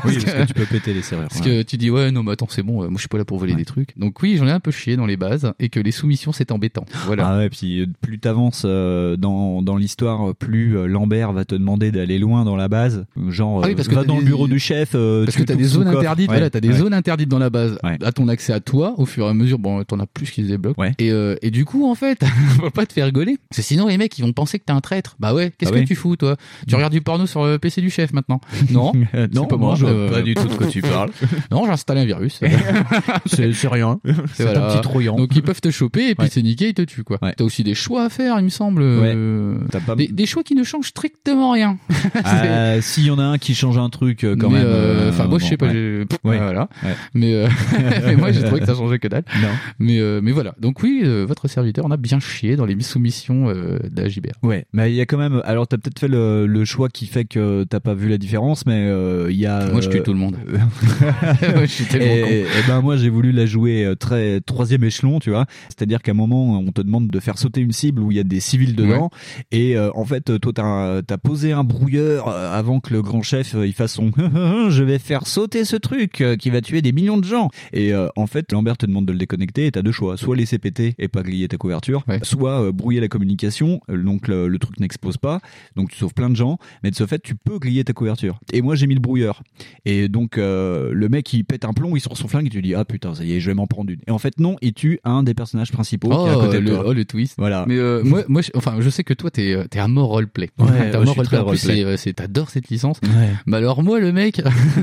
Oui, parce que tu peux péter les serrures.
Parce
ouais.
que tu dis ouais non mais attends c'est bon euh, moi je suis pas là pour voler
Ouais.
des trucs donc oui j'en ai un peu chié dans les bases et que les soumissions c'est embêtant voilà
Ah ouais, puis euh, plus t'avances euh, dans, dans l'histoire, euh, plus euh, Lambert va te demander d'aller loin dans la base. Genre,
Ah oui,
euh,
parce que
va
t'as
dans le
des-
bureau du chef. euh,
parce
tu
que t'as
touches
des
son
zones
coffre.
interdites
Ouais,
voilà t'as des
ouais.
zones interdites dans la base
Ouais.
à ton accès à toi au fur et à mesure bon t'en as plus qui se débloquent
Ouais.
et, euh, et du coup en fait faut pas te faire gauler parce que sinon les mecs ils vont penser que t'es un traître bah ouais qu'est-ce
Ah
que
oui.
tu fous toi tu regardes du porno sur le PC du chef maintenant non
Euh, non,
C'est pas moi,
moi, je vois
euh,
pas du tout de quoi tu parles.
non j'ai installé un virus
c'est c'est rien. C'est
voilà.
un petit troyan.
donc ils peuvent te choper et puis
Ouais.
c'est niqué ils te tuent quoi
Ouais.
t'as aussi des choix à faire il me semble
Ouais.
euh,
T'as pas...
des, des choix qui ne changent strictement rien
Ah, S'il y en a un qui change un truc euh, quand
Mais,
même.
euh,
euh,
Enfin, moi, je
bon,
sais pas.
ouais.
j'ai- Pff,
Ouais.
Voilà.
Ouais.
Mais, euh, mais moi, j'ai trouvé que ça changeait que dalle.
Non.
Mais, euh, mais voilà. Donc oui, euh, votre serviteur, on a bien chié dans les soumissions euh, de la JBR.
Ouais, mais il y a quand même. Alors, t'as peut-être fait le, le choix qui fait que t'as pas vu la différence, mais euh, il y a.
Moi, je
euh,
tue tout le monde.
euh,
je suis tellement
et,
con.
et ben moi j'ai voulu la jouer euh, très troisième échelon tu vois c'est à dire qu'à un moment on te demande de faire sauter une cible où il y a des civils dedans et euh, en fait toi t'as un- t'as posé un brouilleur euh, avant que le grand chef euh, il fasse son je vais faire sauter ce truc euh, qui va tuer des millions de gens et euh, en fait Lambert te demande de le déconnecter et t'as deux choix soit laisser péter et pas griller ta couverture,
Ouais.
soit euh, brouiller la communication, euh, donc le, le truc n'explose pas, donc tu sauves plein de gens, mais de ce fait, tu peux griller ta couverture. Et moi, j'ai mis le brouilleur. Et donc, euh, le mec, il pète un plomb, il sort son flingue, et tu dis, ah putain, ça y est, je vais m'en prendre une. Et en fait, non, il tue un des personnages principaux qui est à côté de
le,
toi. Ah.
oh, le twist.
Voilà.
Mais euh, moi, moi, je, enfin, je sais que toi, t'es, euh, t'es un mort roleplay.
Ouais,
t'es un
ouais, je
mort
suis très
roleplay. En plus,
roleplay.
c'est, euh, c'est- t'adores cette licence.
Ouais.
Bah alors moi, le mec,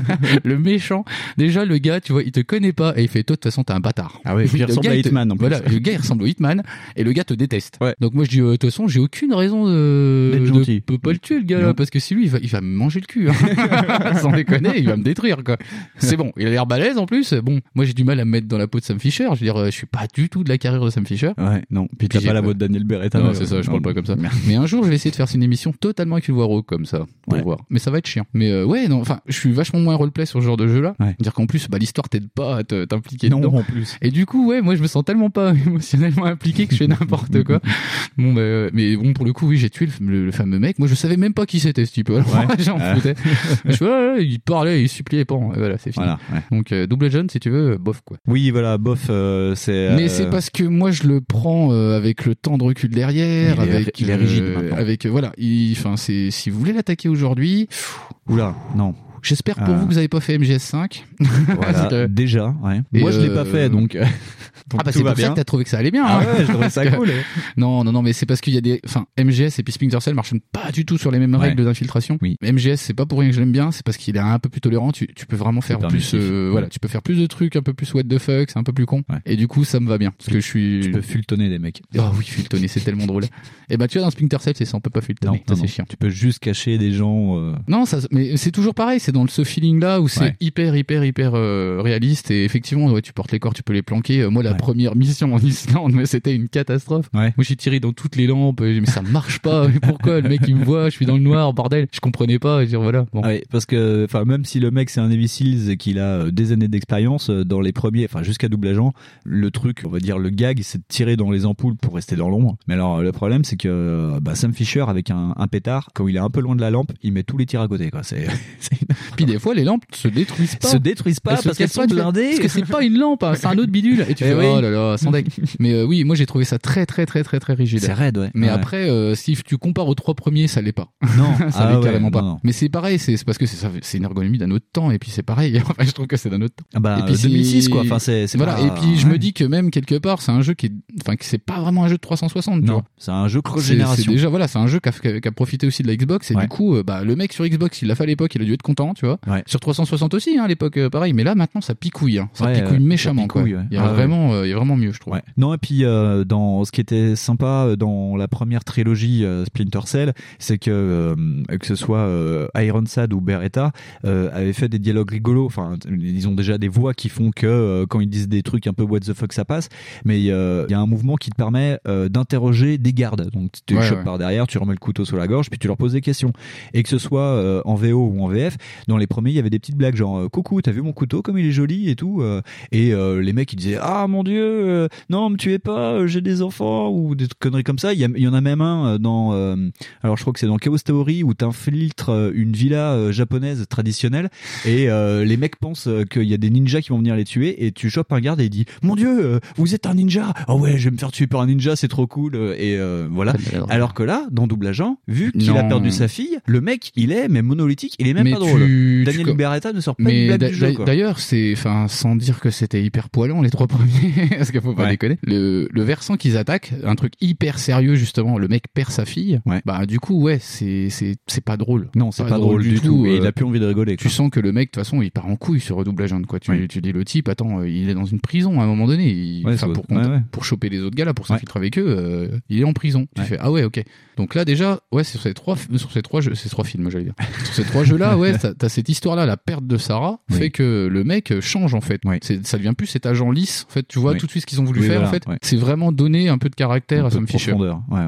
le méchant, déjà le gars, tu vois, il te connaît pas et il fait, toi, de toute façon, t'es un bâtard.
Ah ouais, puis il
Le
ressemble
gars,
à
te-
Hitman, en plus.
Voilà, le gars, il ressemble au Hitman et le gars te déteste.
Ouais.
Donc moi, je dis, euh, de toute façon, j'ai aucune raison de,
D'être
de,
gentil.
de pas le tuer, le gars, là,
Non.
parce que si lui, il va, il va me manger le cul. hein. Sans déconner, il va me détruire, quoi. C'est bon, il a l'air balèze en plus. Bon, moi, j'ai du mal à me mettre dans la peau de Sam Fisher. Je veux dire, euh, je suis pas du tout de la carrière de Sam Fisher.
Ouais, non. Puis t'as
j'ai-
pas la voix de Daniel Beretta.
Ah Non,
Ouais,
c'est ça, je
non.
parle pas comme ça. Mais un jour, je vais essayer de faire une émission totalement avec une voix rauque comme ça, pour
Ouais.
voir. Mais ça va être chiant. Mais euh, ouais, non, enfin, je suis vachement moins roleplay sur ce genre de jeu-là.
Ouais.
Dire qu'en plus, bah, l'histoire t'aide pas à te- t'impliquer
Non,
dedans.
en plus.
Et du coup, ouais, moi, je me sens tellement pas émotionnellement impliqué que je fais n'importe quoi. Bon, bah, euh, mais bon, pour le coup, oui, j'ai tué le, le- le fameux mec. Moi, je savais même pas qui c'était, ce type. Alors,
Ouais. Ah.
j'en foutais. je fais, ouais, ouais, il parlait, il suppliait pas. Et voilà, c'est fini.
Voilà, ouais.
Donc, euh, double John, si tu veux, euh, bof, quoi.
Oui, voilà, bof, euh, c'est.
Mais
euh,
c'est parce que moi je le prends euh, avec le temps de recul derrière,
Il est-
avec
il est rigide
euh,
maintenant.
avec euh, voilà, il- enfin c'est si vous voulez l'attaquer aujourd'hui,
Oula, non.
j'espère pour
Ah.
vous que vous avez pas fait MGS5.
Voilà,
C'est, euh,
déjà, ouais.
et
Moi, je l'ai
euh,
pas fait, donc. donc
ah bah
tout
c'est
va
pour ça
bien.
que t'as trouvé que ça allait bien.
Ah
hein.
ouais, je trouvais ça
Parce que-
cool.
Non non non mais c'est parce qu'il y a des enfin MGS et puis Splinter Cell marchent pas du tout sur les mêmes
Ouais.
règles d'infiltration.
Oui.
MGS c'est pas pour rien que je l'aime bien, c'est parce qu'il est un peu plus tolérant, tu, tu peux vraiment faire
C'est
plus
permissif.
euh, voilà, tu peux faire plus de trucs, un peu plus what the fuck, c'est un peu plus con.
Ouais.
Et du coup ça me va bien parce que je suis
Tu peux fultonner des mecs.
Ah oui, Fultonner, c'est tellement drôle. Et bah tu vois, dans Splinter Cell, c'est ça, on peut pas
Non,
Fultonner,
non,
ça c'est
non.
chiant.
Tu peux juste cacher des gens. euh,
Non, ça, mais c'est toujours pareil, c'est dans ce feeling-là où c'est
Ouais.
hyper, hyper, hyper euh, réaliste. Et effectivement, ouais, tu portes les corps, tu peux les planquer. Euh, Moi, la
Ouais.
première mission en Islande, mais c'était une catastrophe.
Ouais.
Moi, j'ai tiré dans toutes les lampes, et j'ai dit, mais ça marche pas. Mais pourquoi Le mec, il me voit, je suis dans le noir, bordel. Je comprenais pas. Et je dis, voilà. Bon.
Ah ouais, parce que enfin même si le mec c'est un Navy Seals et qu'il a euh, des années d'expérience euh, dans les premiers enfin jusqu'à double agent le truc on va dire le gag c'est de tirer dans les ampoules pour rester dans l'ombre mais alors euh, le problème c'est que euh, bah, Sam Fisher avec un, un pétard quand il est un peu loin de la lampe il met tous les tirs à côté quoi c'est c'est-
Puis des fois, les lampes se détruisent pas.
se détruisent pas
Elles se
parce qu'elles
cassent pas,
sont
tu fais,
blindées
Parce que c'est pas une lampe, hein, c'est un autre bidule. Et tu
Eh
fais,
oui.
oh là là, sans deck. Mais euh, oui, moi, j'ai trouvé ça très, très, très, très, très rigide.
c'est raide ouais
Mais
Ouais.
après, euh, si tu compares aux trois premiers, ça l'est pas.
non
ça
ah
l'est
ouais,
carrément pas.
non, non.
Mais c'est pareil, c'est c'est parce que c'est ça- c'est une ergonomie d'un autre temps, et puis c'est pareil. Enfin, je trouve que c'est d'un autre temps.
Ah bah,
Et puis c'est-
2006 quoi enfin c'est c'est
Voilà.
pas-
et puis je me
Ah ouais.
dis que même quelque part, c'est un jeu qui, est... enfin, que c'est pas vraiment un jeu de 360. tu
non
vois.
c'est un jeu
C'est- C'est
cross-génération
déjà voilà, c'est un jeu qui a, qui a- qui a profité aussi de la Xbox et
Ouais.
du coup, euh, bah le mec sur Xbox, il l'a fait à l'époque, il a dû être content, tu vois.
Ouais.
Sur 360 aussi, hein, à l'époque, euh, pareil. Mais là, maintenant, ça picouille, hein. ça
Ouais,
picouille
euh, ça
méchamment. quoi.
picouille, ouais.
Il y a
Ah ouais.
vraiment, euh, il y a vraiment mieux, je trouve.
Ouais. Non, et puis euh, dans ce qui était sympa euh, dans la première trilogie euh, Splinter Cell, c'est que euh, que ce soit euh, Ironside ou Beretta euh, avaient fait des dialogues rigolos. Enfin, ils ont déjà des voix qui font que euh, quand ils disent des trucs un peu what the fuck, ça passe. Mais euh, il y a un mouvement qui te permet euh, d'interroger des gardes. Donc tu les
Ouais,
chopes
ouais.
par derrière, tu remets le couteau sous la gorge, puis tu leur poses des questions. Et que ce soit euh, en VO ou en VF, dans les premiers, il y avait des petites blagues genre euh, coucou, t'as vu mon couteau comme il est joli et tout. euh, et euh, les mecs ils disaient ah mon dieu euh, non me tuez pas euh, j'ai des enfants ou des conneries comme ça il y, a- il y en a même un euh, dans euh, alors je crois que c'est dans Chaos Theory où t'infiltres euh, une villa euh, japonaise traditionnelle et euh, les mecs pensent euh, qu'il y a des ninjas qui vont venir les tuer et tu chopes un garde et il dit mon dieu euh, vous êtes un ninja oh ouais je vais me faire tuer par un ninja c'est trop cool euh, et euh, voilà alors que là dans Double Agent vu qu'il a
Non.
perdu sa fille le mec il est mais monolithique il est même
mais
pas drôle
tu, tu
Daniel
co-
Beretta ne sort pas une
Mais
blague
d'a-
du jeu
d'a-
quoi.
d'ailleurs, c'est, enfin, sans dire que c'était hyper poilant les trois premiers, parce qu'il faut pas
Ouais.
déconner. Le, le versant qu'ils attaquent, un truc hyper sérieux justement, le mec perd sa fille.
Ouais.
Bah du coup, ouais, c'est c'est c'est pas drôle.
Non, c'est pas, drôle du tout. et
euh,
il a plus envie de rigoler.
tu
quoi.
sens que le mec, de toute façon, il part en couille sur Double Agent, quoi. Tu,
Oui.
tu dis le type, attends, euh, il est dans une prison à un moment donné. Il-
Ouais, ça
enfin, pour,
doit- ouais,
qu'on-
ouais.
pour choper les autres gars là, pour
Ouais.
s'infiltrer avec eux, euh, il est en prison. Tu
Ouais.
fais ah ouais, ok. Donc là déjà, ouais, sur ces trois, sur ces trois jeux, ces trois films, j'allais dire, sur ces trois jeux là, ouais, t'as t'as cette histoire là, la perte de Sarah
Oui.
fait que le mec euh, change en fait.
Oui.
C'est- Ça devient plus cet agent lisse. En fait, tu vois
Oui.
tout de suite ce qu'ils ont voulu
Oui,
faire. En
voilà,
fait,
ouais.
c'est vraiment donner un peu de caractère
Un
à
peu
Sam
de
Fisher.
profondeur. Ouais, ouais.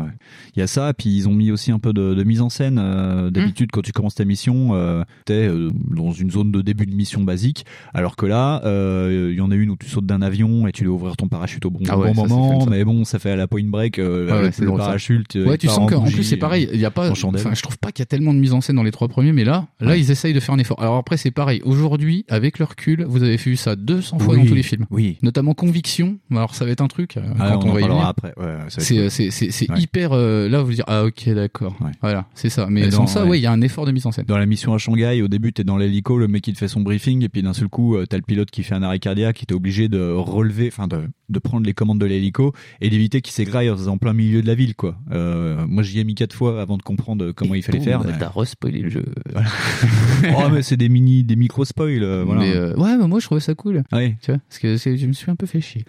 Il y a ça, puis ils ont mis aussi un peu de, de mise en scène. euh,
Mmh.
D'habitude, quand tu commences ta mission, euh, t'es euh, dans une zone de début de mission basique, alors que là, euh, il y en a une où tu sautes d'un avion et tu dois ouvrir ton parachute au bon,
Ah ouais,
bon
ça, c'est
moment,
fun, ça.
mais bon, ça fait à la point break, euh,
Ouais, ouais,
avec
c'est
le
drôle, ça.
parachute. euh,
Ouais,
il
tu
part
sens
en
qu'en
bougie,
plus c'est
euh,
pareil, il y a pas
en chandelle.
enfin je trouve pas qu'il y a tellement de mise en scène dans les trois premiers mais là là
Ouais.
ils essayent de faire un effort. Alors après c'est pareil, aujourd'hui avec le recul, vous avez vu ça 200 fois
Oui.
dans tous les films,
Oui.
notamment conviction. Alors ça va être un truc euh,
Ah,
quand
on
on,
en
va y
parlera
venir.
après. Ouais, ça va être
C'est
cool.
euh, c'est- c'est- c'est
Ouais.
hyper. euh, là, vous vous dire ah ok d'accord.
Ouais.
Voilà, c'est ça. Mais
Mais
sans
non,
ça,
ouais.
ouais, il y a un effort de mise en scène.
Dans la mission à Shanghai, au début, t'es dans l'hélico, le mec il te fait son briefing, et puis d'un seul coup, euh, t'as le pilote qui fait un arrêt cardiaque, et t'es obligé de relever, enfin de, de prendre les commandes de l'hélico, et d'éviter qu'il s'égraille en plein milieu de la ville, quoi. Euh, moi j'y ai mis quatre fois avant de comprendre comment il fallait faire. Euh, mais-
bah, T'as respoilé le jeu.
oh, mais c'est des mini, des micro spoils, euh, voilà.
Mais euh, ouais, bah, moi je trouvais ça cool.
Ouais.
Tu vois, parce que c'est- je me suis un peu fait chier.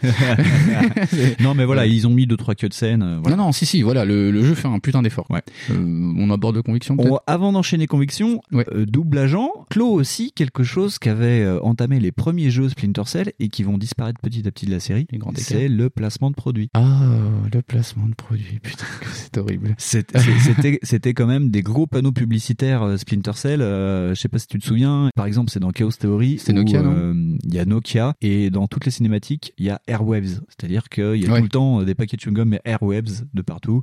non, mais voilà, ils ont mis deux trois cutscenes. euh, voilà.
Non, non, si, si, voilà, le, le jeu fait un putain d'effort.
Ouais.
Euh, on aborde de conviction peut-être.
On- avant d'enchaîner Conviction,
Ouais.
euh, double agent, clôt aussi quelque chose qu'avaient euh, entamé les premiers jeux Splinter Cell et qui vont disparaître petit à petit de la série.
Les grands écarts.
C'est le placement de produits.
Ah, le placement de produit, putain, que c'est horrible.
C'est- c'est- C'était c'était quand même des gros panneaux publicitaires euh, Splinter Cell. euh, je sais pas si tu te souviens. Par exemple, c'est dans Chaos Theory.
C'était
où,
Nokia, non
euh, Il y a Nokia et dans toutes les cinématiques, il y a Airwaves. C'est-à-dire qu'il y a
Ouais.
tout le temps euh, des paquets de chewing-gum et Airwaves de partout.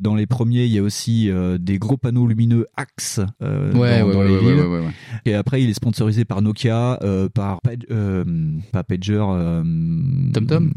Dans les premiers, il y a aussi euh, des gros panneaux lumineux Axe euh,
Ouais,
dans,
ouais,
dans
ouais,
les
ouais,
villes.
ouais, ouais, ouais.
Et après, il est sponsorisé par Nokia, euh, par Pag- euh, pas Pager, euh,
TomTom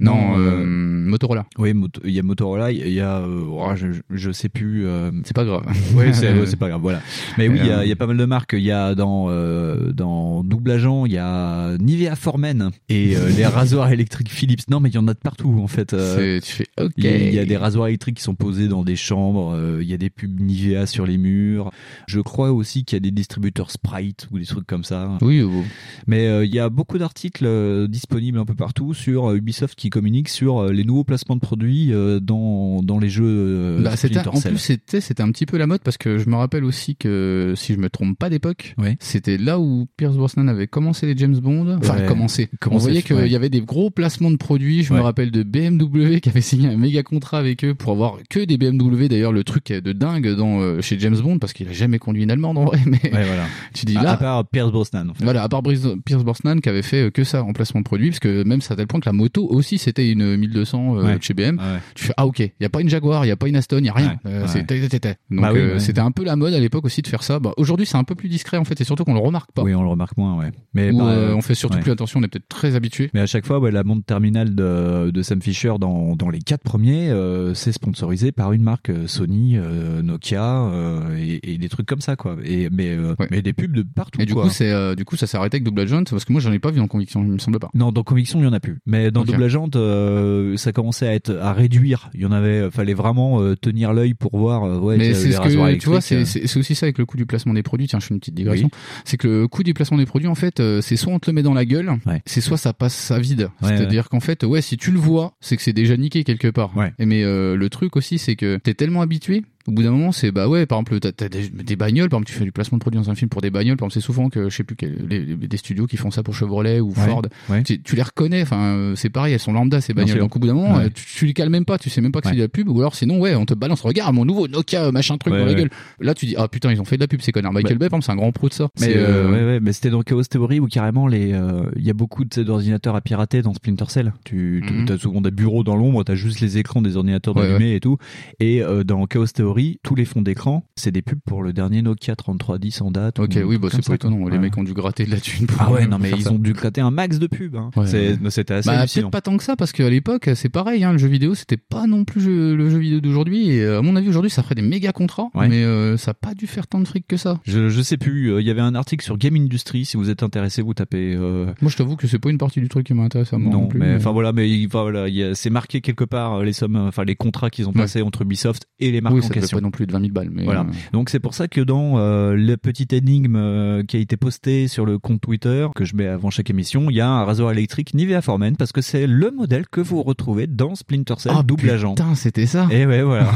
Non,
Non,
euh,
euh,
Motorola,
Oui, Mot- il y a Motorola, il y a, euh, oh, je, je- je sais plus. euh,
c'est pas grave.
Ouais, c'est ouais, c'est pas grave, voilà. Mais oui, il y a-
Euh,
il y, a pas mal de marques. Il y a dans, euh, dans Double Agent, il y a Nivea Formen et euh, les rasoirs électriques Philips. Non, mais il y en a de partout, en fait. euh,
C'est- tu fais ok.
il y a- Il y a des rasoirs électriques qui sont posés dans des chambres, euh, il y a des pubs Nivea sur les murs. Je crois aussi qu'il y a des distributeurs Sprite ou des trucs comme ça.
Oui, bon.
Mais euh, il y a beaucoup d'articles euh, disponibles un peu partout sur euh, Ubisoft qui communique sur euh, les nouveaux placements de produits euh, dans, dans les jeux euh,
Bah, c'était-
Splinter
en
Cell.
plus, c'était c'était un petit peu la mode parce que je me rappelle aussi que si je me trompe pas d'époque,
Ouais.
c'était là où Pierce Brosnan avait commencé les James Bond. Enfin,
Ouais.
commencé. On
Commencé,
voyait qu'il
ouais.
y avait des gros placements de produits. Je me
Ouais.
rappelle de BMW qui avait signé un méga contrat avec eux pour avoir que des BMW. D'ailleurs, le truc de dingue dans euh, chez James Bond parce qu'il a jamais conduit une allemande en vrai. Mais
Ouais, voilà.
tu dis
À-
là,
À part Pierce Brosnan, en fait.
Voilà, à part Brice- Pierce Brosnan qui avait fait euh, que ça en placement de produit, parce que même c'est à tel point que la moto aussi c'était une 1200 euh,
Ouais.
chez BM.
Ah ouais.
Tu fais ah ok, il y a pas une Jaguar, il y a pas une Aston, il y a rien.
Ouais,
Euh,
ouais.
c'est- t'es- t'es- t'es. Donc
Bah oui,
euh,
ouais.
c'était un peu la mode à l'époque aussi de faire ça. Bah, aujourd'hui c'est un peu plus discret en fait, et surtout qu'on le remarque pas.
Oui, on le remarque moins, ouais. Mais
Ou,
bah,
euh, on fait surtout
ouais.
plus attention, on est peut-être très habitué.
Mais à chaque fois, ouais, la montre terminale de, de Sam Fisher dans, dans les quatre premiers, euh, c'est sponsorisé par une marque euh, Sony, euh, Nokia euh, et, et des trucs comme ça, quoi. Et, mais, euh,
Ouais.
mais des pubs de partout,
Et du
quoi.
coup c'est euh, du coup ça s'est arrêté avec Double Agent parce que moi j'en ai pas vu en conviction, il me semble pas.
Non, dans Conviction, il n'y en a plus. Mais dans
Ok.
Double Agent, euh, ça commençait à être à réduire. Il y en avait, fallait vraiment euh, tenir l'œil pour voir. euh, ouais,
Mais
les
c'est ce
rasoirs
que tu vois, c'est
électriques,
c'est- c'est aussi ça avec le coût du placement des produits. Tiens, je fais une petite digression. C'est que le coût du placement des produits, en fait, euh, c'est soit on te le met dans la gueule,
Ouais.
c'est soit ça passe sa vide.
Ouais,
C'est-à-dire qu'en fait, ouais, si tu le vois, c'est que c'est déjà niqué quelque part.
Ouais.
Et mais euh, le truc aussi, c'est que t'es tellement habitué. Au bout d'un moment, c'est bah ouais, par exemple, t'as t'as des, des bagnoles, par exemple, tu fais du placement de produits dans un film pour des bagnoles, par exemple, c'est souvent que je sais plus quel- les- les- des studios qui font ça pour Chevrolet ou
Ouais.
Ford.
Ouais.
Tu, tu les reconnais, enfin, euh, c'est pareil, elles sont lambda ces
Bien
bagnoles.
sûr.
Donc au bout d'un moment,
Ouais.
euh, tu, tu les cales même pas, tu sais même pas que c'est
Ouais.
de la pub, ou alors sinon, ouais, on te balance, regarde mon nouveau Nokia, euh, machin truc
Ouais,
dans la
ouais.
gueule. Là, tu dis, ah putain, ils ont fait de la pub, ces connards. Michael Bay, par exemple, c'est un grand pro de ça.
Mais
C'est,
euh,
euh,
ouais, ouais, mais c'était dans Chaos Theory où carrément les euh, il y a beaucoup de- d'ordinateurs à pirater dans Splinter Cell. Tu
Mhm.
as souvent des bureaux dans l'ombre, tu as juste les écrans des ordinateurs
Ouais,
allumés et tout. Et euh, dans Chaos Theory, tous les fonds d'écran, c'est des pubs pour le dernier Nokia 3310 en date.
Ok,
ou un
oui,
truc
bah,
comme
c'est
ça,
pas
quoi.
étonnant. Les
Ouais.
mecs ont dû gratter de la thune pour
Ah ouais,
pour
non mais
faire
ils
ça.
ont dû gratter un max de pubs. Hein.
Ouais,
C'est-
ouais.
non, C'était assez
Bah,
hallucinant.
peut-être pas tant que ça, parce qu'à l'époque, c'est pareil, hein, le jeu vidéo, c'était pas non plus jeu- le jeu vidéo d'aujourd'hui, et euh, à mon avis, aujourd'hui, ça ferait des méga contrats,
Ouais.
mais euh, ça a pas dû faire tant de fric que ça.
Je, je sais plus, euh, il y avait un article sur Game Industry, si vous êtes intéressé, vous tapez... euh,
Moi, je t'avoue que c'est pas une partie du truc qui m'intéresse à moi.
non,
plus,
mais enfin voilà, mais il- enfin, voilà, il y a- c'est marqué quelque part euh, les sommes, euh, enfin les contrats qu'ils ont
Ouais.
passés entre Ubisoft et les marques
oui,
en
ça devait
question.
pas non plus de 20 000 balles, mais.
Voilà.
euh,
Donc c'est pour ça que dans euh, la petite énigme euh, qui a été postée sur le compte Twitter que je mets avant chaque émission, il y a un rasoir électrique Nivea Formen parce que c'est le modèle que vous retrouvez dans Splinter Cell
Ah,
double agent.
Putain, c'était ça.
Et ouais voilà.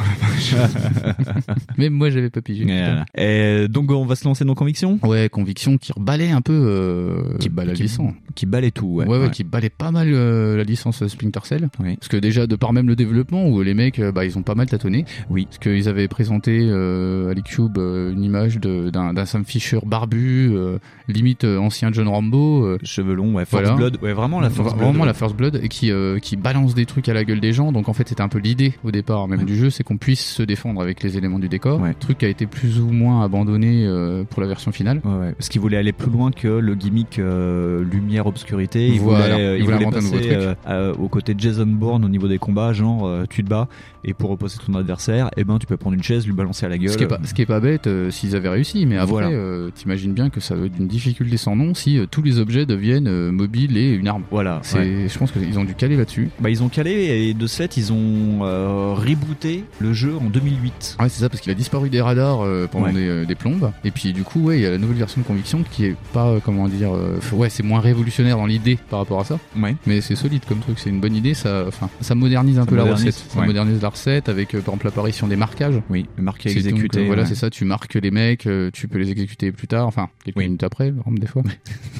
Même moi, j'avais pas pigé. putain.
Voilà. Et euh, donc on va se lancer dans conviction
Ouais, conviction qui rebalait un peu euh,
Qui-
bah, la
qui-
licence.
qui balait tout.
Ouais,
Ouais.
ouais,
Ouais.
qui balait pas mal euh, la licence Splinter Cell.
Oui.
Parce que déjà, de par même le développement, où les mecs, euh, bah, ils ont pas mal tâtonné.
Oui.
Parce qu'ils avait présenté euh, à l'E-Cube euh, une image de- d'un d'un Sam Fisher barbu, euh, limite euh, ancien John Rambo. euh,
Cheveux longs, ouais, First
Voilà.
Blood, ouais, vraiment la First
vraiment
Blood.
la First Blood et qui, euh, qui balance des trucs à la gueule des gens. Donc en fait, c'était un peu l'idée au départ même du jeu, c'est qu'on puisse se défendre avec les éléments du décor.
Ouais.
Truc qui a été plus ou moins abandonné euh, pour la version finale.
Ouais, ouais. Parce qu'il voulait aller plus loin que le gimmick euh, lumière-obscrité. Il
Voilà,
voulait, euh,
il
il
voulait
voulait
inventer un nouveau
passer
truc.
euh, à- aux côtés de Jason Bourne au niveau des combats, genre euh, tu te bats et pour reposer ton adversaire, et ben tu peux prendre une chaise, lui balancer à la gueule.
Ce qui est pas, ce qui est pas bête euh, s'ils avaient réussi, mais après,
Voilà.
euh, t'imagines bien que ça va être une difficulté sans nom si euh, tous les objets deviennent euh, mobiles et une arme.
Voilà.
C'est,
ouais.
je pense qu'ils ont dû caler là-dessus.
Bah, ils ont calé et de ce fait ils ont euh, rebooté le jeu en 2008.
Ouais, c'est ça, parce qu'il a disparu des radars euh, pendant
Ouais.
des, euh, des plombes. Et puis, du coup, ouais, il y a la nouvelle version de Conviction qui est pas, euh, comment dire, euh, f- ouais, c'est moins révolutionnaire dans l'idée par rapport à ça.
Ouais.
Mais c'est solide comme truc, c'est une bonne idée. Ça, enfin, ça modernise un
Ça
peu
modernise,
la recette. Ça
ouais.
modernise la recette avec, euh, par exemple, l'apparition des marquages.
Oui, marqué
C'est donc,
exécuté.
euh, voilà,
ouais.
c'est ça. Tu marques les mecs, euh, tu peux les exécuter plus tard, enfin quelques
Oui.
minutes après, par exemple, des fois.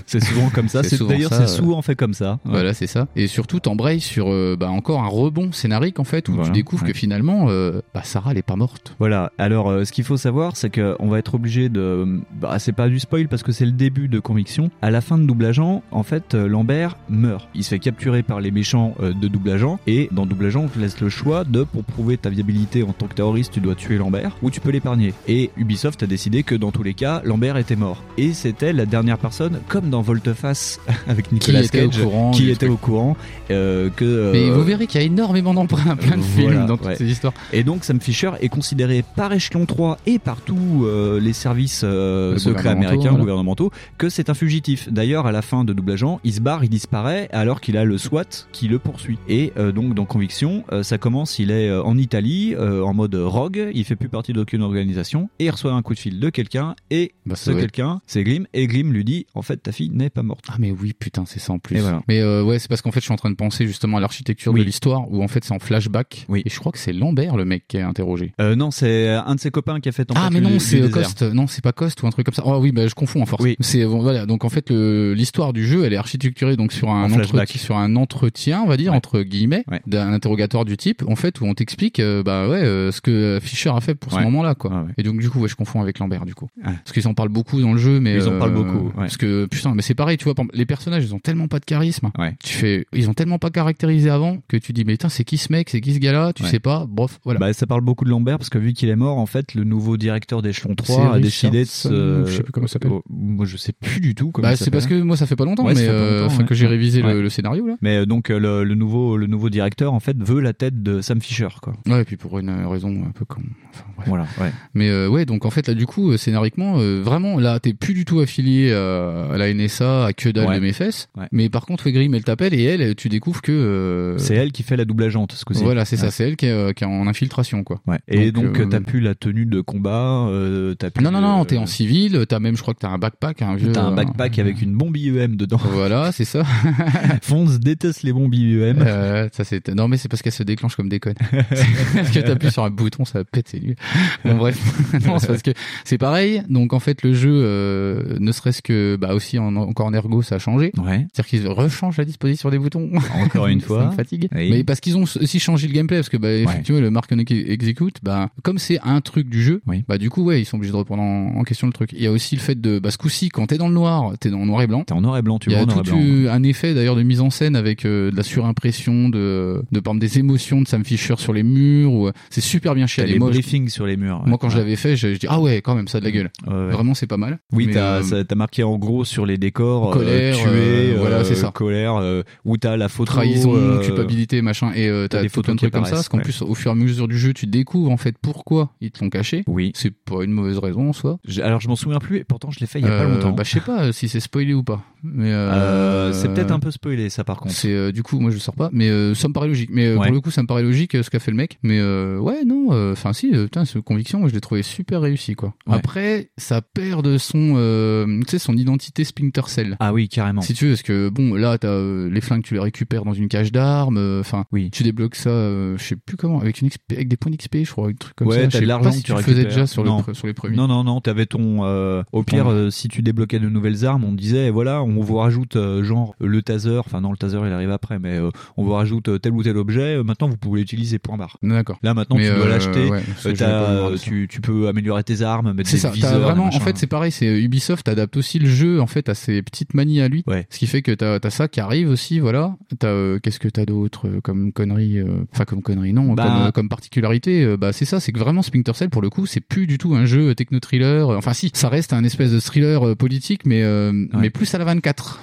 C'est souvent comme ça.
C'est
c'est-
souvent
D'ailleurs,
ça,
c'est
euh.
souvent fait comme ça. Ouais.
Voilà, c'est ça. Et surtout, t'embrayes sur euh, bah, encore un rebond scénarique en fait, où
Voilà,
tu découvres
ouais.
que finalement, euh, bah, Sarah, elle est pas morte.
Voilà, alors euh, ce qu'il faut savoir, c'est qu'on va être obligé de. Bah, c'est pas du spoil parce que c'est le début de Conviction. À la fin de Double Agent, en fait, euh, Lambert meurt. Il se fait capturer par les méchants euh, de Double Agent. Et dans Double Agent, on te laisse le choix de, pour prouver ta viabilité en tant que terroriste, tu dois tuer Lambert ou tu peux l'épargner. Et Ubisoft a décidé que dans tous les cas, Lambert était mort. Et c'était la dernière personne, comme dans Volteface avec
Qui
Nicolas
était au
Cage,
courant
qui
du
était
truc.
au courant, euh, que. euh,
Mais vous verrez qu'il y a énormément d'emprunts à plein de films
voilà,
dans toutes
ouais.
ces histoires.
Et donc Sam Fisher est considéré par échelon 3 et par tous euh, les services euh,
Le
secrets
gouvernementaux,
américains,
voilà.
gouvernementaux, que c'est un fugitif. D'ailleurs, à la fin de Double Agent, il se barre, il disparaît, alors qu'il a le SWAT qui le poursuit. Et euh, donc dans Conviction, euh, ça commence, il est euh, en Italie, euh, en mode rogue, il fait plus partie d'aucune organisation, et il reçoit un coup de fil de quelqu'un, et
Bah, ça
ce
doit être-
quelqu'un, c'est Glim, et Glim lui dit, en fait, ta fille n'est pas morte.
Ah mais oui, putain, c'est ça en plus.
Et voilà.
Mais euh, ouais, c'est parce qu'en fait, je suis en train de penser justement à l'architecture
Oui.
de l'histoire, où en fait, c'est en flashback.
Oui.
Et je crois que c'est Lambert le mec qui est interrogé.
Euh, non, c'est un de ses copains qui a fait Tempête
ah mais
du-
non,
du
c'est euh,
désert.
Cost, non, c'est pas Cost ou un truc comme ça. Ah oui, bah, je confonds en force.
Oui.
C'est bon, voilà, donc en fait le- l'histoire du jeu, elle est architecturée donc sur un
En flashback.
entretien, sur un entretien, on va dire
Ouais.
entre guillemets,
Ouais.
d'un interrogatoire du type en fait où on t'explique euh, bah ouais, euh, ce que Fischer a fait pour
Ouais.
ce moment-là quoi.
Ah, Ouais, ouais.
Et donc du coup, ouais, je confonds avec Lambert du coup.
Ouais.
Parce qu'ils en parlent beaucoup dans le jeu mais euh,
Ils en parlent beaucoup, ouais.
Parce que putain, mais c'est pareil, tu vois, par exemple, les personnages, ils ont tellement pas de charisme.
Ouais.
Tu fais ils ont tellement pas caractérisé avant que tu dis mais putain, c'est qui ce mec, c'est qui ce gars-là, tu
Ouais.
sais pas. Bref, voilà.
Bah, ça parle beaucoup de Lambert parce que vu qu'il est mort, en fait, le nouveau directeur d'échelon 3 a
C'est
décidé de
Richardson,
se.
je sais plus comment il s'appelle.
Oh, moi, je sais plus du tout comment
Bah,
il
c'est
s'appelle.
parce que moi ça fait pas longtemps,
Ouais, ça
mais
fait pas
euh,
longtemps,
enfin,
ouais.
que j'ai révisé
Ouais.
le, le scénario là.
Mais euh, donc euh, le, le nouveau le nouveau directeur en fait veut la tête de Sam Fisher quoi.
Ouais, et puis pour une euh, raison un peu con. Enfin, bref.
Voilà. Ouais.
Mais euh, ouais, donc en fait là du coup euh, scénariquement, euh, vraiment là t'es plus du tout affilié à, à la NSA, à que dalle
Ouais.
de mes fesses.
Ouais.
Mais par contre, ouais, Grimm elle t'appelle et elle, tu découvres que euh,
C'est elle qui fait la double agente ce coup-ci.
voilà, c'est
Ouais.
ça, c'est elle qui est, euh, qui est en infiltration quoi.
Ouais. Et donc,
Donc, euh,
t'as plus la tenue de combat, euh, t'as plus.
Non non non,
euh,
t'es en civil, t'as même je crois que t'as un backpack, un vieux.
T'as un
euh,
backpack avec une bombe IEM dedans.
Voilà, c'est ça.
Fonz déteste les bombes E IEM.
Euh, ça c'est non mais c'est parce qu'elle se déclenche comme des connes. C'est parce que t'appuies sur un bouton, ça pète, c'est nul. Bon bref, non c'est parce que c'est pareil. Donc en fait le jeu, euh, ne serait-ce que bah aussi en, encore en ergo, ça a changé.
Ouais.
C'est-à-dire qu'ils rechangent la disposition des boutons.
Encore une
Ça
fois.
me fatigue.
Oui.
Mais parce qu'ils ont aussi changé le gameplay, parce que bah, effectivement le Mark Oneke Execute, bah comme c'est un truc du jeu,
Oui.
bah du coup ouais ils sont obligés de reprendre en, en question le truc. Il y a aussi le fait de bah ce coup-ci quand t'es dans le noir, t'es dans le noir et blanc.
T'es en noir et blanc, tu
Il y
vois.
a
en noir et
tout
blanc.
eu un effet d'ailleurs de mise en scène avec euh, de la surimpression de, de par exemple, des émotions de Sam Fisher sur les murs. ou- euh, C'est super bien
T'as
chialé.
les
Moi, je-
briefings sur les murs.
moi, quand je
j'avais
l'avais fait, je, je dis ah ouais quand même ça a de la gueule. Vraiment c'est pas mal.
Mm. Oui,
Mais,
t'as
euh,
ça- t'as marqué en gros sur les décors
Colère,
euh, tuer,
euh, voilà,
euh,
c'est ça.
colère, euh, où t'as la photo,
trahison,
euh,
culpabilité, machin, et euh,
t'as
t'as
des
tout
photos
un
qui
truc comme ça.
apparaissent,
Parce qu'en
ouais.
plus au fur et à mesure du jeu, tu découvres en fait pourquoi ils te l'ont caché.
Oui.
C'est pas une mauvaise raison en soi.
Je- alors je m'en souviens plus, et pourtant je l'ai fait il y a pas
Euh,
longtemps.
Bah je sais pas si c'est spoilé ou pas. Mais euh,
Euh, c'est peut-être un peu spoilé ça par contre.
C'est euh, du coup, moi je le sors pas, mais euh, ça me paraît logique. Mais euh,
Ouais.
pour le coup, ça me paraît logique euh, ce qu'a fait le mec. Mais euh, ouais, non, euh, enfin si, euh, putain, cette conviction, moi je l'ai trouvé super réussi quoi.
Ouais.
Après, ça perd de son, euh, tu sais, son identité Splinter Cell.
Ah oui, carrément.
Si tu veux, parce que bon, là, t'as euh, les flingues, tu les récupères dans une cage d'armes. euh, Enfin,
Oui.
tu débloques ça, euh, je sais plus comment, avec une XP, avec des points d'XP, je crois, un truc comme
Ouais,
ça.
t'as
Je sais
de l'argent
pas si
que
tu
tu
le faisais
récupères.
déjà sur, le
Non.
pre- sur les premiers.
Non non non, t'avais ton euh, au pire
Ton-
euh, si tu débloquais de nouvelles armes, on te disait eh, voilà, on vous rajoute euh, genre le taser, enfin non le taser il arrive après mais euh, on vous rajoute euh, tel ou tel objet, euh, maintenant vous pouvez l'utiliser point barre.
D'accord.
Là maintenant
Mais,
tu dois
euh,
l'acheter augmenter.
ouais, parce que
Euh,
j'avais pas
t'as-
mémoire de ça.
tu, tu peux améliorer tes armes, mettre
C'est
des
ça, t'as
viseurs,
vraiment, en
machin.
fait, c'est pareil, c'est euh, Ubisoft adapte aussi le jeu, en fait, à ses petites manies à lui.
Ouais.
Ce qui fait que t'as as ça qui arrive aussi, voilà. T'as, euh, qu'est-ce que t'as d'autre euh, comme connerie, euh, enfin, comme connerie, non,
Bah-
comme, euh, comme particularité, euh, bah, c'est ça, c'est que vraiment Splinter Cell, pour le coup, c'est plus du tout un jeu techno-thriller, euh, enfin, si, ça reste un espèce de thriller euh, politique, mais, euh, mais plus à la 24.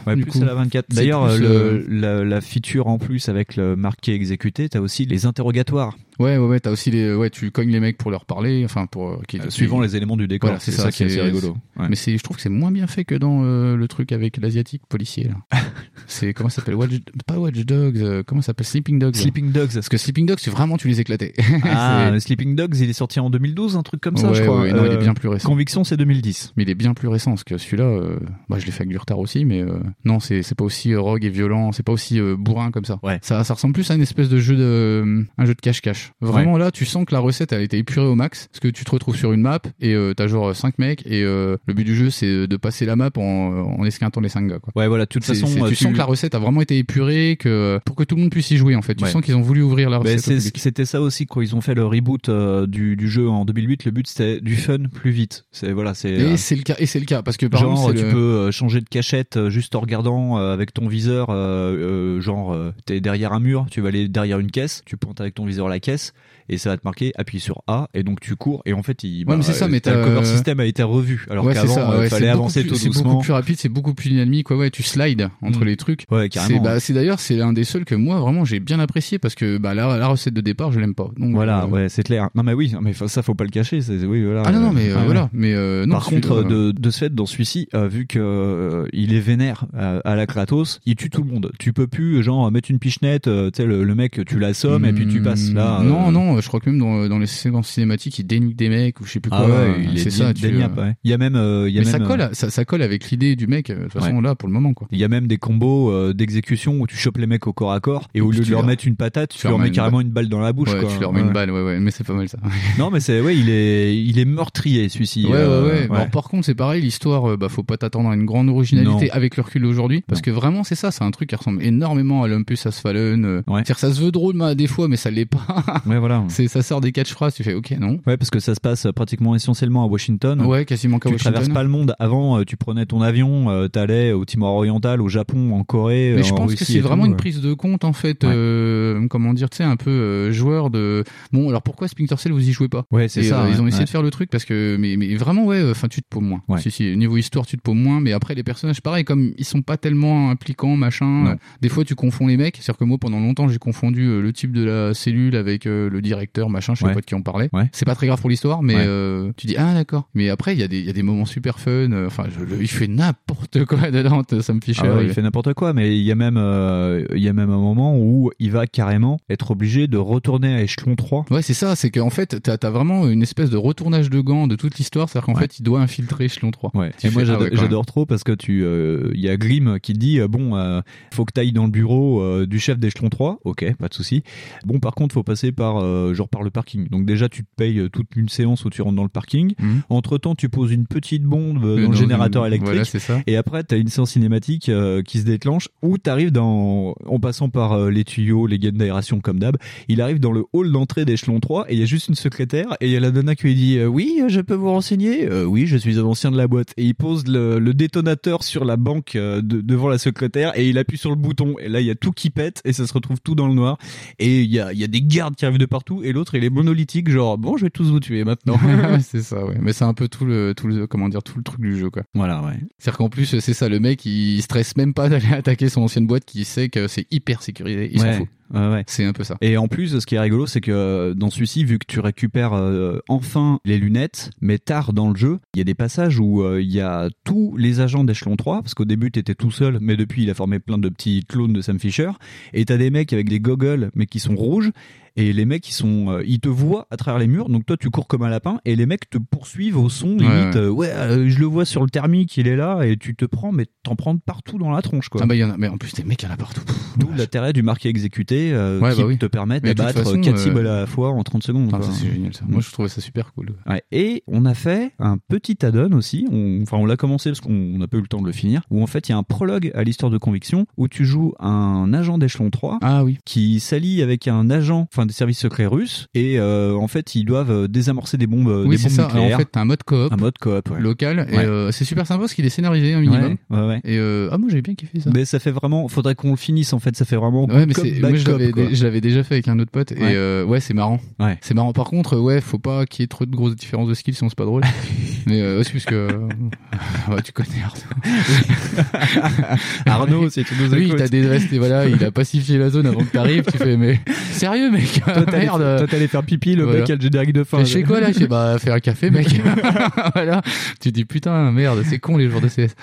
Ouais,
du
plus
coup.
à la 24.
C'est
D'ailleurs,
plus,
le-
euh,
la, la feature en plus avec le marqué exécuté, t'as aussi les interrogatoires
Ouais, ouais, ouais, t'as aussi les, euh, ouais, tu cognes les mecs pour leur parler, enfin, pour, euh, qu'ils-
euh, suivant les éléments du décor.
Voilà, c'est
c'est
ça,
ça, qui est
c'est-
assez rigolo. Ouais.
Mais c'est, je trouve que c'est moins bien fait que dans euh, le truc avec l'asiatique policier là. c'est comment ça s'appelle Watch, Pas Watch Dogs. euh, comment ça s'appelle Sleeping Dogs. là.
Sleeping Dogs,
Parce que Sleeping Dogs, c'est vraiment tu les éclatais.
Ah,
C'est-
le Sleeping Dogs, il est sorti en 2012, un truc comme ça,
Ouais,
je crois.
ouais, non, il est
Euh,
bien plus récent.
Conviction, c'est 2010.
Mais il est bien plus récent parce que celui-là, euh, bah, je l'ai fait avec du retard aussi, mais euh, non, c'est c'est pas aussi euh, rogue et violent, c'est pas aussi euh, bourrin comme ça.
Ouais.
Ça, ça ressemble plus à une espèce de jeu de, un jeu de cache-cache. Vraiment là, tu sens que la recette elle a été épurée au max parce que tu te retrouves sur une map et euh, t'as genre 5 mecs et euh, le but du jeu c'est de passer la map en, en esquintant les 5 gars. Quoi.
Ouais, voilà, de toute
C'est-
façon,
c'est-
euh,
tu, sens que la recette a vraiment été épurée que pour que tout le monde puisse y jouer en fait. Tu
Ouais.
sens qu'ils ont voulu ouvrir la
Ben,
recette. au
c'est-
public.
c'était ça aussi quand ils ont fait le reboot euh, du, du jeu en 2008. Le but c'était du fun plus vite. C'est voilà, c'est euh,
Et c'est le cas. Et c'est le cas parce que par
genre
exemple, c'est
tu
le-
peux euh, changer de cachette euh, juste en regardant euh, avec ton viseur. euh, euh, genre euh, t'es derrière un mur, tu vas aller derrière une caisse, tu pointes avec ton viseur la caisse et ça va te marquer appuie sur A et donc tu cours et en fait il,
Ouais, mais c'est ça,
euh,
mais
t'as le
t'as,
cover
euh,
system a été revu alors
Ouais, c'est
qu'avant
ça,
euh,
ouais, c'est
fallait
beaucoup
avancer
plus-
tout
C'est beaucoup
doucement.
plus rapide, c'est beaucoup plus dynamique. Ouais, ouais, tu slides entre
Mm.
les trucs.
Ouais
C'est
carrément.
bah, c'est d'ailleurs c'est l'un des seuls que moi vraiment j'ai bien apprécié parce que bah la, la recette de départ je l'aime pas. Donc
Voilà,
euh,
ouais, c'est clair. Non mais oui, non, mais fa- ça faut pas le cacher. c'est- Oui, voilà.
Ah non non mais euh,
Ouais, ouais.
voilà mais euh, non,
Par contre,
celui-là,
euh, de, de ce fait, dans celui-ci, euh, vu que euh, il est vénère euh, à la Kratos, il tue tout le monde. Tu peux plus, genre, mettre une pichenette, euh, tu sais, le, le mec, tu l'assommes et puis tu passes là. euh,
mm, Non non je crois que même dans, dans les séquences cinématiques il dénique des mecs ou je sais plus quoi.
Ah ouais,
euh,
il est
c'est ça.
ça,
tu,
Il y a même, euh, il y a
mais ça
même,
colle
euh,
à- ça, ça colle avec l'idée du mec euh, de toute façon là pour le moment quoi.
Il y a même des combos euh, d'exécution où tu chopes les mecs au corps à corps et,
Et
au
puis
lieu de
tu
leur
leur-
mettre une patate, tu, leur mets carrément une balle dans la bouche.
Ouais,
quoi.
tu leur mets
Ouais.
une balle ouais ouais mais c'est pas mal ça.
Non, mais c'est, ouais, il est, il est meurtrier celui-ci.
Ouais,
euh,
ouais, ouais. Alors, par contre, c'est pareil, l'histoire, euh, bah, faut pas t'attendre à une grande originalité
Non.
avec le recul d'aujourd'hui. Parce que vraiment, c'est ça, c'est un truc qui ressemble énormément à l'Umpus As Fallen. euh.
Ouais.
C'est-à-dire, ça se veut drôle bah, des fois, mais ça l'est pas.
Ouais, voilà.
c'est, ça sort des catchphrases, tu fais ok, non.
Ouais, parce que ça se passe pratiquement essentiellement à Washington.
Ouais, quasiment comme
tu traverses pas le monde. Avant, euh, tu prenais ton avion, euh, t'allais au Timor oriental, au Japon, en Corée.
mais
euh,
je
en
pense que
Russie
c'est
et
vraiment
tout,
une
euh.
prise de compte en fait,
Ouais.
euh, comment dire, tu sais, un peu euh, joueur de. Bon, alors pourquoi Splinter Cell vous y jouez pas
Ouais, c'est
Et,
ça.
euh, ils ont
ouais,
essayé
ouais.
de faire le truc parce que, mais, mais vraiment, ouais, euh, enfin, tu te paumes moins.
Ouais.
Si, si, niveau histoire, tu te paumes moins, mais après, les personnages, pareil, comme ils sont pas tellement impliquants, machin,
Non.
euh, des fois, tu confonds les mecs. C'est-à-dire que moi, pendant longtemps, j'ai confondu euh, le type de la cellule avec euh, le directeur, machin, je sais
Ouais.
pas de qui on parlait.
Ouais.
C'est pas très grave pour l'histoire, mais
Ouais.
euh, tu dis, ah, d'accord. Mais après, il y, a des- il y a des moments super fun, euh, enfin, je- je- il fait n'importe quoi dedans, t- ça me fiche.
Ah ouais,
euh,
il fait n'importe quoi, mais il y a même euh, il y a même un moment où il va carrément être obligé de retourner à échelon 3.
Ouais, c'est ça, c'est qu'en fait, t'as as vraiment une espèce de retournage de gants de toute l'histoire, c'est-à-dire qu'en
Ouais.
fait, il doit infiltrer échelon 3.
Ouais.
Tu
Et moi
fais, ah
j'ado-
ouais, quand même.
j'adore trop parce que tu euh, il y a Grimm qui dit euh, bon euh, faut que t'ailles dans le bureau euh, du chef d'échelon 3. OK, pas de souci. Bon par contre, faut passer par euh, genre par le parking. Donc déjà tu te payes euh, toute une séance où tu rentres dans le parking.
Mhm.
Entre-temps, tu poses une petite bombe euh, dans
Dans
le
une-
générateur
Voilà,
électrique.
c'est ça.
Et après, t'as une séance cinématique euh, qui se déclenche où t'arrives dans, en passant par euh, les tuyaux, les gaines d'aération comme d'hab, il arrive dans le hall d'entrée d'échelon 3 et il y a juste une secrétaire et il y a la nana qui lui dit euh, oui, je peux vous renseigner. Euh, oui, je suis un ancien de la boîte. Et il pose le, le détonateur sur la banque euh, de- devant la secrétaire et il appuie sur le bouton. Et là, il y a tout qui pète et ça se retrouve tout dans le noir. Et il y a, il y a des gardes qui arrivent de partout et l'autre il est monolithique genre bon, je vais tous vous tuer maintenant.
Ouais, c'est ça, ouais. Mais c'est un peu tout le, tout le, comment dire, tout le truc du jeu, quoi.
voilà, ouais.
C'est-à-dire qu'en plus, c'est ça, le mec, il stresse même pas d'aller attaquer son ancienne boîte qui sait que c'est hyper sécurisé, il
ouais.
s'en fout.
Ouais, ouais.
C'est un peu ça.
Et en plus, ce qui est rigolo, c'est que euh, dans celui-ci, vu que tu récupères euh, enfin les lunettes, mais tard dans le jeu, il y a des passages où euh, il y a tous les agents d'échelon 3, parce qu'au début, t'étais tout seul, mais depuis, il a formé plein de petits clones de Sam Fisher, et t'as des mecs avec des goggles, mais qui sont rouges, et les mecs, ils, sont, euh, ils te voient à travers les murs, donc toi, tu cours comme un lapin, et les mecs te poursuivent au son,
Ouais,
limite,
ouais.
euh, ouais, euh, je le vois sur le thermique, il est là, et tu te prends, mais t'en prends partout dans la tronche, quoi.
Ah bah, il y en a, mais en plus, des mecs, il y en a partout. Pff,
D'où l'intérêt du marqué exécuté unités euh,
Ouais,
qui
bah oui.
te permettent
Mais de toute
d'abattre
façon,
4
euh,
cibles à la fois en 30 secondes.
Putain,
quoi.
ça, c'est génial
Mm.
ça. Moi je trouvais ça super cool.
Ouais, et on a fait un petit add-on aussi, on, enfin on l'a commencé parce qu'on n'a pas eu le temps de le finir, où en fait il y a un prologue à l'histoire de Conviction où tu joues un agent d'échelon 3
Ah oui.
qui s'allie avec un agent enfin des services secrets russes et euh, en fait ils doivent euh, désamorcer des bombes, euh,
Oui,
des
c'est
bombes
ça. Alors,
nucléaires.
en fait, t'as un mode coop
un mode coop, ouais.
local et
Ouais.
euh, c'est super sympa parce qu'il est scénarisé un minimum.
Ouais, ouais, ouais.
Et euh, ah moi j'avais bien kiffé ça.
Mais ça fait vraiment, faudrait qu'on le finisse en fait, ça fait vraiment
Ouais, mais
cop
c'est,
by
moi, je
cop,
l'avais,
quoi.
dé- je l'avais déjà fait avec un autre pote
Ouais.
et euh, ouais, c'est marrant.
Ouais.
C'est marrant. Par contre, ouais, faut pas qu'il y ait trop de grosses différences de skills sinon c'est pas drôle. mais euh, aussi parce que euh, ouais, tu connais Arnaud.
Arnaud, si tu nous
Lui, il
écoutes.
t'a dédresté, voilà, il a pacifié la zone avant que t'arrives. Tu fais, mais sérieux, mec,
Toi, t'allais-
Ah, merde.
toi, t'allais faire pipi, le
Voilà.
mec a le générique de fin.
Fais, je fais quoi là Je fais bah faire un café mec. voilà. Tu dis putain merde c'est con les jours de CS.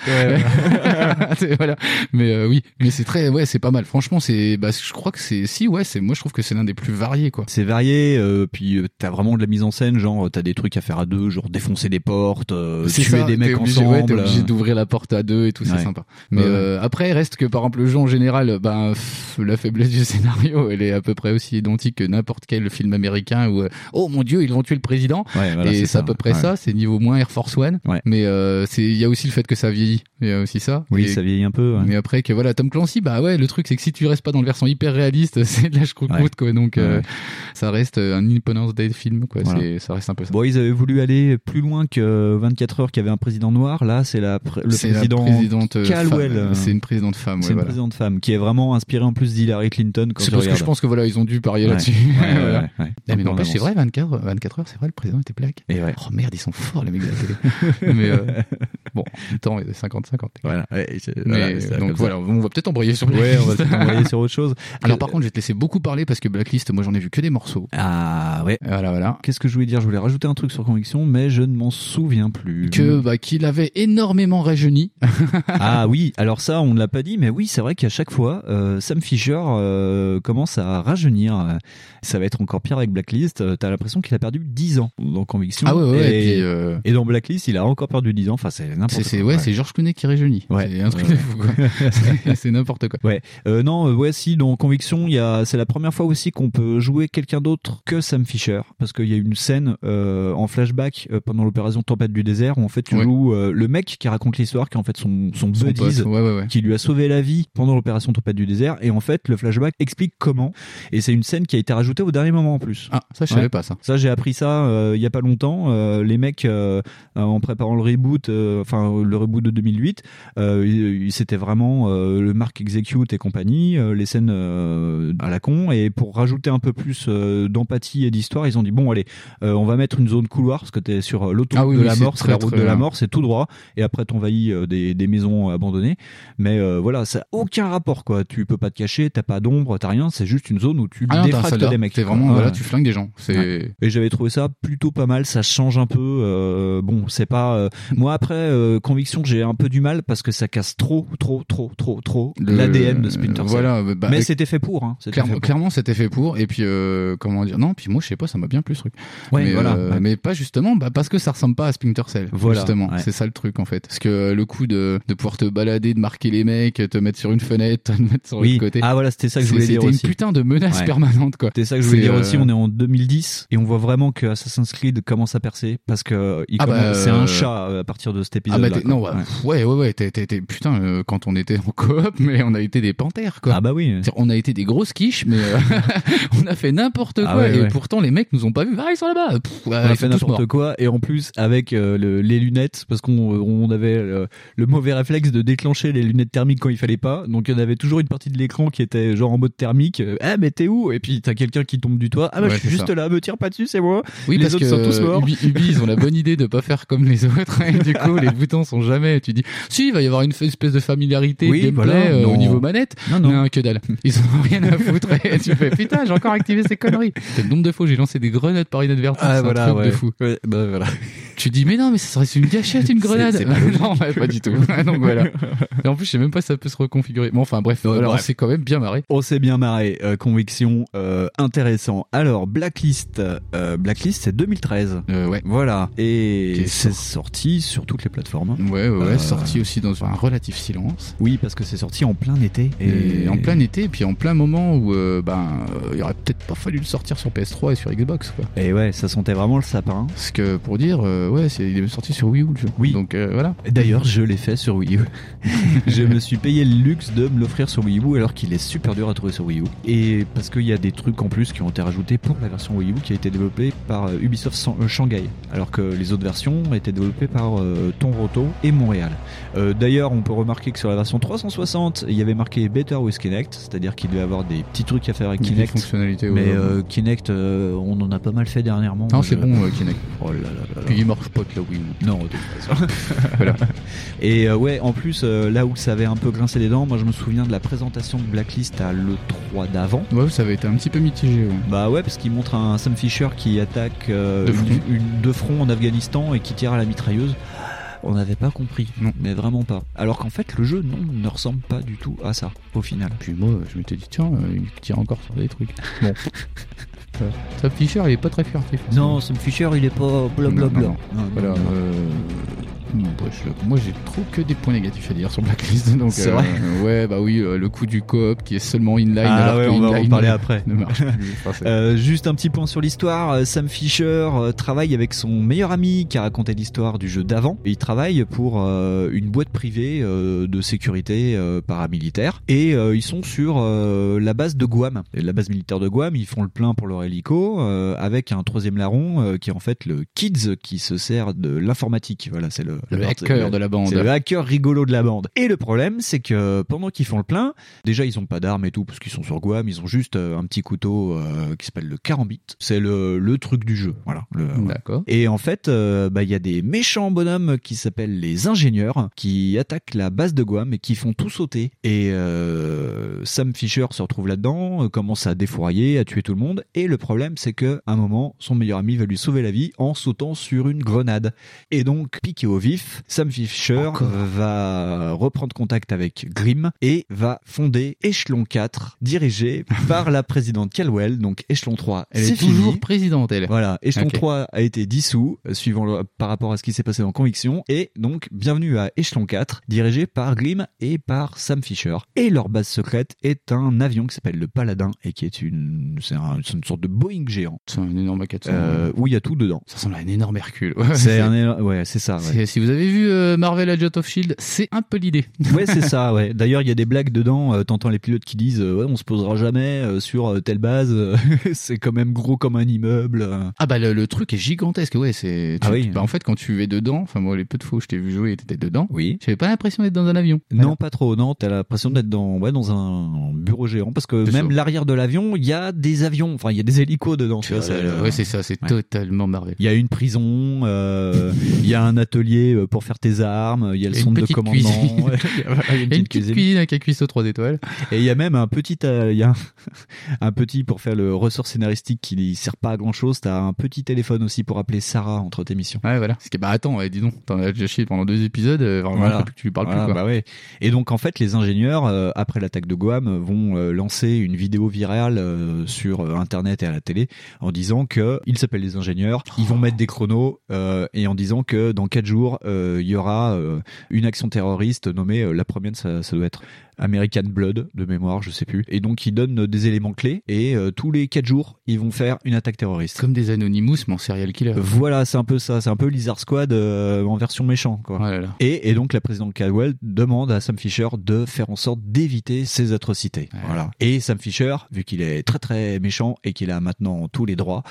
C'est- voilà. Mais euh, oui mais c'est très ouais c'est pas mal. Franchement c'est bah je crois que c'est si ouais c'est moi je trouve que c'est l'un des plus variés quoi.
C'est varié, euh, puis euh, t'as vraiment de la mise en scène, genre euh, t'as des trucs à faire à deux, genre défoncer des portes, euh,
C'est
tuer
ça,
des
t'es
mecs
obligé, ouais,
ensemble.
t'es obligé
euh.
d'ouvrir la porte à deux et tout, c'est
Ouais.
sympa. Mais
Ouais, ouais.
euh, après, reste que par exemple le jeu en général, ben pff, la faiblesse du scénario, elle est à peu près aussi identique que n'importe quel film américain où euh, oh mon dieu ils vont tuer le président.
Ouais, voilà,
et c'est à peu près
ouais.
ça, c'est niveau moins Air Force One.
Ouais.
Mais euh, c'est il y a aussi le fait que ça vieillit, il y a aussi ça.
Oui,
Et-
ça vieillit un peu. ouais.
Mais après que voilà Tom Clancy, bah ouais le truc c'est que si tu restes pas dans le versant hyper réaliste, c'est de la choucroute
Ouais.
quoi. Donc euh,
Ouais.
ça reste euh, un Independence Day film quoi.
Voilà.
C'est- Ça reste un peu ça.
Bon, ils avaient voulu aller plus loin que euh, 24 heures qu'il y avait un président noir. Là, c'est la pr- le
C'est la
président.
présidente euh,
Caldwell.
femme. C'est une présidente femme.
C'est
ouais,
une
voilà.
présidente femme qui est vraiment inspirée en plus d'Hillary Clinton quand
C'est
tu
parce que
regardes.
je pense que voilà, ils ont dû parier
Ouais.
là-dessus.
Ouais, ouais,
Voilà.
ouais, ouais.
Eh, mais
Donc, on
n'empêche, c'est
avance.
vrai, 24, 24 heures, c'est vrai, le président était black.
Et ouais.
Oh merde, ils sont forts, les mecs de la télé. mais euh, bon, en même temps, il y a 50-50.
Voilà. Ouais, c'est-
Mais,
voilà, c'est
donc
comme ça.
voilà, on va peut-être embrayer sur
Ouais, on va
Blacklist.
peut-être envoyer sur autre chose. Euh,
Alors par contre, je vais te laisser beaucoup parler parce que Blacklist, moi j'en ai vu que des morceaux.
ah ouais.
Voilà, voilà.
Qu'est-ce que je voulais dire Je voulais rajouter un truc sur conviction, mais je ne m'en souviens plus.
Que bah qu'il avait énormément rajeuni.
Ah oui, alors ça, on ne l'a pas dit, mais oui, c'est vrai qu'à chaque fois, euh, Sam Fisher euh, commence à rajeunir. Ça va être encore pire avec Blacklist. Euh, T'as l'impression qu'il a perdu 10 ans dans Conviction.
Ah ouais, ouais.
Et,
Et, puis, euh,
et dans Blacklist, il a encore perdu 10 ans. Enfin, c'est n'importe
c'est
quoi.
c'est- ouais, c'est George Clooney qui rajeunit.
Ouais.
C'est un truc
Ouais.
de fou. quoi. C'est- c'est n'importe quoi.
Euh, non, euh, ouais, si, dans Conviction, il y a, c'est la première fois aussi qu'on peut jouer quelqu'un d'autre que Sam Fisher, parce qu'il y a une scène euh, en flashback euh, pendant l'opération Tempête du désert où en fait tu
Ouais.
joues euh, le mec qui raconte l'histoire, qui est en fait son, son,
Son pote,
buddies,
Ouais, ouais, ouais.
qui lui a sauvé la vie pendant l'opération Tempête du désert. Et en fait, le flashback explique comment. Et c'est une scène qui a été rajoutée au dernier moment en plus.
Ah, ça je
Ouais.
savais pas ça.
Ça, j'ai appris ça euh, il y a pas longtemps. Euh, les mecs, euh, euh, en préparant le reboot, euh, enfin le reboot de 2008, euh, ils- ils- c'était vraiment euh, le Mark Execute et compagnie, euh, les scènes euh, à la con. Et pour rajouter un peu plus euh, d'empathie et d'histoire, ils ont dit bon, allez, euh, on va mettre une zone couloir parce que t'es sur euh, l'autoroute
Ah oui,
de
oui,
la
c'est
mort, c'est
très,
la route
très
de la
bien.
mort, c'est tout droit. Et après, t'envahis euh, des, des maisons abandonnées. Mais euh, voilà, ça a aucun rapport quoi. Tu peux pas te cacher, t'as pas d'ombre, t'as rien. C'est juste une zone où tu
Ah non, t'as un
défractes
soldat.
des mecs.
T'es
quoi.
vraiment,
Ouais.
voilà, tu flingues des gens. C'est,
Et j'avais trouvé ça plutôt pas mal, ça change un peu. euh, bon, c'est pas. euh, moi, après, euh, Conviction, j'ai un peu du mal parce que ça casse trop, trop, trop, trop, trop
Le-
l'ADN de Splinter Cell.
Voilà, bah,
Mais
euh,
c'était fait pour. Hein, c'était
clairement,
fait pour.
clairement, c'était fait pour. Et puis, euh, comment dire Non, puis moi, je sais pas, ça m'a bien plu ce truc.
Ouais,
mais,
voilà.
euh,
Ouais.
mais pas justement, bah, parce que ça ressemble pas à Splinter Cell.
Voilà,
justement,
ouais.
c'est ça le truc en fait. Parce que euh, le coup de, de pouvoir te balader, de marquer les mecs, te mettre sur une fenêtre, te mettre sur
oui.
l'autre côté.
Ah voilà, c'était ça que je
c'est-
voulais
c'était
dire
une
aussi.
putain de menace
Ouais.
permanente, quoi.
C'était ça que je voulais
C'est,
dire
euh,
aussi. On est en 2010 et on voit vraiment que Assassin's Creed commence à percer parce que euh, il
Ah bah,
commence- c'est
euh,
un chat euh, à partir de cet
Ah
épisode.
bah t'es- non bah, pff, ouais ouais ouais, t'es- t'es- t'es- putain euh, quand on était en coop mais on a été des panthères quoi.
ah bah oui.
C'est-à-dire, On a été des grosses quiches, mais euh, on a fait n'importe quoi.
Ah ouais,
et
ouais.
pourtant, les mecs nous ont pas vu. Ah, ils sont là-bas. Pff, ouais,
on a fait
ils sont tous morts.
n'importe quoi et en plus avec euh, le- les lunettes parce qu'on on avait euh, le mauvais réflexe de déclencher les lunettes thermiques quand il fallait pas donc on avait toujours une partie de l'écran qui était genre en mode thermique euh, ah mais t'es où et puis t'as quelqu'un qui tombe du toit ah bah
Ouais,
je suis
c'est
juste
ça.
là me tire pas dessus c'est moi
Oui,
Les
parce
autres
que euh,
sont tous morts.
Ubi, Ubi, ils ont la bonne idée de pas faire comme les autres. Et du coup, les boutons sont jamais. Tu dis, si, il va y avoir une espèce de familiarité
Oui,
de gameplay
voilà,
euh, au
non.
niveau manette.
non
Non. que dalle. Ils ont rien à foutre. Et tu fais, putain, j'ai encore activé ces conneries. C'est le nombre de fois où j'ai lancé des grenades par inadvertance.
ah
c'est un
voilà
truc
ouais.
de fou.
Ouais, bah voilà
Tu dis, mais non, mais ça serait une gâchette, une grenade.
c'est pas logique.
non, ouais, pas du tout. Donc voilà. Et en plus, je sais même pas si ça peut se reconfigurer. Bon, enfin bref,
Ouais,
euh,
bref.
on s'est quand même bien marré.
On s'est bien marré, euh, conviction euh, intéressant. Alors Blacklist, euh, Blacklist c'est 2013.
Euh, ouais.
Voilà.
Qui
Et
est
c'est sorti sur toutes les plateformes.
Ouais, ouais, ouais,
Euh,
sorti aussi dans un relatif silence.
Oui, parce que c'est sorti en plein été.
Et, en plein été, et puis en plein moment où euh, ben, euh, il aurait peut-être pas fallu le sortir sur PS3 et sur Xbox, quoi.
Et ouais, ça sentait vraiment le sapin.
Parce que pour dire, euh, ouais, c'est, il est sorti sur Wii U le jeu.
Oui.
Donc euh, voilà.
D'ailleurs, je l'ai fait sur Wii U. je me suis payé le luxe de me l'offrir sur Wii U alors qu'il est super dur à trouver sur Wii U. Et parce qu'il y a des trucs en plus qui ont été rajoutés pour la version Wii U qui a été développée par euh, Ubisoft San- euh, Shanghai, alors que les autres versions étaient développées par euh, Toronto et Montréal. Euh, D'ailleurs, on peut remarquer que sur la version 360, il y avait marqué Better with Kinect, c'est-à-dire qu'il devait avoir des petits trucs à faire avec
Kinect.
Kinect.
fonctionnalités. ouais.
Mais euh, Kinect, euh, on en a pas mal fait dernièrement.
non,
Moi,
c'est
je-
bon, euh, Kinect.
Oh là là là là.
Puis il marche pas que la Wii U.
Non, de toute façon. Voilà. Et euh, ouais, en plus, euh, là où ça avait un peu grincé les dents, moi je me souviens de la présentation de Blacklist à l'E3 d'avant.
Ouais, ça avait été un petit peu mitigé. ouais.
Bah ouais, parce qu'il montre un Sam Fisher qui attaque euh,
De front.
Une, une- de front en Afghanistan et qui tire à la mitrailleuse. On n'avait pas compris,
Non.
mais vraiment pas. Alors qu'en fait, le jeu non, ne ressemble pas du tout à ça, au final.
Puis moi, je m'étais dit, tiens, euh, il tire encore sur des trucs. Bon. Euh, Sam Fisher, il est pas très furtif.
Non, Sam Fisher, il est pas blablabla.
Non, non,
Non, non,
Voilà,
non.
euh, non, bref, je- moi j'ai trop que des points négatifs à dire sur Blacklist. Donc,
C'est
euh,
vrai
ouais, bah oui, euh, le coup du coop qui est seulement inline alors
Ah ouais,
que
on va en
inline
parler après.
ne marche plus. Enfin, c'est-
Euh, juste un petit point sur l'histoire. euh, Sam Fisher euh, travaille avec son meilleur ami qui a raconté l'histoire du jeu d'avant. Et Il travaille pour euh, une boîte privée euh, de sécurité euh, paramilitaire. Et euh, ils sont sur euh, la base de Guam. Et la base militaire de Guam, ils font le plein pour leur hélico euh, avec un troisième larron euh, qui est en fait le Kids qui se sert de l'informatique. Voilà, c'est le,
le hacker de la bande.
c'est le hacker rigolo de la bande. Et le problème, c'est que pendant qu'ils font le plein, déjà ils ont pas d'armes et tout parce qu'ils sont sur Guam, ils ont juste euh, un petit couteau euh, qui s'appelle le carambit. C'est le, le truc du jeu, voilà. le- voilà.
D'accord.
Et en fait, euh, bah, il y a des méchants bonhommes qui s'appellent les ingénieurs qui attaquent la base de Guam et qui font tout sauter. Et euh, Sam Fisher se retrouve là-dedans, euh, commence à défourailler, à tuer tout le monde. Et le problème, c'est que à un moment, son meilleur ami va lui sauver la vie en sautant sur une grenade. Et donc, piqué au vif, Sam Fisher va reprendre contact avec Grimm et va fonder Échelon 4, dirigé par la présidente Calwell. Donc, Échelon 3,
Elle est,
c'est
toujours
fini.
présidente, elle.
Voilà, échelon
Ok.
3 a été dissous euh, suivant le- par rapport à ce qui s'est passé dans Conviction et donc bienvenue à échelon 4 dirigé par Glim et par Sam Fisher et leur base secrète est un avion qui s'appelle le Paladin et qui est une c'est un- c'est une sorte de Boeing géant
C'est un énorme A400.
euh, où il y a tout dedans.
Ça ressemble à un énorme Hercule.
C'est un éno- ouais, c'est ça. Ouais,
c'est- Si vous avez vu euh, Marvel Agent of Shield, c'est un peu l'idée.
Ouais, c'est ça. Ouais. D'ailleurs, il y a des blagues dedans. euh, T'entends les pilotes qui disent, euh, ouais, on se posera jamais euh, sur euh, telle base. euh, c'est quand même gros comme un immeuble. euh.
Ah bah le, le truc est gigantesque, ouais. C'est. tu-
Ah oui.
bah, en fait, quand tu es dedans, enfin moi les peu de fois où je t'ai vu jouer, t'étais dedans.
Oui.
J'avais pas l'impression d'être dans un avion.
Non, pas trop. Non, t'as l'impression d'être dans, ouais, dans un bureau géant parce que
C'est
même
ça.
l'arrière de l'avion, il y a des avions, enfin il y a des hélicos dedans. Tu vois, c'est, euh,
Ah Ouais, c'est ça, c'est
ouais.
totalement Marvel.
il y a une prison, euh, il y a un atelier euh, pour faire tes armes, il y a le
Il y a une
centre de
petite
commandement,
cuisine.
ouais, il y a
Et une petite cuisine avec un cuisseau 3 étoiles.
et il y a même un petit, euh, il y a un, un petit pour faire le ressort scénaristique qui sert pas à grand chose. T'as un petit téléphone aussi pour appeler Sarah entre tes missions.
Ouais, voilà. Parce que, bah attends, ouais, dis donc, t'en as déjà chié pendant deux épisodes, euh, vraiment,
Voilà.
après, tu lui parles
Voilà,
plus, quoi.
bah ouais. Et donc en fait, les ingénieurs, euh, après l'attaque de Guam, euh, vont euh, lancer une vidéo virale euh, sur euh, Internet et à la télé en disant que ils s'appellent les ingénieurs, ils
Oh.
vont mettre des chronos euh, et en disant que dans quatre jours, euh, il y aura euh, une action terroriste nommée euh, la première, ça, ça doit être American Blood de mémoire, je sais plus. Et donc ils donnent euh, des éléments clés et euh, tous les quatre jours, ils vont faire une attaque terroriste.
C'est comme des Anonymous, mais en serial killer.
Voilà, c'est un peu ça, c'est un peu Lizard Squad euh, en version méchant quoi.
Oh là là.
Et, et donc la présidente Caldwell demande à Sam Fisher de faire en sorte d'éviter ces atrocités.
Ouais.
Voilà. Et Sam Fisher, vu qu'il est très très méchant et qu'il a maintenant tous les droits,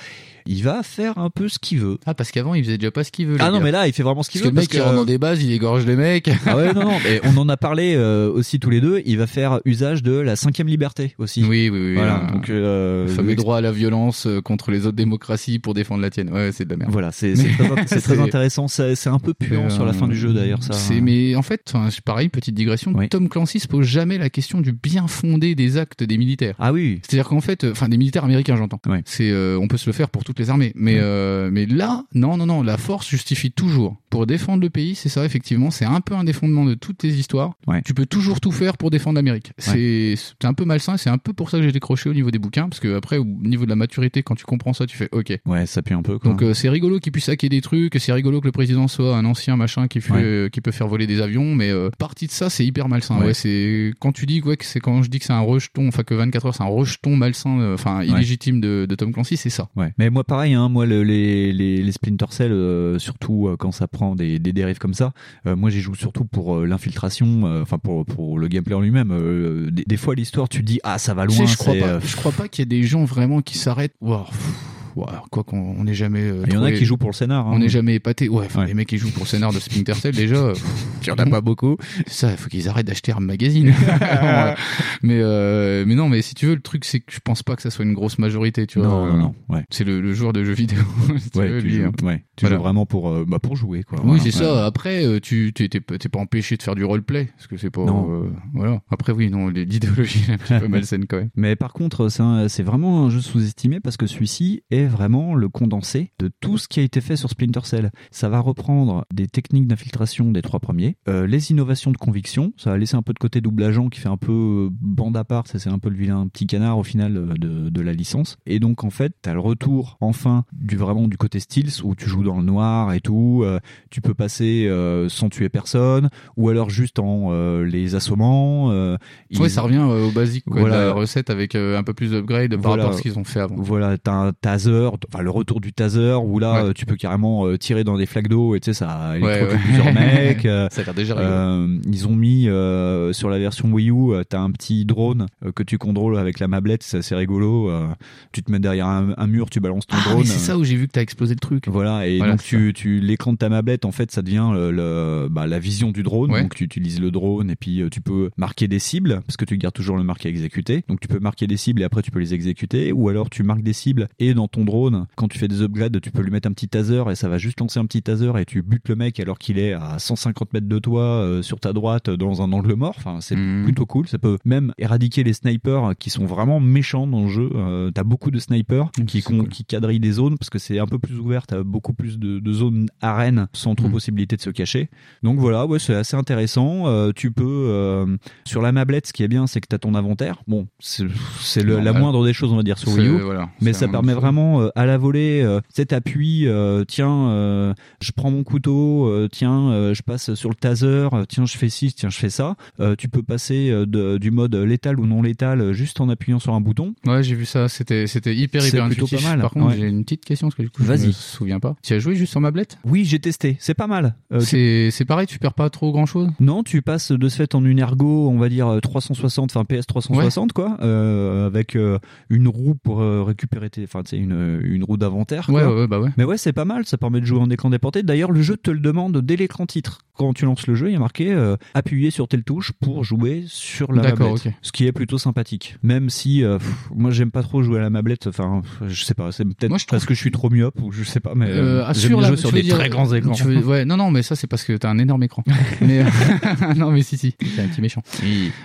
il va faire un peu ce qu'il veut.
Ah, parce qu'avant, il faisait déjà pas ce qu'il veut.
Ah
les
non,
gars.
mais là, il fait vraiment ce qu'il veut.
Parce que le
parce
mec qui
que-
rentre dans des bases, il égorge les mecs.
Ah ouais, non, non, mais on en a parlé euh, aussi tous les deux. Il va faire usage de la cinquième liberté aussi.
Oui, oui, oui.
Voilà,
euh,
donc, euh,
le fameux
l'ex-
droit à la violence euh, contre les autres démocraties pour défendre la tienne. Ouais, c'est de la merde.
Voilà, c'est c'est
Mais-
très, c'est très
c'est-
intéressant. C'est c'est un peu puant
Euh,
sur la fin du jeu d'ailleurs, ça. hein.
C'est mais en fait, enfin, c'est pareil, petite digression.
Oui.
Tom Clancy se pose jamais la question du bien fondé des actes des militaires.
Ah oui,
C'est-à-dire qu'en fait, euh, enfin des militaires américains, j'entends.
Oui.
C'est, euh, on peut se le faire pour toutes les armées, mais euh, mais là, non, non, non, la force justifie toujours. Pour défendre le pays, c'est ça effectivement, c'est un peu un des fondements de toutes tes histoires.
Ouais.
Tu peux toujours tout faire pour défendre l'Amérique. C'est c'est un peu malsain, c'est un peu pour ça que j'ai décroché au niveau des bouquins, parce que après au niveau de la maturité, quand tu comprends ça, tu fais OK.
ouais, ça pue un peu. Quoi.
Donc euh, c'est rigolo qu'il puisse hacker des trucs, c'est rigolo que le président soit un ancien machin qui, fait,
Ouais.
euh, qui peut faire voler des avions, mais euh, partie de ça c'est hyper malsain.
Ouais.
Ouais. c'est quand tu dis ouais, que c'est quand je dis que c'est un rejeton, enfin que 24 heures c'est un rejeton malsain, euh, enfin illégitime de, de Tom Clancy, c'est ça.
Ouais. Mais moi, pareil, hein, moi, le- les, les, les Splinter Cell, euh, surtout euh, quand ça prend des, des dérives comme ça, euh, moi, j'y joue surtout pour euh, l'infiltration, euh, enfin, pour, pour le gameplay en lui-même. Euh, des, des fois, l'histoire, tu te dis, ah, ça va
Tu
loin.
sais, je crois
c'est,
pas,
euh,
je crois pas qu'il y ait des gens vraiment qui s'arrêtent. Wow, pff, wow, quoi qu'on on n'est jamais. euh,
il y en a
trouvé-
qui jouent pour le scénar. hein.
On n'est jamais épaté. Ouais, enfin,
Ouais.
les mecs qui jouent pour le scénar de Splinter Cell, déjà, il y en a pas beaucoup. Ça, il faut qu'ils arrêtent d'acheter un magazine. Ouais. mais, euh, mais non, mais si tu veux, le truc, c'est que je pense pas que ça soit une grosse majorité, tu vois.
Non, non, non. Ouais.
C'est le, le joueur de jeux vidéo. si tu
Ouais,
veux,
tu
euh, lui,
joues,
hein.
ouais. Tu joues
Voilà.
vraiment pour, euh, bah, pour jouer, quoi.
Oui,
Voilà.
c'est
Ouais.
ça. Après, euh, tu t'es t'es pas t'es pas empêché de faire du roleplay, parce que c'est pas.
Non.
euh, voilà. Après, oui, non, les- l'idéologie elle est un petit peu malsaine quand même.
Mais par contre, c'est un- c'est vraiment un jeu sous-estimé parce que celui-ci est vraiment le condensé de tout ce qui a été fait sur Splinter Cell. Ça va reprendre des techniques d'infiltration des trois premiers, euh, les innovations de conviction, ça va laisser un peu de côté double agent qui fait un peu euh, bande à part, ça, c'est un peu le vilain petit canard au final euh, de, de la licence. Et donc en fait, t'as le retour enfin du vraiment du côté Steels où tu joues dans le noir et tout, euh, tu peux passer euh, sans tuer personne ou alors juste en euh, les assommant. euh,
Ouais,
ils-
ça revient euh, au basique, quoi,
Voilà.
de la recette avec euh, un peu plus d'upgrade par
Voilà.
rapport à ce qu'ils ont fait avant.
Voilà, t'as un taser, t- enfin le retour du taser où là
Ouais.
euh, tu peux carrément euh, tirer dans des flaques d'eau et tu sais ça électrocute
ouais.
plusieurs mecs. euh,
Ça a l'air déjà rigolo.
euh, ils ont mis euh, sur la version Wii U, euh, t'as un petit drone euh, que tu contrôles avec la mablette, c'est assez rigolo. euh, tu te mets derrière un, un mur, tu balances ton
Ah,
drone. euh,
mais c'est ça où j'ai vu que t'as explosé le truc.
Voilà, et
Voilà,
donc
c'est
tu, tu l'écran de ta mablette, en fait, ça devient le, le- bah, la vision du drone.
Ouais.
Donc tu utilises le drone et puis euh, tu peux marquer des cibles, parce que tu gardes toujours le marqué à exécuter. Donc tu peux marquer des cibles et après tu peux les exécuter. Ou alors tu marques des cibles et dans ton drone, quand tu fais des upgrades, tu peux lui mettre un petit taser et ça va juste lancer un petit taser et tu butes le mec alors qu'il est à 150 mètres de toi, euh, sur ta droite, euh, dans un angle mort. Enfin, c'est
Mhm.
plutôt cool. Ça peut même éradiquer les snipers qui sont vraiment méchants dans le jeu. Euh, t'as beaucoup de snipers
Mhm,
qui,
c'est
con-
cool.
qui quadrillent des zones parce que c'est un peu plus ouvert. T'as beaucoup plus de, de zones arènes sans trop
Mhm.
possibilité de se cacher. Donc voilà, ouais, c'est assez intéressant. Euh, tu peux euh, sur la mablette, ce qui est bien, c'est que t'as ton inventaire. Bon, c'est c'est le- la
Normal.
moindre des choses, on va dire, sur
C'est-
Wii U.
voilà,
Mais
c'est
ça
un
permet
autre-
vraiment euh, à la volée euh, cet appui. euh, tiens, euh, je prends mon couteau. euh, tiens, euh, je passe sur le taser. euh, tiens, je fais ci. Tiens, je fais ça. Euh, tu peux passer euh, de- du mode létal ou non létal euh, juste en appuyant sur un bouton.
Ouais, j'ai vu ça. C'était, c'était hyper,
C'est
hyper
plutôt
intuitif.
pas mal.
Par contre,
Ouais.
j'ai une petite question parce que du coup, je
Vas-y.
me souviens pas. Tu as joué juste sur mablette
Oui, j'ai testé. C'est pas mal. Euh, tu-
c'est, c'est pareil, tu perds pas trop grand chose
Non, tu passes de ce fait en une ergo, on va dire euh, 360, enfin PS 360 quoi, euh, avec euh, une roue pour euh, récupérer, tes- enfin tu sais, une, une roue d'inventaire.
Ouais,
quoi.
ouais, ouais, bah ouais.
Mais ouais, c'est pas mal, ça permet de jouer en écran déporté. D'ailleurs, le jeu te le demande dès l'écran titre. Quand tu lances le jeu, il y a marqué euh, appuyer sur telle touche pour jouer sur la
D'accord,
mablette.
ok.
Ce qui est plutôt sympathique. Même si euh, pff, moi j'aime pas trop jouer à la mablette, enfin pff, je sais pas, c'est peut-être
Moi, je trouve
parce que je suis trop myope ou je sais pas, mais
Euh,
euh,
ah,
j'aime bien
la-
jouer
tu
sur
veux
des
dire- euh,
très grands écrans.
tu veux- ouais, non, non, mais ça, c'est parce que t'as un énorme écran. mais, euh, non, mais si, si, t'es un petit méchant.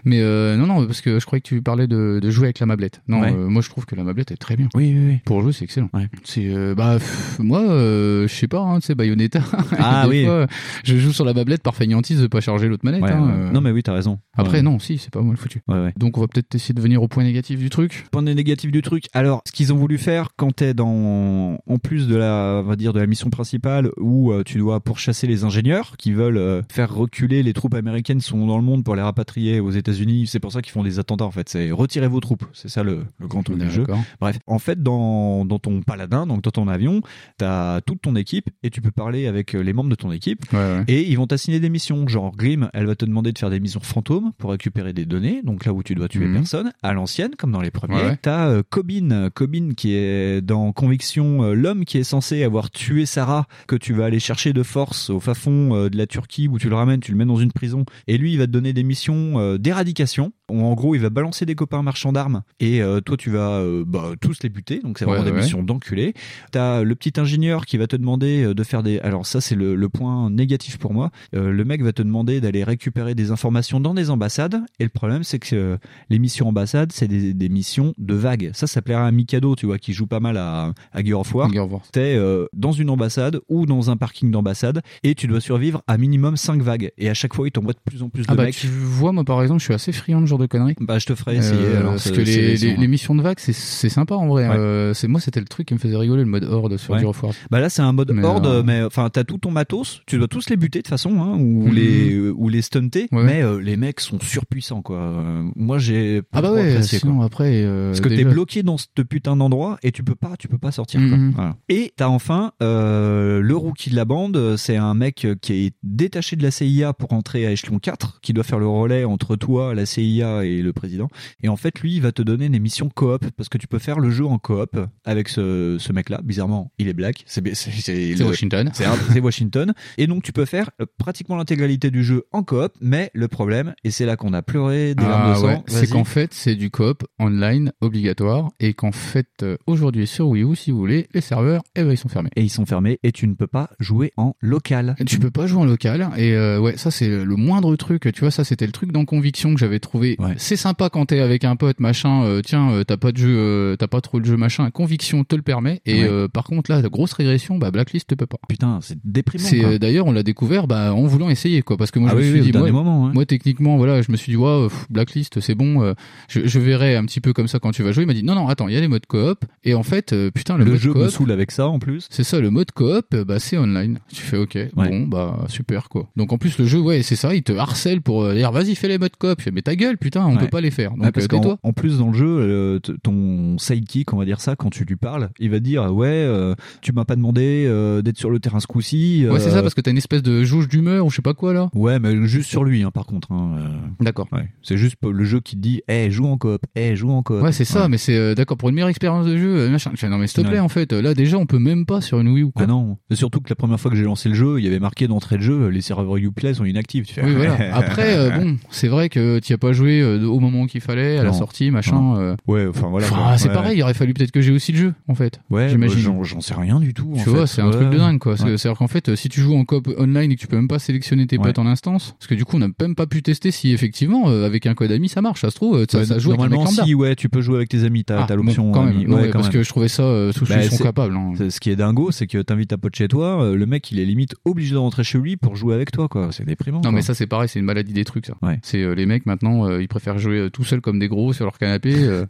Mais euh, non, non, parce que je croyais que tu parlais de, de jouer avec la mablette. Non,
Ouais.
euh, moi, je trouve que la mablette est très bien.
Oui, oui, oui.
Pour jouer, c'est excellent.
Ouais.
C'est euh, bah pff, moi, euh, je sais pas, hein, tu sais, Bayonetta.
Ah
des
oui.
fois, je joue sur la bablette par feignantise de pas charger l'autre manette.
Ouais,
hein,
ouais.
euh.
Non mais oui, t'as raison.
Après,
Ouais.
non, si, c'est pas moi le foutu.
Ouais, ouais.
Donc on va peut-être essayer de venir au point négatif du truc.
point négatif du truc. Alors, ce qu'ils ont voulu faire quand t'es dans, en plus de la, on va dire, de la mission principale où euh, tu dois pourchasser les ingénieurs qui veulent euh, faire reculer les troupes américaines qui sont dans le monde pour les rapatrier aux États-Unis. C'est pour ça qu'ils font des attentats en fait. C'est retirez vos troupes. C'est ça le, le grand truc du jeu.
D'accord.
Bref, en fait, dans, dans ton paladin, donc dans ton avion, t'as toute ton équipe et tu peux parler avec euh, les membres de ton équipe
Ouais, ouais.
et ils vont vont t'assigner des missions. Genre Grimm, elle va te demander de faire des missions fantômes pour récupérer des données, donc là où tu dois tuer
Mhm.
personne. À l'ancienne, comme dans les premiers,
Ouais.
t'as euh, Cobin, Cobin qui est dans Conviction, euh, l'homme qui est censé avoir tué Sarah, que tu vas aller chercher de force au fafond de la Turquie où tu le ramènes, tu le mets dans une prison, et lui il va te donner des missions euh, d'éradication. où En gros, il va balancer des copains marchands d'armes et euh, toi tu vas euh, bah, tous les buter, donc c'est
Ouais,
vraiment des
ouais.
missions d'enculé. T'as le petit ingénieur qui va te demander euh, de faire des. Alors ça c'est le, le point négatif pour moi. Euh, le mec va te demander d'aller récupérer des informations dans des ambassades. Et le problème c'est que euh, les missions ambassades c'est des, des missions de vagues. Ça ça plairait à Mikado tu vois qui joue pas mal à, à Gear of War.
Au revoir.
T'es euh, dans une ambassade ou dans un parking d'ambassade et tu dois survivre à minimum 5 vagues. Et à chaque fois ils t'envoient de plus en plus de
Ah bah
mecs.
tu vois, moi par exemple, je suis assez friand de ce genre de conneries.
Bah je te ferai essayer.
Euh,
alors,
parce
ce-
que
ces
les,
missions,
les-
hein.
les missions de vague, c'est- c'est sympa en vrai.
Ouais.
Euh, c'est moi, c'était le truc qui me faisait rigoler, le mode horde sur
Ouais.
Gear of War.
Bah là, c'est un mode
Mais,
horde,
euh,
mais enfin, t'as tout ton matos, tu dois tous les buter de façon, hein, ou
Mhm.
les euh, ou les stunter,
Ouais.
mais euh, les mecs sont surpuissants, quoi. Euh, moi, j'ai pas
Ah bah
trop
ouais,
apprécié, quoi.
sinon après. euh,
Parce que t'es
déjà-
bloqué dans ce putain d'endroit et tu peux pas, tu peux pas sortir. quoi.
Mhm.
Voilà. Et t'as enfin euh, le rookie de la bande, c'est un mec qui est détaché de la CIA pour entrer à échelon 4, qui doit faire le relais entre toi, la CIA et le président. Et en fait, lui, il va te donner des missions coop parce que tu peux faire le jeu en coop avec ce, ce mec-là. Bizarrement, il est black. C'est c'est- c'est
C'est
le-
Washington.
c'est un- c'est Washington. Et donc, tu peux faire euh, pratiquement l'intégralité du jeu en coop, mais le problème, et c'est là qu'on a pleuré des larmes de
Ah
sang,
ouais, c'est
vas-y.
qu'en fait, c'est du coop online obligatoire et qu'en fait, euh, aujourd'hui sur Wii U, si vous voulez, les serveurs, eh ben, ils sont fermés.
Et ils sont fermés et tu ne peux pas jouer en local.
Tu peux pas jouer en local et euh, ouais ça c'est le moindre truc tu vois ça c'était le truc dans conviction que j'avais trouvé
Ouais.
c'est sympa quand t'es avec un pote machin euh, tiens euh, t'as pas de jeu euh, t'as pas trop le jeu machin conviction te le permet et
Ouais.
euh, par contre là la grosse régression bah Blacklist te peut pas
Putain, c'est déprimant.
c'est
quoi.
euh, d'ailleurs on l'a découvert bah en voulant essayer quoi parce que moi
ah
je
oui,
me
oui,
suis
au
dit moi,
dernier moment. hein.
moi techniquement voilà je me suis dit ouais pff, blacklist c'est bon euh, je, je verrai un petit peu comme ça quand tu vas jouer il m'a dit non non attends il y a les modes coop et en fait euh, putain le,
le
mode
jeu me
coop
saoule avec ça en plus.
c'est ça, le mode coop, euh, bah, c'est online. Tu fais OK, bon, bah, super, quoi. Donc, en plus, le jeu, ouais, c'est ça, il te harcèle pour euh, dire, vas-y, fais les modes coop. Je fais, mais ta gueule, putain, on
Ouais.
peut pas les faire.
Ah,
Donc,
parce
euh,
qu'en-
tais-toi.
en plus dans le jeu, euh, t- ton sidekick, on va dire ça, quand tu lui parles, il va dire ouais, euh, tu m'as pas demandé euh, d'être sur le terrain ce coup-ci.
Ouais, c'est ça,
euh,
parce que t'as une espèce de jauge d'humeur ou je sais pas quoi, là.
Ouais, mais juste sur lui, hein, par contre. hein, euh,
D'accord.
ouais. C'est juste le jeu qui te dit, eh, joue en coop, eh, joue en coop.
Ouais, c'est ça, mais c'est euh, d'accord pour une meilleure expérience de jeu. euh, machin. Je fais, non, mais s'il te plaît,
Ouais.
en fait, euh, là, déjà, on peut même pas sur une Wii ou quoi.
Ah non, surtout que la première fois que j'ai lancé le jeu, il y avait marqué d'entrée de jeu, les serveurs Uplay sont inactifs. Tu fais,
Oui, voilà. Après, euh, bon, c'est vrai que t'y as pas joué euh, au moment qu'il fallait, à la
Non.
sortie, machin. euh.
Ouais, enfin voilà.
Pff,
quoi.
ah, c'est
Ouais,
pareil, il aurait fallu peut-être que j'ai aussi le jeu, en fait.
Ouais,
j'imagine.
bah, j'en- j'en sais rien du tout. en
Tu vois,
fait.
c'est un
Ouais.
truc de dingue quoi. C'est-
Ouais.
C'est-à-dire qu'en fait, euh, si tu joues en coop online et que tu peux même pas sélectionner tes
Ouais.
potes en instance, parce que du coup, on n'a même pas pu tester si effectivement euh, avec un code ami ça marche. Ça se trouve, euh, ça,
Ouais,
ça joue avec un mec
Bah, normalement,
lambda.
si, ouais, tu peux jouer avec tes amis, t'as
Ah,
t'as
bon,
l'option
quand
ami.
même. Non,
Ouais,
mais
quand
parce
même.
que je trouvais ça euh, sous
Bah,
ils sont
c'est-
capables. hein.
C'est- Ce qui est dingo, c'est que t'invites un pote chez toi, euh, le mec il est limite obligé de rentrer chez lui pour jouer avec toi, quoi. C'est déprimant.
Non
quoi.
mais ça c'est pareil, c'est une maladie des trucs ça.
Ouais.
C'est euh, les mecs maintenant, euh, ils préfèrent jouer euh, tout seuls comme des gros sur leur canapé. euh,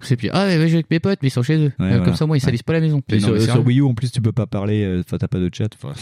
c'est puis ah ouais, ouais, je joue avec mes potes mais ils sont chez eux.
Ouais,
Euh,
voilà.
Comme ça moi ils salissent pas la maison.
Et
Mais non,
sur, euh,
mais
sur
sérieux.
Wii U en plus tu peux pas parler, euh, enfin t'as pas de chat. Enfin,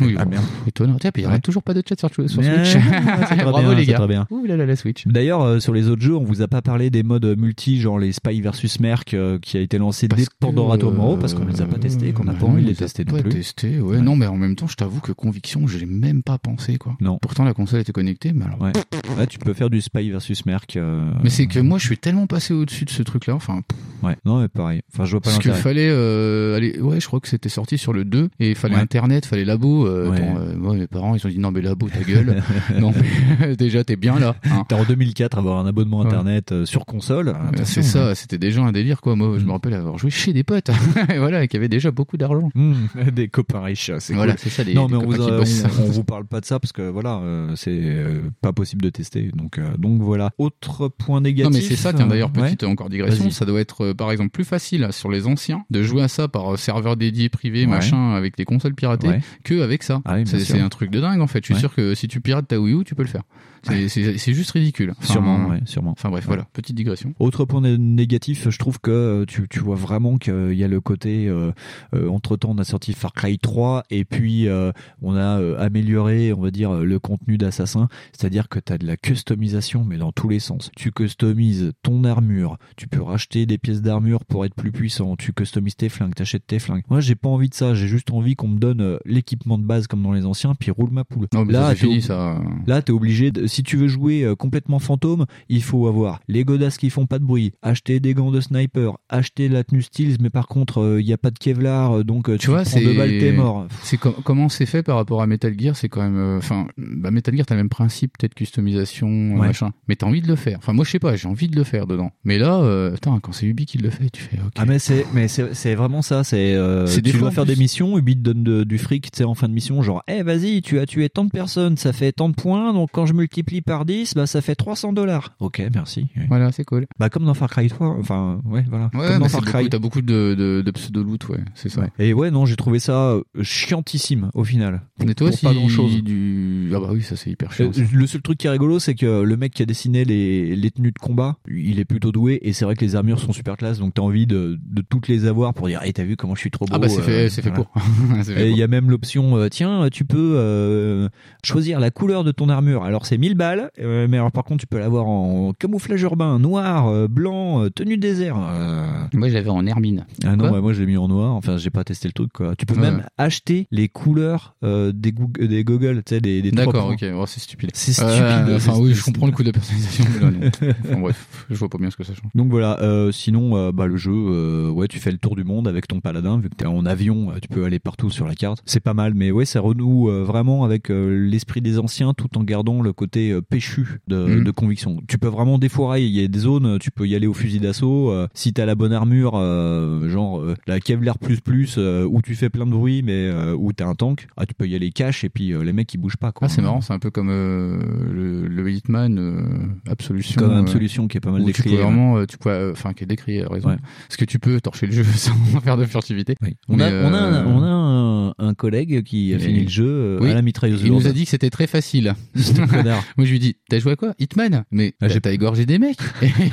Oui,
Ah,
bon,
merde.
étonnant. Tiens, puis il y aura
Ouais.
toujours pas de chat sur, sur
Ouais,
Switch.
c'est très
Bravo
bien,
les
c'est
gars.
très bien.
Ouh là là la Switch.
D'ailleurs euh, sur les autres jeux on vous a pas parlé des modes multi genre les Spy versus Merc euh, qui a été lancé dès Pandora
Tomorrow
Tomorrow parce qu'on les
euh,
a pas testés et
bah
qu'on a pas envie de les tester non
pas
plus.
testés, ouais.
Ouais.
Non, mais en même temps, je t'avoue que Conviction, je l'ai même pas pensé, quoi.
Non.
Pourtant, la console était connectée, mais alors.
Ouais. Ouais, tu peux faire du Spy versus Merc. euh,
Mais c'est que moi, je suis tellement passé au-dessus de ce truc-là. Enfin, pff,
Ouais. Non mais pareil. Enfin je vois pas
parce qu'il
l'intérêt.
fallait euh, aller. Ouais, je crois que c'était sorti sur le 2 et il fallait
Ouais.
Internet, fallait labo. Euh,
Ouais.
attends, euh, moi, mes parents, ils ont dit non, mais labo, ta gueule. non, mais déjà, t'es bien là. hein.
T'as en 2004 avoir un abonnement
Ouais.
internet euh, sur console.
Euh,
Attention, Mm.
C'est ça, c'était déjà un délire quoi. Moi, je me rappelle avoir joué chez des potes, et voilà, et qui avaient déjà beaucoup d'argent.
Mmh, des copains riches, euh, c'est
Voilà,
cool.
c'est ça. Les,
non,
les
mais on
copains
vous,
qui
euh,
bossent.
on- on vous parle pas de ça parce que voilà, euh, c'est euh, pas possible de tester. Donc, euh, donc voilà. Autre point négatif.
Non mais c'est ça tiens d'ailleurs
euh, ouais.
petite euh, encore digression
Vas-y.
ça doit être euh, par exemple plus facile sur les anciens de jouer à ça par euh, serveur dédié privé
Ouais.
machin avec les consoles piratées
Ouais.
que avec ça
Ah oui, bien
c'est
sûr.
c'est un truc de dingue en fait je suis
Ouais.
sûr que si tu pirates ta Wii U tu peux le faire c'est c'est- c'est juste ridicule Enfin,
Sûrement, ouais, sûrement.
enfin bref
Ouais.
voilà petite digression
Autre point né- négatif, je trouve que euh, tu, tu vois vraiment qu'il y a le côté euh, euh, entre temps on a sorti Far Cry 3 et puis euh, on a euh, amélioré on va dire euh, le contenu d'Assassin, c'est-à-dire que tu as de la customisation mais dans dans tous les sens. Tu customises ton armure, tu peux racheter des pièces d'armure pour être plus puissant, tu customises tes flingues, t'achètes tes flingues. Moi, j'ai pas envie de ça, j'ai juste envie qu'on me donne euh, l'équipement de base comme dans les anciens, puis roule ma poule.
Non, mais ça,
là,
c'est
t'es
fini,
ob-
ça.
Là, t'es obligé, de- si tu veux jouer euh, complètement fantôme, il faut avoir les godasses qui font pas de bruit, acheter des gants de sniper, acheter la tenue Steels, mais par contre, il y a pas de Kevlar, euh, donc euh, tu,
tu vois,
prends
c'est
deux balles, t'es mort.
C'est com- comment c'est fait par rapport à Metal Gear, c'est quand même, euh, enfin, bah, Metal Gear, t'as le même principe, peut-être customisation, euh,
Ouais.
machin. Mais t'as envie de le faire. Enfin, moi, je sais pas, j'ai envie de le faire dedans. Mais là, euh, putain, quand c'est Ubi qui le fait, tu fais, ok.
Ah mais c'est mais c'est c'est vraiment ça c'est euh,
C'est des
tu
fois,
dois
en
faire
plus.
des missions Ubi te donne de- du fric tu sais en fin de mission genre eh vas-y tu as tué tant de personnes ça fait tant de points donc quand je multiplie par 10 bah ça fait 300 dollars ok merci oui.
Voilà, c'est cool.
bah comme dans Far Cry 3 enfin ouais voilà
Ouais,
comme
mais
dans
c'est
Far
beaucoup,
Cry
t'as beaucoup de, de, de pseudo-loot, ouais, c'est ça.
Ouais. et ouais non j'ai trouvé ça euh, chiantissime au final
Mais toi
Pour
aussi,
pas grand-chose.
du... Ah bah oui, ça c'est hyper chiant.
Euh,
ça.
le seul truc qui est rigolo, c'est que le mec qui a dessiné les, les tenues de combat, il est plutôt doué et c'est vrai que les armures sont super classe, donc t'as envie de, de toutes les avoir pour dire, et t'as vu comment je suis trop beau.
Ah bah c'est fait,
euh,
c'est fait
voilà.
pour. C'est fait
Et il
pour.
y a même l'option, euh, tiens, tu peux euh, choisir la couleur de ton armure. Alors c'est 1000 balles, euh, mais alors par contre tu peux l'avoir en camouflage urbain, noir, euh, blanc, euh, tenue désert. Euh,
Moi je l'avais en hermine.
ah
Quoi Ah
non, bah, moi je l'ai mis en noir. Enfin, j'ai pas testé le truc quoi. Tu peux
Ouais.
même acheter les couleurs euh, des, Goog- euh, des Google, tu sais, des, des trois
D'accord,
points.
ok, oh, c'est stupide.
C'est stupide.
Euh, Enfin
C'est-
oui,
c'est-
je comprends le coup de la personnalisation, mais là non. Enfin, bref, je vois pas bien ce que ça change.
Donc voilà, euh, sinon, euh, bah, le jeu, euh, ouais, tu fais le tour du monde avec ton paladin, vu que t'es en avion, euh, tu peux aller partout sur la carte. C'est pas mal, mais ouais, ça renoue euh, vraiment avec euh, l'esprit des anciens tout en gardant le côté euh, péchu de,
Mhm.
de conviction. Tu peux vraiment défourailler, il y a des zones, tu peux y aller au fusil d'assaut. euh, si t'as la bonne armure, euh, genre euh, la Kevlar plus plus, euh, où tu fais plein de bruit, mais euh, où t'as un tank, ah, tu peux y aller cash et puis euh, les mecs ils bougent pas. Quoi.
Ah c'est marrant, c'est un peu comme euh, le, le Hitman euh, Absolution.
Comme
euh,
Absolution qui est pas mal
où tu peux
décrié.
vraiment, euh, tu peux, euh, enfin, qui est décrié, à raison.
Ouais.
Parce que tu peux torcher le jeu sans faire de furtivité.
Oui. On, a,
Mais,
on a,
euh,
un, on a un, un collègue qui a
Mais-
fini le jeu euh,
Oui.
à la mitrailleuse
Il nous a
lourde.
dit que c'était très facile.
C'était connard.
Moi je lui dis, t'as joué à quoi Hitman Mais
Ah,
j'ai
j'ai-
t'as égorgé des mecs,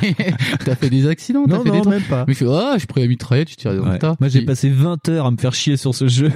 t'as fait des accidents, t'as
Non,
fait des
non,
trucs.
même pas.
Mais il fait, ah, je pris la mitraillette, je tirais dans le
Ouais.
tas.
Moi j'ai
Il-
passé 20 heures à me faire chier sur ce jeu.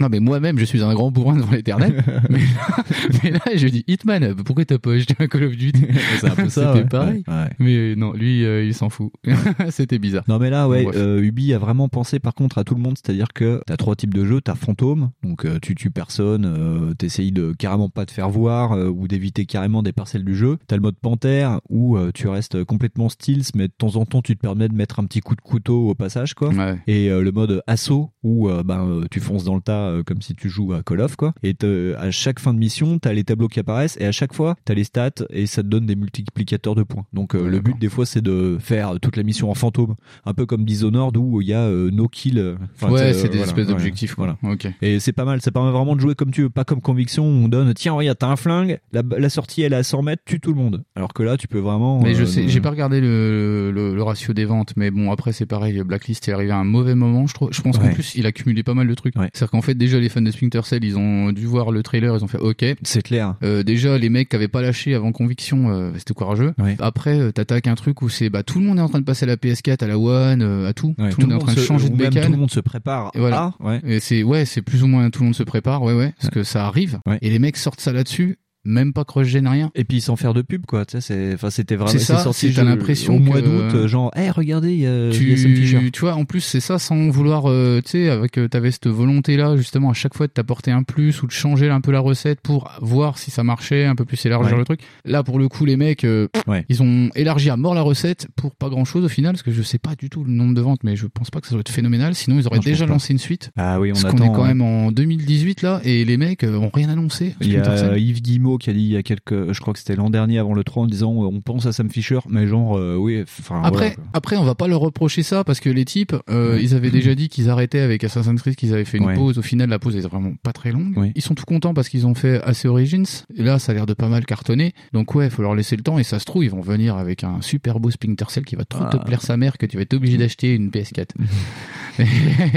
Non, mais moi-même, je suis un grand bourrin devant l'éternel. mais, là, mais là, je dis Hitman, pourquoi t'as pas acheté un Call of Duty
C'est un peu ça.
C'était
ouais.
pareil.
Ouais, ouais.
Mais euh, non, lui, euh, il s'en fout. C'était bizarre.
Non mais là ouais,
Bon, bref.
euh, Ubi a vraiment pensé par contre à tout le monde, c'est-à-dire que t'as trois types de jeux, t'as fantôme, donc euh, tu tues personne, euh, t'essayes de carrément pas te faire voir euh, ou d'éviter carrément des parcelles du jeu, t'as le mode panthère où euh, tu restes complètement stealth mais de temps en temps tu te permets de mettre un petit coup de couteau au passage quoi.
Ouais.
et euh, le mode assaut où euh, ben, euh, tu fonces dans le tas euh, comme si tu joues à Call of quoi et te- à chaque fin de mission t'as les tableaux qui apparaissent et à chaque fois t'as les stats et ça te donne des multiplicateurs de points donc euh,
Ouais,
le
d'accord.
but des fois c'est de faire toute la mission en fantôme un peu comme Dishonored où il y a euh, no kill euh, enfin,
ouais,
t'sais,
c'est
euh,
des
voilà,
espèces
ouais,
d'objectifs.
voilà
Voilà. Ok.
et c'est pas mal, ça permet vraiment de jouer comme tu veux, pas comme conviction où on donne tiens regarde t'as un flingue, la, la sortie elle est à 100 mètres, tue tout le monde. Alors que là tu peux vraiment...
Mais je
euh,
sais, j'ai pas regardé le, le, le ratio des ventes, mais bon, après, c'est pareil. Blacklist est arrivé à un mauvais moment, je trouve. Je pense qu'en
Ouais.
plus, il a cumulé pas mal de trucs.
Ouais.
C'est-à-dire qu'en fait, déjà, les fans de Splinter Cell, ils ont dû voir le trailer, ils ont fait OK.
C'est clair.
Euh, déjà, les mecs qui avaient pas lâché avant Conviction, euh, c'était courageux.
Ouais.
Après, euh, t'attaques un truc où c'est bah tout le monde est en train de passer à la PS4, à la One, euh, à tout.
Ouais,
tout, le monde est en train de
se-
changer
ou
de
même Tout le
bécane.
monde se prépare.
Et voilà.
à- ouais.
Et c'est ouais, c'est plus ou moins tout le monde se prépare, ouais ouais, parce que ça arrive.
Ouais.
Et les mecs sortent ça là-dessus, même pas cross-gen rien.
Et puis sans faire de pub, quoi. Tu sais, c'est, enfin, c'était vraiment.
C'est ça,
sorti,
c'est- t'as
je-
l'impression
au mois
que-
d'août, euh, genre, eh, regardez, il y a, il y
Tu,
a Sam Fisher.
tu vois, en plus c'est ça sans vouloir, euh, tu sais, avec euh, t'avais cette volonté là justement à chaque fois de t'apporter un plus ou de changer un peu la recette pour voir si ça marchait, un peu plus élargir
Ouais.
le truc. Là pour le coup les mecs, euh,
Ouais.
ils ont élargi à mort la recette pour pas grand chose au final parce que je sais pas du tout le nombre de ventes, mais je pense pas que ça doit être phénoménal. Sinon ils auraient
Non, je
déjà
pense pas.
lancé une suite.
Ah oui, on
Parce
attend.
qu'on est quand
hein.
même en 2018 là et les mecs euh, ont rien annoncé.
Il y a
Splinter Cell.
euh, Yves Guillemot qui a dit il y a quelques, je crois que c'était l'an dernier avant le 3 en disant euh, on pense à Sam Fisher, mais genre, euh, oui, enfin. voilà,
Après,
quoi.
après, on va pas leur reprocher ça parce que les types, euh,
Ouais.
ils avaient déjà dit qu'ils arrêtaient avec Assassin's Creed, qu'ils avaient fait une
Ouais.
pause. Au final, la pause est vraiment pas très longue.
Oui.
Ils sont tout contents parce qu'ils ont fait assez Origins. Et là, ça a l'air de pas mal cartonner. Donc ouais, faut leur laisser le temps. Et ça se trouve, ils vont venir avec un super beau Splinter Cell qui va trop
Ah. Mm.
te plaire sa mère que tu vas être obligé d'acheter une PS4.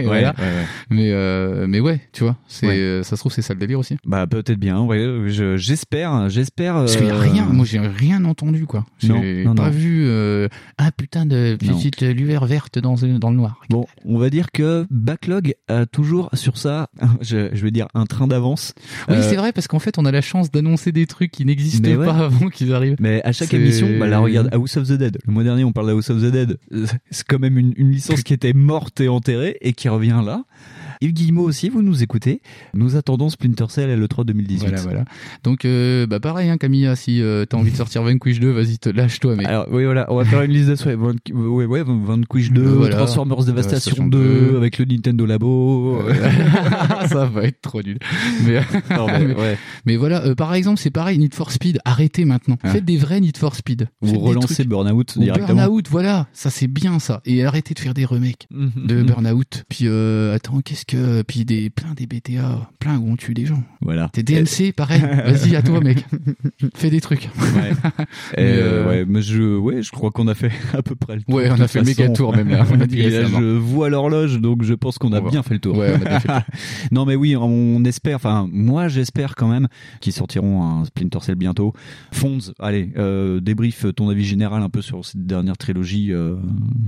Voilà.
Ouais, ouais, ouais.
Mais, euh, mais ouais, tu vois, c'est,
Ouais.
euh, ça se trouve, c'est ça le délire aussi.
Bah peut-être bien, ouais, je- j'espère, j'espère.
Parce qu'il y a
euh,
rien, moi j'ai rien entendu quoi.
Non,
J'ai
non,
pas
non.
vu euh, un putain de petite lueur verte dans, dans le noir.
Bon, on va dire que Backlog a toujours sur ça, je, je vais dire un train d'avance.
Oui,
Euh,
c'est vrai, parce qu'en fait, on a la chance d'annoncer des trucs qui n'existent
Mais ouais.
pas avant qu'ils arrivent.
Mais à chaque
C'est-
émission, bah là regarde House of the Dead. Le mois dernier, on parlait de House of the Dead. Euh, C'est quand même une, une licence qui était morte et enterrée et qui revient là. Yves Guillemot aussi, vous nous écoutez. Nous attendons Splinter Cell et le 3 2018.
Voilà, voilà. Donc, euh, bah pareil, hein, Camilla, si euh, t'as envie de sortir Vanquish 2, vas-y, te- lâche-toi, mec.
Alors oui voilà, on va faire une liste de souhaits. Van- Ouais ouais, Vanquish 2,
Euh, voilà.
Transformers Devastation
Devastation
2,
2,
avec le Nintendo Labo.
ça va être trop nul. Mais,
Non, mais, ouais.
mais voilà, euh, par exemple, c'est pareil, Need for Speed, arrêtez maintenant.
Ouais.
Faites des vrais Need for Speed. Faites
Vous
des
Ah. relancez
trucs-
Burnout
Ou
directement.
Burnout, voilà, ça c'est bien ça. Et arrêtez de faire des remakes
Mhm. Mm.
de Burnout. Puis euh, attends, qu'est-ce que. Puis des, plein des BTA, plein où on tue des gens.
Voilà.
T'es DMC, pareil, vas-y, à toi mec. Fais des trucs.
Ouais.
Mais,
Euh,
euh,
ouais, mais je, ouais, je crois qu'on a fait à peu près le tour.
Ouais,
de
on a
toute
fait le
façon.
méga tour, même, là. On a dit
Et là,
Ah, récemment.
je vois l'horloge, donc je pense qu'on a
On va-
bien fait le tour.
Ouais, on a bien fait le
non, mais oui, on espère, enfin, moi j'espère quand même qu'ils sortiront un Splinter Cell bientôt. Fonz, allez, euh, débrief ton avis général un peu sur cette dernière trilogie. euh,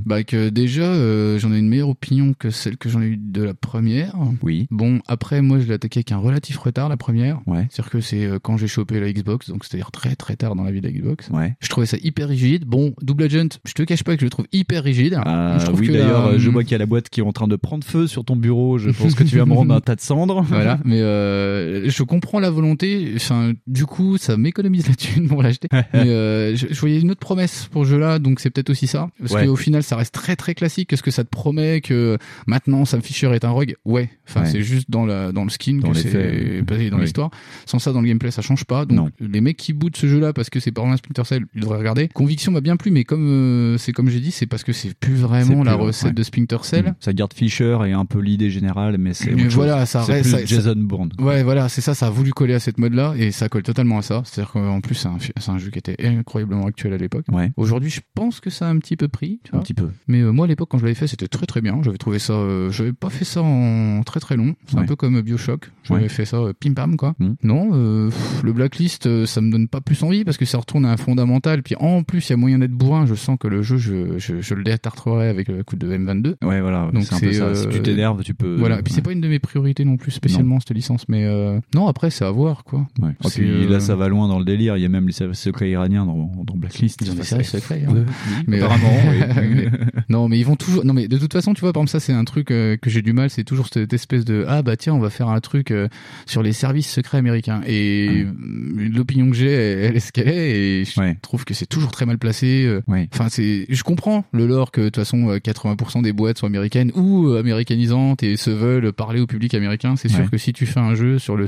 Bah que déjà, euh, j'en ai une meilleure opinion que celle que j'en ai eue de la première.
Oui.
Bon, après, moi, je l'ai attaqué avec un relatif retard, la première.
Ouais.
C'est-à-dire que c'est euh, quand j'ai chopé la Xbox, donc c'est-à-dire très très tard dans la vie de la Xbox.
Ouais.
Je trouvais ça hyper rigide. Bon, Double Agent, je te cache pas que je le trouve hyper rigide.
Ah,
je trouve
oui,
que euh,
d'ailleurs,
la-
je vois qu'il y a la boîte qui est en train de prendre feu sur ton bureau. Je pense que tu vas me rendre un tas de cendres.
Voilà, mais euh, je comprends la volonté. Enfin, du coup, ça m'économise la thune pour l'acheter. mais euh, je, je voyais une autre promesse pour ce jeu-là, donc c'est peut-être aussi ça. Parce
Ouais.
qu'au final, ça reste très très classique. Est-ce que ça te promet que maintenant Sam Fisher est un rogue Ouais. Enfin,
Ouais.
c'est juste dans la dans le skin
Dans
que
les
c'est
faits.
basé dans
Oui.
l'histoire. Sans ça, dans le gameplay, ça change pas. Donc
Non.
les mecs qui bootent ce jeu-là parce que c'est pas un Splinter Cell, ils devraient regarder. Conviction m'a bien plu, mais comme euh, c'est comme j'ai dit, c'est parce que c'est plus
C'est
vraiment
plus
la
vrai,
recette
ouais.
de Splinter Cell.
Hmm. Ça garde Fisher et un peu l'idée générale, mais c'est.
Mais
autre
voilà,
chose.
ça
C'est
reste-
plus
ça-
Jason Bourne.
Ouais, voilà, c'est ça, ça a voulu coller à cette mode-là, et ça colle totalement à ça. C'est-à-dire qu'en plus, c'est un, fi- c'est un jeu qui était incroyablement actuel à l'époque.
Ouais.
Aujourd'hui, je pense que ça a un petit peu pris, tu
Un
vois.
petit peu.
Mais euh, moi, à l'époque, quand je l'avais fait, c'était très très bien. J'avais trouvé ça, euh, j'avais pas fait ça en très très long. C'est
Ouais.
un peu comme Bioshock. J'avais
Ouais.
fait ça euh, pim pam, quoi.
Mm.
Non, euh, pff, le blacklist, euh, ça me donne pas plus envie parce que ça retourne à un fondamental. Puis en plus, il y a moyen d'être bourrin. Je sens que le jeu, je, je, je le détartrerai avec le coup de M22.
Ouais, voilà.
Donc
C'est un peu
c'est,
ça.
euh,
Si tu t'énerves, tu peux.
Voilà, et puis c'est
Ouais.
pas une de mes priorités non plus spécialement cette licence, mais euh, non, après c'est à voir quoi.
Ouais. Et
c'est,
puis
euh,
là, ça va loin dans le délire. Il y a même les secrets iraniens dans, dans Blacklist.
Ils ont des
Enfin,
séries
c'est-
secrets, hein.
Ouais.
Mais, euh,
Apparemment, oui.
mais- non, mais ils vont toujours. Non, mais de toute façon, tu vois, par exemple, ça, c'est un truc euh, que j'ai du mal. C'est toujours cette espèce de ah bah tiens, on va faire un truc euh, sur les services secrets américains. Et euh, l'opinion que j'ai, elle, elle est ce qu'elle est. Et je
Ouais.
trouve que c'est toujours très mal placé. euh.
Ouais.
Enfin, c'est. Je comprends le lore que de toute façon, euh, 80% des boîtes sont américaines ou euh, américanisantes et se veulent parler au public américain. C'est sûr
Ouais.
que si tu fais un jeu sur le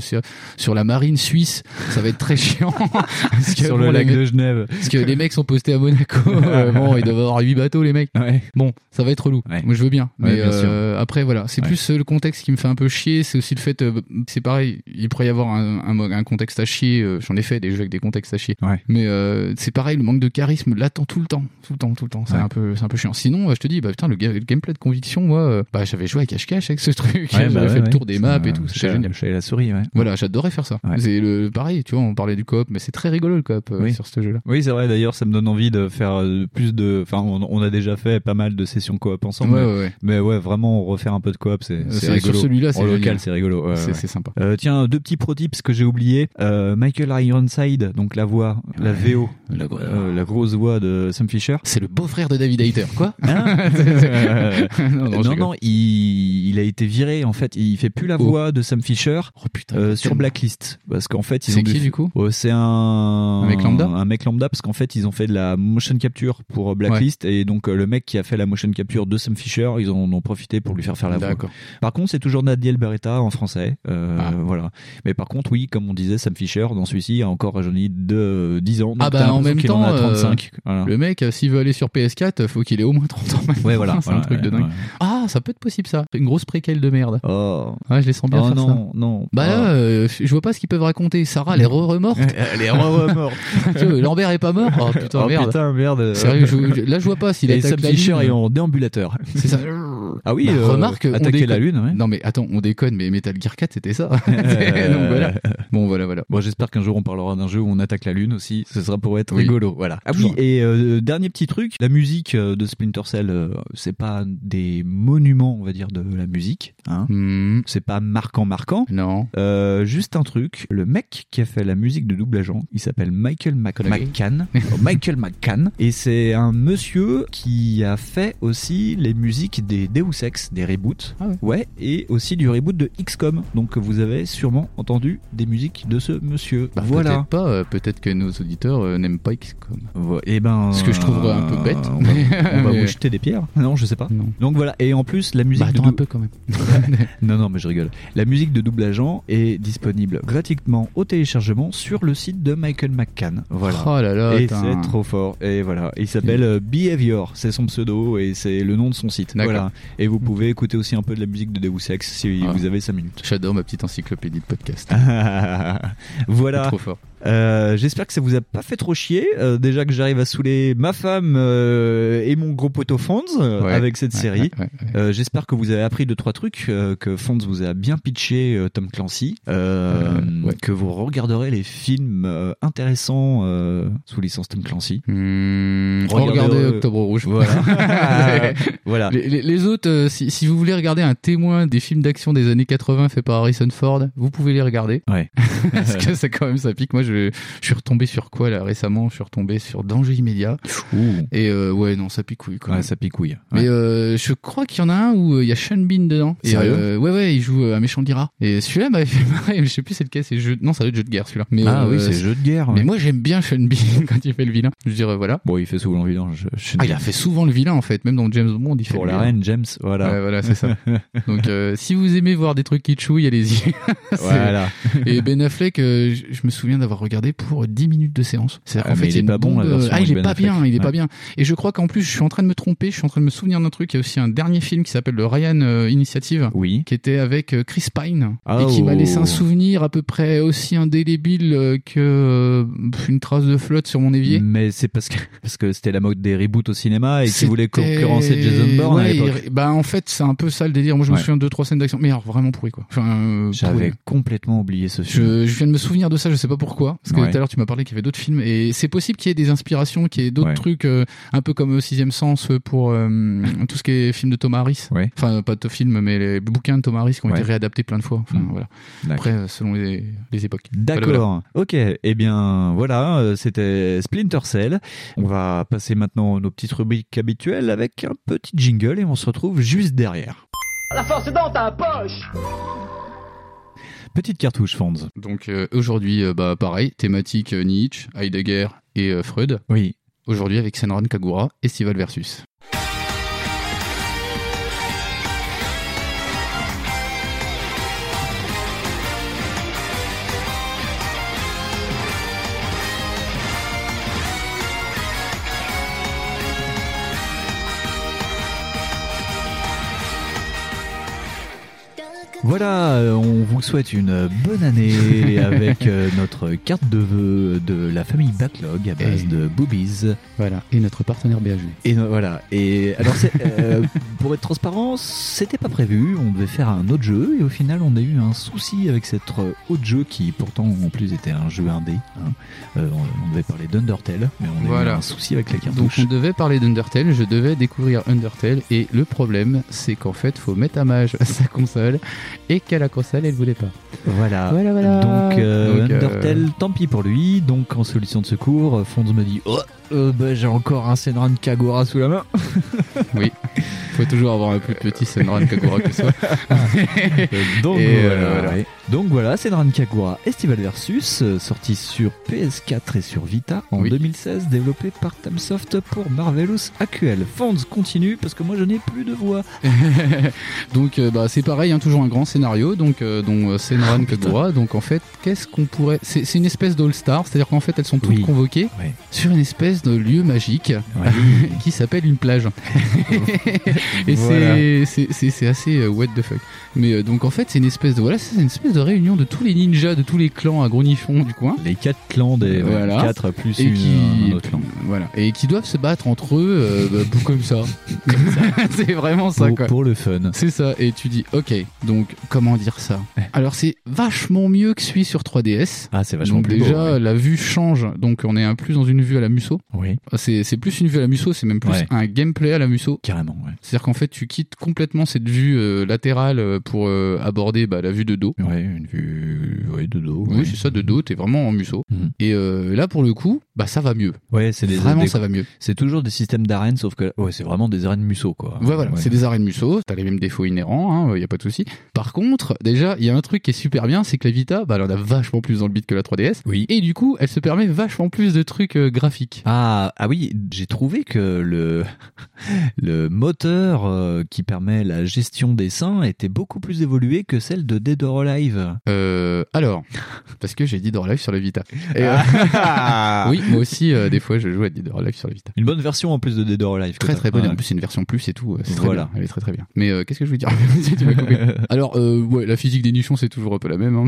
sur la marine suisse, ça va être très chiant. Parce que,
Sur
bon,
le
la
lac de Genève.
parce que les mecs sont postés à Monaco. Euh, bon, ils doivent avoir 8 bateaux, les mecs.
Ouais.
Bon, ça va être relou.
Ouais.
Moi, je veux bien. Mais
Ouais, bien
euh, après, voilà. C'est
Ouais.
plus euh, le contexte qui me fait un peu chier. C'est aussi le fait. euh, c'est pareil, il pourrait y avoir un, un- un contexte à chier. euh, J'en ai fait des jeux avec des contextes à chier.
Ouais.
Mais euh, c'est pareil, le manque de charisme l'attend tout le temps. Tout le temps, tout le temps. C'est
Ouais.
un peu c'est un peu chiant. Sinon, euh, je te dis, bah putain, le, ga- le gameplay de conviction, moi, euh, bah, j'avais joué à cache-cache avec ce truc.
Ouais,
j'avais
bah
fait
ouais,
le tour des
ouais.
maps
Ça,
et tout.
chez
C'était
la-
génial.
Chez la souris, ouais.
Voilà, j'adorais faire ça.
Ouais.
C'est le pareil, tu vois, on parlait du coop, mais c'est très rigolo le coop euh,
Oui.
sur ce jeu-là.
Oui, c'est vrai. D'ailleurs, ça me donne envie de faire euh, plus de. Enfin, on, on a déjà fait pas mal de sessions coop ensemble.
ouais, ouais, ouais.
Mais ouais, vraiment refaire un peu de coop, c'est c'est
C'est-
rigolo.
Sur celui-là,
En
c'est
local,
génial.
c'est rigolo. ouais,
C'est
ouais.
c'est sympa.
Euh, tiens, deux petits pro tips que j'ai oubliés. Euh, Michael Ironside, donc la voix, la VO,
la voix.
euh, la grosse voix de Sam Fisher.
C'est le beau-frère de David Hayter, quoi
Euh,
Hein Non,
non,
je
non,
rigole.
il, il a été viré en fait. Il fait plus la
Oh.
voix de Sam Fisher
Oh putain.
euh,
mais
sur
tellement.
Blacklist parce qu'en fait ils ont
C'est
dû-
qui du coup
Oh, c'est un... un
mec lambda
un mec lambda parce qu'en fait ils ont fait de la motion capture pour euh, Blacklist et donc euh, le mec qui a fait la motion capture de Sam Fisher ils en ont profité pour lui faire faire la voix
D'accord.
par contre, c'est toujours Nadiel Beretta en français. euh,
Ah.
Voilà. Mais par contre, oui, comme on disait, Sam Fisher dans celui-ci a encore rajeuni de euh, 10 ans. Donc
Ah bah,
t'as
en même
l'impression qu'il en a
temps,
35. Voilà.
Le mec, euh, s'il veut aller sur PS4, euh, faut qu'il ait au moins 30 ans maintenant.
Ouais, voilà.
C'est un
Voilà,
truc de
ouais,
dingue.
ouais.
Ah, ça peut être possible ça. Une grosse préquelle de merde.
Oh.
Ouais, je les sens bien
Oh
faire ça.
non, non.
Bah là, euh, je vois pas ce qu'ils peuvent raconter. Sarah, elle est re-remorte.
elle est remords.
Tu vois, Lambert est pas mort. Oh putain, euh.
oh
merde.
putain, merde.
Sérieux, je- je- là je vois pas s'il
Et
attaque
Sam
la
Fisher
ligne.
est en déambulateur.
C'est ça.
Ah oui,
Bah,
euh,
remarque, on
attaquer
déconne.
la Lune, ouais.
Non mais attends, on déconne, mais Metal Gear 4 c'était ça.
Euh,
Donc voilà. Bon voilà voilà.
Bon, j'espère qu'un jour on parlera d'un jeu où on attaque la Lune aussi. Ce sera pour être
Oui.
rigolo, voilà. Ah oui,
Toujours.
et euh, dernier petit truc, la musique euh, de Splinter Cell, euh, c'est pas des monuments, on va dire, de la musique. Hein.
Hmm,
C'est pas marquant, marquant.
non.
Euh, juste un truc, le mec qui a fait la musique de Double Agent, il s'appelle Michael Mc-
Connery.
McCann. Oh, Michael McCann. Et c'est un monsieur qui a fait aussi les musiques des Deus Ex, des reboots.
Ah ouais.
et aussi du reboot de XCOM. Donc vous avez sûrement entendu des musiques de ce monsieur.
Bah,
voilà.
Peut-être pas. euh, peut-être que nos auditeurs euh, n'aiment pas XCOM.
Et ben.
Ce que je trouverais un peu bête.
On va, on va
Mais-
vous jeter des pierres. Non, je sais pas.
Non.
Donc voilà. Et en plus, la Ah. musique
Bah,
de
attends
Dou-
un peu quand même.
Non, non, mais je rigole. La musique de Double Agent est disponible gratuitement au téléchargement sur le site de Michael McCann. Voilà.
Oh là là.
et
attends.
c'est trop fort. Et voilà. Il s'appelle euh, Behavior. C'est son pseudo et c'est le nom de son site.
D'accord.
Voilà. Et vous pouvez écouter aussi un peu de la musique de Deus Ex si
Ah.
vous avez 5 minutes.
J'adore ma petite encyclopédie de podcast.
Ah, voilà.
Trop fort.
Euh, J'espère que ça vous a pas fait trop chier. Euh, déjà que j'arrive à saouler ma femme euh, et mon gros poteau Fonz euh,
Ouais.
avec cette
Ouais,
série.
ouais, ouais.
Euh, J'espère que vous avez appris deux trois trucs, euh, que Fonz vous a bien pitché euh, Tom Clancy, euh,
Euh, ouais.
que vous regarderez les films euh, intéressants euh, sous licence Tom Clancy.
Hmm,
Regardez,
regardez
euh,
Octobre Rouge.
Voilà. Ah. voilà.
Les, les- les autres, euh, si, si vous voulez regarder un témoin des films d'action des années 80 fait par Harrison Ford, vous pouvez les regarder.
Ouais.
Parce que ça, quand même, ça pique. Moi, je, je suis retombé sur quoi, là, récemment Je suis retombé sur Danger immédiat.
Ouh.
Et euh, ouais, non, ça picouille, quand
Ouais,
même.
ça picouille.
Mais
Ouais.
euh, je crois qu'il y en a un où euh, il y a Sean Bean dedans. Et,
Sérieux
euh, Ouais, ouais, il joue euh, un méchant d'Ira. Et celui-là m'avait fait marrer, mais je sais plus c'est lequel, c'est jeu... Non, ça doit être jeu de guerre, celui-là. Mais,
ah
euh,
oui, c'est jeu de guerre. ouais.
Mais moi, j'aime bien Sean Bean quand il fait le vilain. Je dirais, voilà.
Bon, il fait souvent le vidange. Je, je-
Ah, il a fait souvent le vilain, en fait. Même dans James Bond, il fait
pour
le
la
vilain.
reine James. Voilà.
Ouais, voilà, c'est ça. Donc, euh, si vous aimez voir des trucs qui chouillent, allez-y. C'est-
voilà.
Et Ben Affleck, euh, je je me souviens d'avoir regardé pour 10 minutes de séance. C'est-à-dire
Ah,
qu'en
mais
fait,
il
y a
est
une
pas bon, la
bombe,
version
Ah,
avec
il est
Ben
pas
Affleck.
bien, il est
Ouais.
pas bien. Et je crois qu'en plus, je suis en train de me tromper, je suis en train de me souvenir d'un truc. Il y a aussi un dernier film qui s'appelle le Ryan euh, Initiative
Oui.
qui était avec euh, Chris Pine
Ah,
et qui m'a
oh.
laissé un souvenir à peu près aussi indélébile euh, que euh, pff, une trace de flotte sur mon évier.
Mais c'est parce que parce que c'était la mode des reboots au cinéma Ah, et qu'ils
C'était-
voulaient concurrencer Jason Bourne à
Ouais,
l'époque.
il- Bah en fait c'est un peu ça le délire. Moi je me
Ouais.
souviens de deux trois scènes d'action, mais alors vraiment pourri quoi. Enfin, euh, pourri.
J'avais complètement oublié ce film.
Je, je viens de me souvenir de ça, je sais pas pourquoi, parce que
Ouais.
tout à l'heure tu m'as parlé qu'il y avait d'autres films et c'est possible qu'il y ait des inspirations, qu'il y ait d'autres
Ouais.
trucs, euh, un peu comme euh, Sixième Sens euh, pour euh, tout ce qui est film de Thomas Harris.
Ouais.
Enfin pas de film, mais les bouquins de Thomas Harris qui ont
Ouais.
été réadaptés plein de fois. Enfin
Mm.
voilà.
D'accord.
Après euh, selon les, les époques.
D'accord.
Voilà, voilà.
Ok. Eh bien, voilà. euh, C'était Splinter Cell. On va passer maintenant à nos petites rubriques habituelles avec un petit jingle et on se retrouve juste derrière.
La force est dans ta poche
Petite cartouche, Fonz.
Donc euh, aujourd'hui euh, bah pareil, thématique euh, Nietzsche, Heidegger et euh, Freud.
Oui.
Aujourd'hui avec Senran Kagura, Estival versus.
Voilà. euh, On vous souhaite une bonne année avec euh, notre carte de vœux de la famille Backlog à base
Et-
de boobies.
Voilà. Et notre partenaire BHV.
Et no- voilà. Et alors, c'est, euh, pour être transparent, c'était pas prévu. On devait faire un autre jeu et au final, on a eu un souci avec cet euh, autre jeu qui, pourtant, en plus, était un jeu indé. hein. Euh, on, on devait parler d'Undertale, mais on a
Voilà.
eu un souci avec la
Donc
cartouche.
on devait parler d'Undertale, je devais découvrir Undertale et le problème c'est qu'en fait faut mettre à mage sa console et qu'à la console elle voulait pas.
Voilà.
Voilà, voilà.
Donc, euh,
Donc, euh,
Undertale, tant pis pour lui. Donc, en solution de secours, Fonz me dit Oh, euh, bah, j'ai encore un Senran Kagura sous la main.
Faut toujours avoir un plus petit Senran Kagura que soi.
Donc
Et, euh,
voilà.
voilà.
Ouais. Donc voilà, c'est Dran Kagura Estival Versus, euh, sorti sur PS4 et sur Vita en
Oui.
2016, développé par Tamsoft pour Marvelous AQL. Fonds continue parce que moi je n'ai plus de voix.
donc euh, bah, c'est pareil, hein, toujours un grand scénario, donc euh, dont euh, Senran Kagura. Donc en fait, qu'est-ce qu'on pourrait C'est c'est une espèce d'all-star, c'est-à-dire qu'en fait elles sont toutes
Oui.
convoquées
Ouais.
sur une espèce de lieu magique qui s'appelle une plage. Et
Voilà.
c'est- c'est- c'est c'est assez euh, what the fuck. Mais euh, donc en fait c'est une espèce de voilà c'est une espèce de réunion de tous les ninjas de tous les clans à Gronifon du coin.
Les quatre clans des
Voilà.
quatre plus
Et
une-
qui-
un autre clan.
Voilà. Et qui doivent se battre entre eux euh, bah, pour- comme ça. Comme ça. c'est vraiment ça
Pour-
quoi.
pour le fun.
C'est ça. Et tu dis ok. Donc comment dire ça
Eh.
Alors c'est vachement mieux que celui sur 3DS.
Ah, c'est vachement
Donc
plus beau,
déjà
ouais.
la vue change. Donc on est un plus dans une vue à la Musso.
Oui.
C'est c'est plus une vue à la Musso. C'est même plus
Ouais.
un gameplay à la Musso.
Carrément, ouais.
C'est-à-dire qu'en fait, tu quittes complètement cette vue euh, latérale euh, pour euh, aborder bah, la vue de dos.
Ouais, une vue ouais, de dos.
Oui, c'est ça, de dos, t'es vraiment en museau. Et euh, là, pour le coup, bah ça va mieux.
Ouais, c'est des-
Vraiment,
des-
ça va mieux.
C'est toujours des systèmes d'arènes, sauf que ouais, c'est vraiment des arènes musso, quoi.
Ouais, voilà, c'est des arènes musso, t'as les mêmes défauts inhérents, il y a pas de souci. Par contre, déjà, il y a un truc qui est super bien, c'est que la Vita, bah, elle en a vachement plus dans le beat que la 3DS.
Oui.
Et du coup, elle se permet vachement plus de trucs euh, graphiques.
Ah, ah oui, j'ai trouvé que le, le moteur euh, qui permet la gestion des seins était beaucoup plus évolué que celle de Dead or Alive.
Euh, alors, parce que j'ai dit Live sur la Vita. Et, euh,
Ah.
oui, moi aussi, euh, des fois, je joue à Dead or Alive sur la Vita.
Une bonne version en plus de Dead or Alive. Ah,
Très très bonne.
Ouais.
En plus, c'est une version plus et tout. euh, C'est très
Voilà.
bien. Elle est très très bien. Mais euh, qu'est-ce que je veux dire Tu m'as coupé. Alors, euh, ouais, la physique des nichons, c'est toujours un peu la même. hein.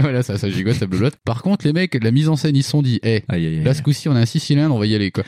voilà, ça, ça gigote, ça blablote. Par contre, les mecs, la mise en scène, ils se sont dit, eh,
Aïe, aïe, aïe.
là ce coup-ci, on a un 6 cylindres, on va y aller quoi.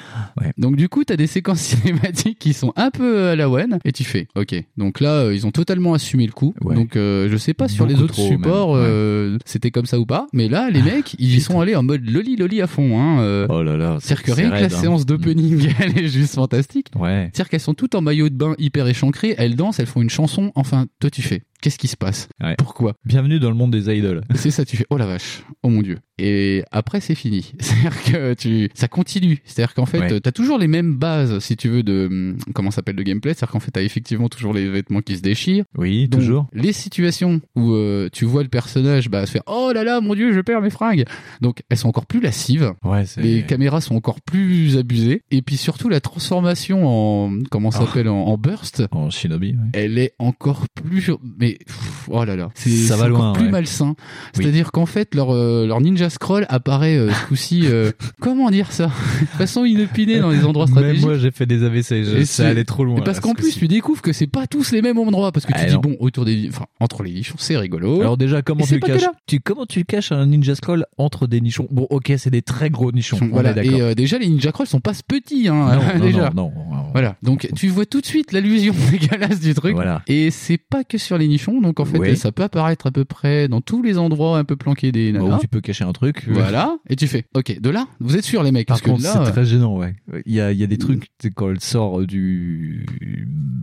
Donc du coup, t'as des séquences cinématiques qui sont un peu euh, à la one et tu fais, ok. Donc là, euh, ils ont totalement assumé le coup. Donc euh, je sais pas sur les
Beaucoup
autres
trop,
supports,
même. Ouais. Ah,
euh, c'était comme ça ou pas. Mais là, les mecs, ils y sont allés en mode loli loli à fond. Hein, euh.
Oh là là.
C'est-à-dire que rien que
raide,
la
hein.
séance d'opening, elle est juste fantastique.
Ouais.
C'est-à-dire qu'elles sont toutes en maillot de bain hyper échancré, elles dansent, elles font une chanson, enfin, toi tu fais. Qu'est-ce qui se passe
Ouais.
Pourquoi
Bienvenue dans le monde des idoles.
C'est ça, tu fais, oh la vache, oh mon dieu. Et après, c'est fini. C'est-à-dire que tu, ça continue. C'est-à-dire qu'en fait,
Ouais.
euh, t'as toujours les mêmes bases, si tu veux, de, hum, comment ça s'appelle, de gameplay. C'est-à-dire qu'en fait, t'as effectivement toujours les vêtements qui se déchirent.
Oui,
Donc,
toujours.
Les situations où euh, tu vois le personnage bah, se faire Oh là là, mon dieu, je perds mes fringues. Donc elles sont encore plus lascives.
Ouais, c'est-
les caméras sont encore plus abusées. Et puis surtout, la transformation en. Comment ça
Ah.
s'appelle en, en burst.
En shinobi, ouais.
Elle est encore plus. Mais. pff, oh là là. C'est
Ça
c'est
va
encore
loin,
plus
ouais.
malsain.
Oui.
C'est-à-dire qu'en fait, leur, euh, leur ninja scroll apparaît euh, ce coup-ci. euh, comment dire ça De façon inopinée dans les endroits
Même
stratégiques.
moi, j'ai fait des AVC. je-
Et
ça
c'est-
allait trop loin.
Et parce
là,
qu'en
ce
plus,
coup-ci.
tu découvres que c'est pas tous les mêmes endroits. Parce que tu
Ah,
dis,
non.
bon, autour des, enfin, entre les nichons, c'est rigolo.
Alors déjà, comment
Et c'est
tu
pas que
caches
là.
tu, Comment tu caches un ninja scroll entre des nichons Bon, ok, c'est des très gros nichons. on est
voilà.
d'accord.
Et euh, déjà, les ninja crawls sont pas ce petits, hein.
non, non,
déjà.
non, non, non.
Voilà. Donc, tu vois tout de suite l'allusion dégueulasse du truc.
Voilà.
Et c'est pas que sur les nichons. Donc, en fait,
Oui.
ça peut apparaître à peu près dans tous les endroits un peu planqués des
Bah,
nanas.
où tu peux cacher un truc.
Voilà. Et tu fais, ok, de là, vous êtes sûr, les mecs.
Par
parce que
contre,
là,
c'est
euh,
très gênant, ouais. Il y a, il y a des trucs, c'est quand elle sort euh, du,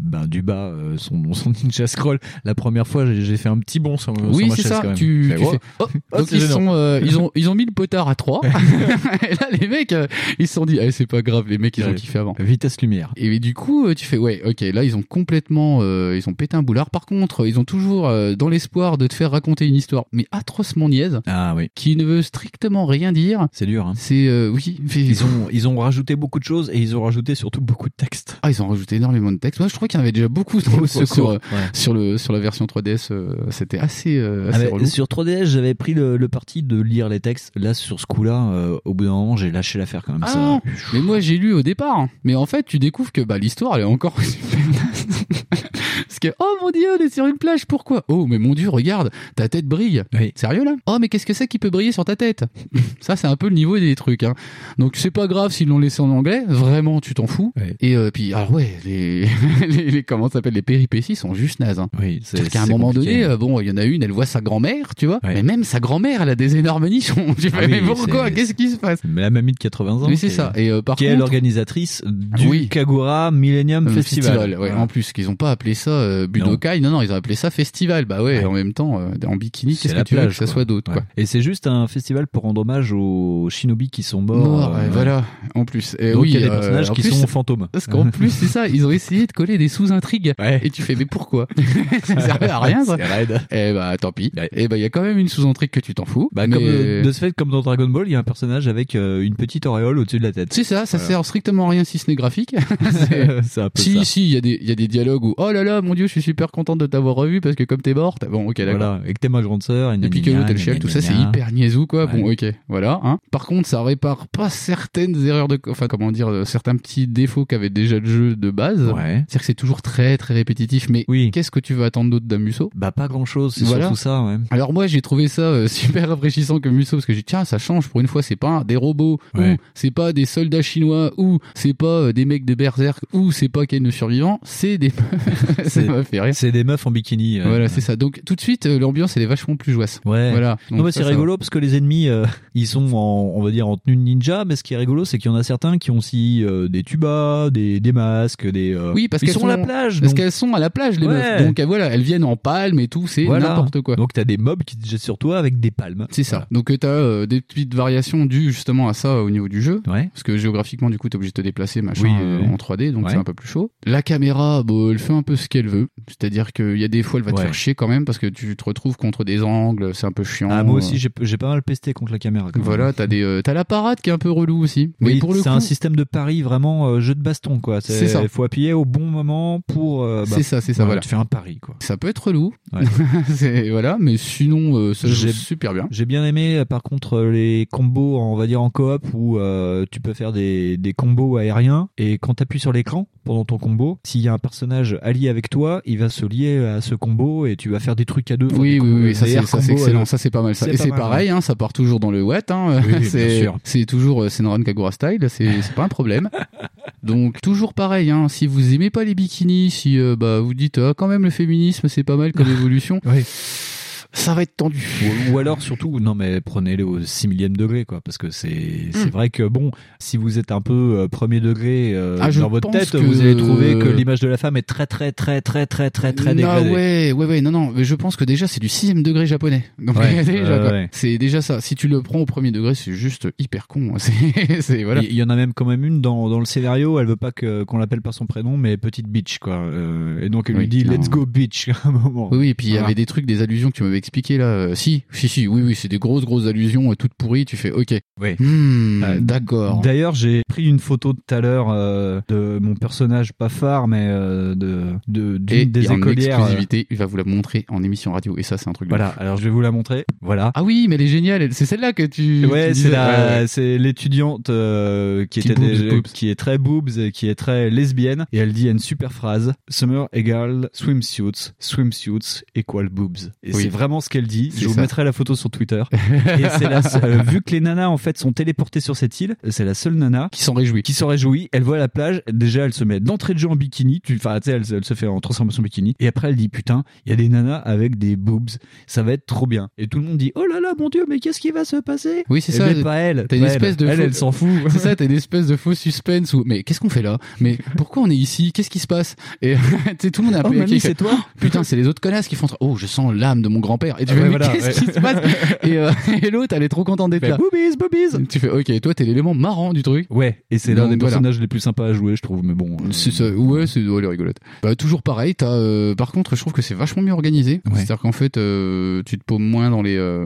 ben, du bas, euh, son, son ninja scroll, la première fois, j'ai j'ai fait un petit bond sur, sur
euh, Oui,
ma
c'est
chaise
ça.
quand même.
Tu,
J'ai fait,
tu
wow.
fais, oh,
Oh,
donc
c'est
ils,
gênant.
sont, euh, ils, ont, ils ont mis le potard à 3. et là, les mecs, euh, ils se sont dit, ah, c'est pas grave, les mecs, ils ont
Ouais.
kiffé avant.
oh, Vitesse lumière.
Et du coup, euh, tu fais, ouais, ok, là, ils ont complètement. euh, ils ont pété un boulard. Par contre, ils ont toujours euh, dans l'espoir de te faire raconter une histoire, mais atrocement niaise,
Ah oui.
qui ne veut strictement rien dire.
C'est dur, hein.
C'est. euh, oui, mais-
Ils ont, ils ont rajouté beaucoup de choses et ils ont rajouté surtout beaucoup de textes.
Ah, ils ont rajouté énormément de textes. Moi, je trouvais qu'il y en avait déjà beaucoup dans le- sur,
secours,
euh,
ouais.
sur le, sur la version 3DS. euh, C'était assez, euh,
Ah
assez
bah,
relou.
sur 3DS, j'avais pris le, le parti de lire les textes. Là, sur ce coup-là, euh, au bout d'un moment, j'ai lâché l'affaire quand même.
Ah
ça-
non, mais moi j'ai lu au départ. hein. Mais en fait, tu découvres que bah, l'histoire elle est encore super naze. Parce que oh mon dieu, on est sur une plage, pourquoi Oh mais mon dieu, regarde, ta tête brille.
Oui.
Sérieux là Oh mais qu'est-ce que c'est qui peut briller sur ta tête Ça c'est un peu le niveau des trucs. hein. Donc c'est pas grave s'ils l'ont laissé en anglais, vraiment tu t'en fous.
Ouais.
Et euh, puis ah ouais, les, les, les- comment ça s'appelle les péripéties sont juste nazes. hein.
Oui, c'est
C'est-à-dire qu'à un
c'est
moment
compliqué.
donné, euh, bon, il y en a une, elle voit sa grand-mère, tu vois.
Ouais.
Mais même sa grand-mère, elle a des énormes nichons. Tu
Ah
fais,
oui,
mais pourquoi
c'est-
Qu'est-ce qui se passe
Mais la mamie de 80 ans.
Mais euh, c'est
qui-
ça. Et euh, par
Qui est
contre,
l'organisatrice du
Oui.
Kagura Millennium
Euh,
Festival.
ouais.
Voilà.
En plus, qu'ils ont pas appelé ça euh, Budokai, non. non, ils ont appelé ça festival. Bah ouais,
Ouais.
en même temps, euh, en bikini,
C'est
qu'est-ce que
la
tu veux que
plage,
ça
quoi.
soit d'autre,
Ouais.
quoi.
Et c'est juste un festival pour rendre hommage aux shinobi qui sont morts.
Mort,
euh,
ouais, voilà. En plus, et
Donc
oui,
il y a des
euh,
personnages
en
qui
plus,
sont fantômes.
Parce qu'en plus, c'est ça, ils ont essayé de coller des sous-intrigues.
Ouais.
Et tu fais, mais pourquoi Ça servait à rien, ça.
C'est raide.
Eh bah, tant pis.
Ouais.
Eh bah, il y a quand même une sous-intrigue que tu t'en fous.
Bah,
mais-
comme, euh, de ce fait, comme dans Dragon Ball, il y a un personnage avec euh, une petite auréole au-dessus de la tête.
C'est ça, ça
Voilà.
sert strictement à rien si ce n'est graphique. C'est-
c'est un peu
Si,
ça.
si, il y, a des- il y a des dialogues où oh là là, mon mon dieu, je suis super contente de t'avoir revu parce que comme t'es morte, bon, ok, d'accord.
Voilà, et que t'es ma grande sœur.
Et puis que t'es le chef, tout ça, c'est hyper niaisou, quoi. Bon, ok, voilà. hein. Par contre, ça répare pas certaines erreurs de. Enfin, comment dire, euh, certains petits défauts qu'avait déjà le jeu de base.
Ouais.
C'est-à-dire que c'est toujours très, très répétitif, mais
Oui.
qu'est-ce que tu veux attendre d'autre d'un Musso
Bah, pas grand chose, c'est
Voilà.
surtout ça, ouais.
alors moi j'ai trouvé ça euh, super rafraîchissant comme Musso parce que j'ai dit tiens ça change pour une fois c'est pas des robots
Ouais.
ou c'est pas des soldats chinois ou c'est pas euh, des mecs de Berserk ou c'est pas Ken le survivant c'est des ça
C'est-
m'a fait rire
C'est des meufs en bikini. euh.
voilà c'est ça donc tout de suite euh, l'ambiance elle est vachement plus joyeuse
Ouais.
voilà Donc,
non mais
ça,
c'est
ça-
rigolo parce que les ennemis euh, ils sont en on va dire en tenue de ninja mais ce qui est rigolo c'est qu'il y en a certains qui ont aussi euh, des tubas, des, des masques, des euh,
Oui, parce
ils
qu'elles
sont, à la
sont-
plage
parce
donc,
qu'elles sont à la plage les
Ouais.
meufs donc euh, voilà elles viennent en palme et tout c'est
Voilà.
n'importe quoi
donc t'as des mobs qui te jettent sur toi avec des palmes.
c'est ça donc euh, t'as euh, des petites variations dues justement à ça euh, au niveau du jeu
Ouais.
Parce que géographiquement, du coup, t'es obligé de te déplacer, machin,
Oui, oui,
euh,
oui.
en 3D, donc
Ouais.
c'est un peu plus chaud. La caméra, bon, elle fait un peu ce qu'elle veut. C'est-à-dire qu'il y a des fois, elle va te
Ouais.
faire chier quand même, parce que tu te retrouves contre des angles, c'est un peu chiant.
Ah, moi
Euh,
aussi j'ai j'ai pas mal pesté contre la caméra. quand même.
Voilà, t'as des, euh, t'as la parade qui est un peu relou aussi.
Oui,
Mais pour le
c'est
coup,
un système de pari vraiment euh, jeu de baston quoi.
C'est ça.
Il faut appuyer au bon moment pour. euh, bah,
c'est ça, c'est ça,
ouais,
voilà.
Tu fais un pari quoi.
Ça peut être relou,
Ouais.
c'est voilà, mais sinon, euh, ça joue
J'ai-
super bien.
J'ai bien aimé euh, par contre euh, les combos en- on va dire en coop où euh, tu peux faire des, des combos aériens et quand tu appuies sur l'écran pendant ton combo, s'il y a un personnage allié avec toi, il va se lier à ce combo et tu vas faire des trucs à deux. enfin,
Oui,
des
oui,
combos-
oui, ça
des
c'est
air euh,
ça, c'est
combos à
excellent,
deux.
ça c'est pas mal ça.
C'est
Et
pas
c'est
mal,
pareil, hein, ça part toujours dans le watt, hein.
Oui, bien
c'est
sûr.
c'est toujours euh, Senran Kagura style, c'est c'est pas un problème. Donc toujours pareil, hein, si vous aimez pas les bikinis, si euh, bah, vous dites ah, quand même le féminisme c'est pas mal comme évolution,
Oui.
ça va être tendu.
Ou, ou alors surtout, non mais prenez-le au 6 millième degré quoi, parce que c'est c'est vrai que bon, si vous êtes un peu euh, premier degré euh,
Ah, je
dans votre
pense
tête,
que-
vous allez trouver que l'image de la femme est très très très très très très très
ah
dégradée.
ouais, ouais, ouais, non, non, mais je pense que déjà c'est du sixième degré japonais. Donc
Ouais,
déjà,
ouais,
quoi.
ouais.
c'est déjà ça. Si tu le prends au premier degré, c'est juste hyper con. hein. C'est c'est- voilà.
Il il y en a même quand même une dans, dans le scénario, elle veut pas que- qu'on l'appelle par son prénom, mais petite bitch, quoi. Euh, et donc elle
Oui,
lui dit
non.
let's go bitch à un moment.
Oui, oui, et puis il y
Voilà.
avait des trucs, des allusions que tu m'avais expliqué là. euh, si, si, si, oui, oui, c'est des grosses, grosses allusions euh, toutes pourries. Tu fais, ok.
Oui.
Hmm,
Euh,
D'accord.
D'ailleurs, j'ai pris une photo de tout à l'heure euh, de mon personnage, pas phare, mais euh, de, de, d'une
Et,
des
et en
écolières. euh,
exclusivité, il va vous la montrer en émission radio. Et ça, c'est un truc. de
voilà,
ouf.
alors je vais vous la montrer. Voilà.
Ah oui, mais elle est géniale. elle- C'est celle-là que tu.
Ouais, c'est
tu disais.
la,
Ouais, ouais.
c'est l'étudiante euh, qui,
Qui
était
boobs,
déjà-
boobs.
qui est très boobs, et qui est très lesbienne, et elle dit une super phrase Summer égale swimsuits, swimsuits equal boobs. Et
Oui.
c'est vraiment ce qu'elle dit.
C'est
Je vous
ça.
mettrai la photo sur Twitter. et c'est la seule- euh, vu que les nanas en fait sont téléportées sur cette île, c'est la seule nana
Qui s'en réjouit.
qui s'en réjouit. Elle voit la plage. Déjà, elle se met d'entrée de jeu en bikini. Tu, enfin, tu sais, elle, elle se fait en transformation bikini. Et après, elle dit putain, il y a des nanas avec des boobs. Ça va être trop bien. Et tout le monde dit oh là là, mon dieu, mais qu'est-ce qui va se passer
Oui, c'est
Eh
ça.
ben, pas elle.
T'as une
pas elle.
espèce de
Elle,
faux-
elle s'en fout.
C'est ça, t'as une espèce de faux suspense où, mais qu'est-ce qu'on fait là Mais pourquoi on est ici Qu'est-ce qui se passe Et tu sais, tout le monde a un
Oh
peu
mamie,
qui
c'est
fait,
toi
Putain, c'est les autres connasses qui font. Oh, je sens l'âme de mon grand-père. Et
Ah
tu fais,
ouais,
mais
voilà,
qu'est-ce
ouais.
qui se passe Et, euh, et l'autre, elle est trop contente d'être
Fait,
là.
Boobies, boobies.
Tu fais, ok, toi, t'es l'élément marrant du truc.
Ouais, et c'est
Non,
l'un des
voilà.
personnages les plus sympas à jouer, je trouve. Mais bon. euh,
C'est ça, ouais, c'est ouais, elle est rigolote. Bah, toujours pareil, t'as, euh, par contre, je trouve que c'est vachement mieux organisé.
Ouais.
C'est-à-dire qu'en fait, euh, tu te paumes moins dans les, euh,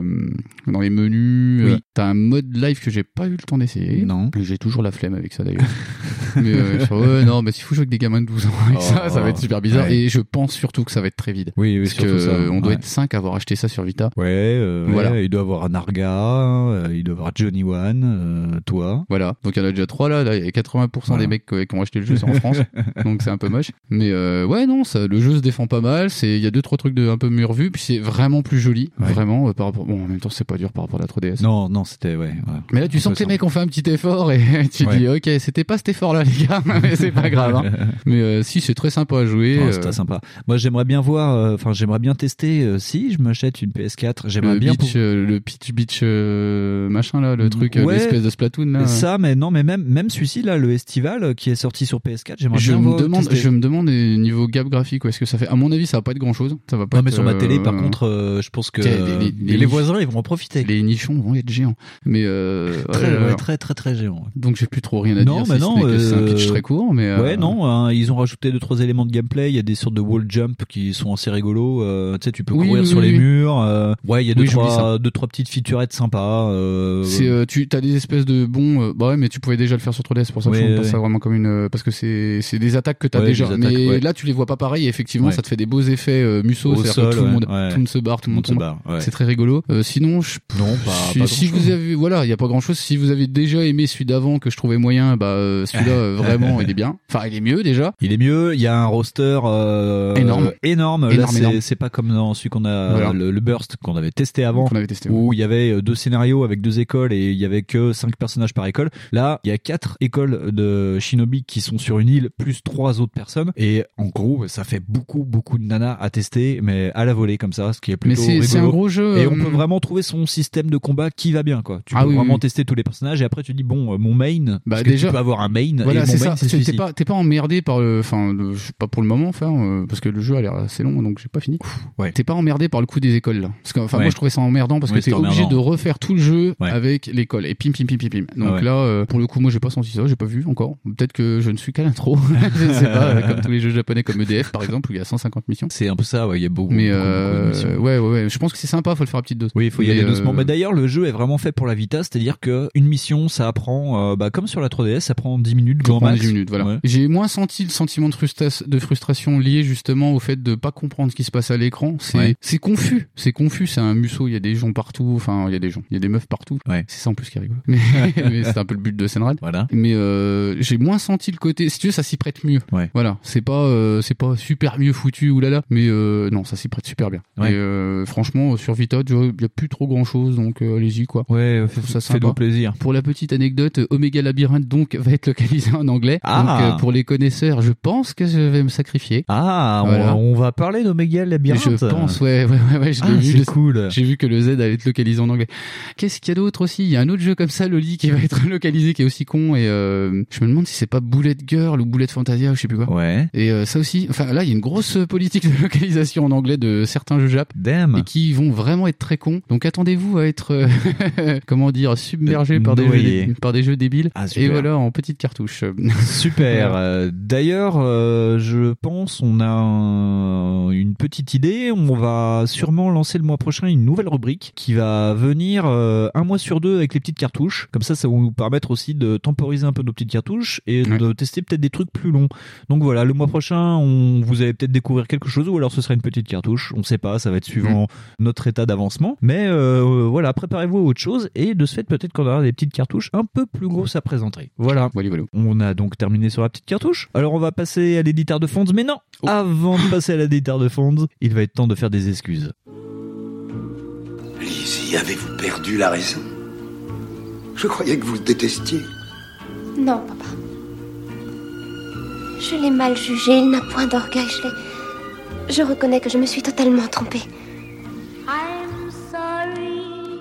dans les menus.
Oui.
Euh, T'as un mode live que j'ai pas eu le temps d'essayer.
Non.
Puis J'ai toujours la flemme avec ça d'ailleurs. mais euh, sur- ouais, non, mais s'il faut jouer avec des gamins de 12 ans avec
Oh.
ça, ça va être super bizarre.
Ouais.
Et je pense surtout que ça va être très vide.
Oui, oui,
Parce
surtout
que
ça.
euh, on doit
Ouais.
être 5 à avoir acheté ça sur Vita.
Ouais, euh,
Voilà.
ouais, il doit avoir un Narga, euh, il doit avoir Johnny One, euh, toi.
Voilà, donc il y en a déjà trois là, là il y a 80%
Voilà.
des mecs qui qui ont acheté le jeu c'est en France, donc c'est un peu moche. Mais euh, ouais non, ça, le jeu se défend pas mal, c'est il y a deux trois trucs de un peu mieux revus, puis c'est vraiment plus joli,
Ouais.
vraiment euh, par rapport. Bon en même temps c'est pas dur par rapport à la 3DS.
Non, non, c'était ouais. ouais.
Mais là tu
On
sens
peut
que les
s'en-
mecs ont fait un petit effort et tu
Ouais.
dis ok c'était pas cet effort là les gars, mais c'est pas grave. hein. Mais euh, si c'est très sympa à jouer.
Ouais,
euh,
c'était sympa. Moi, j'aimerais bien voir, euh, enfin, j'aimerais bien tester euh, si je m'achète une PS4. J'aimerais
le
bien.
beach, euh, le pitch beach euh, machin là, le truc, euh,
Ouais.
l'espèce de Splatoon là.
pour- Ça, mais non, mais même, même celui-ci, là, le estival euh, qui est sorti sur PS4, j'aimerais
Je
bien
me
voir
demande,
tester.
je me demande euh, niveau gap graphique, où est-ce que ça fait À mon avis, ça va pas être grand-chose. Ça va pas.
Non, mais
être,
sur ma télé,
euh,
par contre, euh, je pense que
Tiens, les-
euh,
les- les-
voisins, ils vont en profiter.
les euh, nichons vont être géants. Mais euh,
Très,
ouais,
ouais,
alors.
très, très, très géants.
donc j'ai plus trop rien à
non,
dire.
mais
si ce
non,
n'est que
euh,
c'est un pitch très court, mais euh,
Ouais, non, hein, ils ont rajouté deux trois éléments de gameplay. Il y a des sortes de wall jump qui sont assez rigolos. euh, tu sais, tu peux
Oui,
courir
oui,
sur
oui,
les
oui.
murs. euh, ouais, il y a deux,
Oui, j'oublie
trois, deux trois petites featurettes sympas. euh,
C'est euh, tu as des espèces de bons euh, bah ouais mais tu pouvais déjà le faire sur 3DS c'est pour ça que
Ouais,
je trouve
ouais.
ça vraiment comme une euh, parce que c'est c'est des attaques que t'as
Ouais,
déjà
des attaques,
mais
ouais.
là tu les vois pas pareil et effectivement
Ouais.
ça te fait des beaux effets euh, musso
Au
c'est-à-dire que
sol,
tout le
ouais,
monde
ouais.
tout le monde se barre tout le monde
se
tombe
barre, ouais.
euh, c'est très rigolo Euh, sinon je
Non, pas-
si,
pas
si
grand-chose.
vous avez voilà il y a pas grand chose si vous avez déjà aimé celui d'avant que je trouvais moyen bah euh, celui-là euh, vraiment il est bien enfin il est mieux déjà
Il est mieux, il y a un roster euh,
Énorme.
énorme. Là,
Énorme,
c'est-
énorme.
c'est pas comme dans celui qu'on a
Voilà.
le, le burst qu'on avait testé avant,
Qu'on avait testé,
où il y avait euh, deux scénarios avec deux écoles et il y avait que cinq personnages par école. Là, il y a quatre écoles de shinobi qui sont sur une île plus trois autres personnes et en gros, ça fait beaucoup beaucoup de nanas à tester, mais à la volée comme ça, ce qui est
mais
plutôt
c'est c'est un
rigolo.
gros jeu
Et
euh,
on peut vraiment trouver son système de combat qui va bien, quoi. Tu
Ah
peux
oui,
vraiment
oui.
tester tous les personnages et après tu dis bon, euh, mon main,
Bah,
parce que
déjà-
tu peux avoir un main et
Voilà,
mon
c'est
main
ça.
c'est
T'es t'es
celui-ci.
pas, t'es pas emmerdé par le, enfin, le- je sais pas pour le moment, enfin, euh, parce que le jeu a l'air assez long, donc j'ai pas fini.
ouais.
T'es pas emmerdé par le coup des écoles là. Parce que, enfin,
Ouais.
moi je trouvais ça emmerdant parce
Oui,
que t'es
c'était
obligé de
emmerdant.
refaire tout le jeu
Ouais.
avec l'école et pim pim pim pim pim. Donc
Ah ouais.
là, euh, pour le coup, moi j'ai pas senti ça, j'ai pas vu encore. Peut-être que je ne suis qu'à l'intro. je sais pas, euh, comme tous les jeux japonais comme EDF par exemple où il y a 150 missions.
C'est un peu ça, ouais, il y a beaucoup.
Mais
beaucoup, beaucoup
euh,
d'émissions.
ouais, ouais, ouais, je pense que c'est sympa, faut le faire à petite dose.
Oui, il faut y
Mais,
aller
euh,
doucement. Bah, Mais d'ailleurs, le jeu est vraiment fait pour la Vita, c'est-à-dire que une mission, ça prend, euh, bah, comme sur la 3DS, ça prend 10 minutes,
Ça
grand
prend
max.
10 minutes, voilà.
Ouais.
J'ai moins senti le sentiment de, frustra- de frustration lié justement au fait de pas comprendre ce qui se passe à l'écran. C'est
Ouais.
c'est confus, c'est confus, c'est un musso, il y a des gens partout, enfin il y a des gens, il y a des meufs partout.
Ouais.
C'est ça en plus qui est rigolo. Mais, mais c'est un peu le but de Senrad.
Voilà.
Mais euh, j'ai moins senti le côté, si tu veux, ça s'y prête mieux.
Ouais.
Voilà, c'est pas euh, c'est pas super mieux foutu oulala, mais euh, non, ça s'y prête super bien.
Ouais.
Et euh, franchement sur Vita, tu vois, il y a plus trop grand-chose donc euh, allez-y quoi.
Ouais,
trouve ça
fais-
sympa.
fais-nous plaisir.
Pour la petite anecdote, Omega Labyrinth donc va être localisé en anglais.
Ah.
Donc euh, pour les connaisseurs, je pense que je vais me sacrifier.
Ah, on-
Voilà.
on, va parler d'Omega Labyrinthe.
Je pense, ouais, ouais, ouais, ouais, je l'ai
Ah,
vu.
c'est
le-
cool.
J'ai vu que le Z allait être localisé en anglais. Qu'est-ce qu'il y a d'autre aussi Il y a un autre jeu comme ça, Loli, qui va être localisé, qui est aussi con. Et euh, je me demande si c'est pas Bullet Girl ou Bullet Fantasia ou je sais plus quoi.
Ouais.
Et euh, ça aussi, enfin là, il y a une grosse euh, politique de localisation en anglais de certains jeux Jap
Damn.
et qui vont vraiment être très cons. Donc attendez-vous à être euh, comment dire submergé par des
Euh, Noyé.
jeux par des jeux débiles
Ah, super.
et voilà en petites cartouches.
Super. Euh, D'ailleurs, euh, je pense on a un- une petite idée. On va sûrement lancer le mois prochain une nouvelle rubrique qui va venir euh, un mois sur deux avec les petites cartouches. Comme ça, ça va nous permettre aussi de temporiser un peu nos petites cartouches et
Ouais.
de tester peut-être des trucs plus longs. Donc voilà, le mois prochain, on, vous allez peut-être découvrir quelque chose ou alors ce sera une petite cartouche. On ne sait pas. Ça va être suivant notre état d'avancement. Mais euh, voilà, préparez-vous à autre chose et de ce fait, peut-être qu'on aura des petites cartouches un peu plus grosses à présenter. Voilà.
Voilà, voilà.
On a donc terminé sur la petite cartouche. Alors on va passer à l'éditeur de Fonds, mais non
Oh.
Avant de passer à l'éditeur de Fonds, il va être temps de faire des excuses.
Lizzie, avez-vous perdu la raison Je croyais que vous le détestiez.
Non, papa. Je l'ai mal jugé, il n'a point d'orgueil, je l'ai... Je reconnais que je me suis totalement trompée.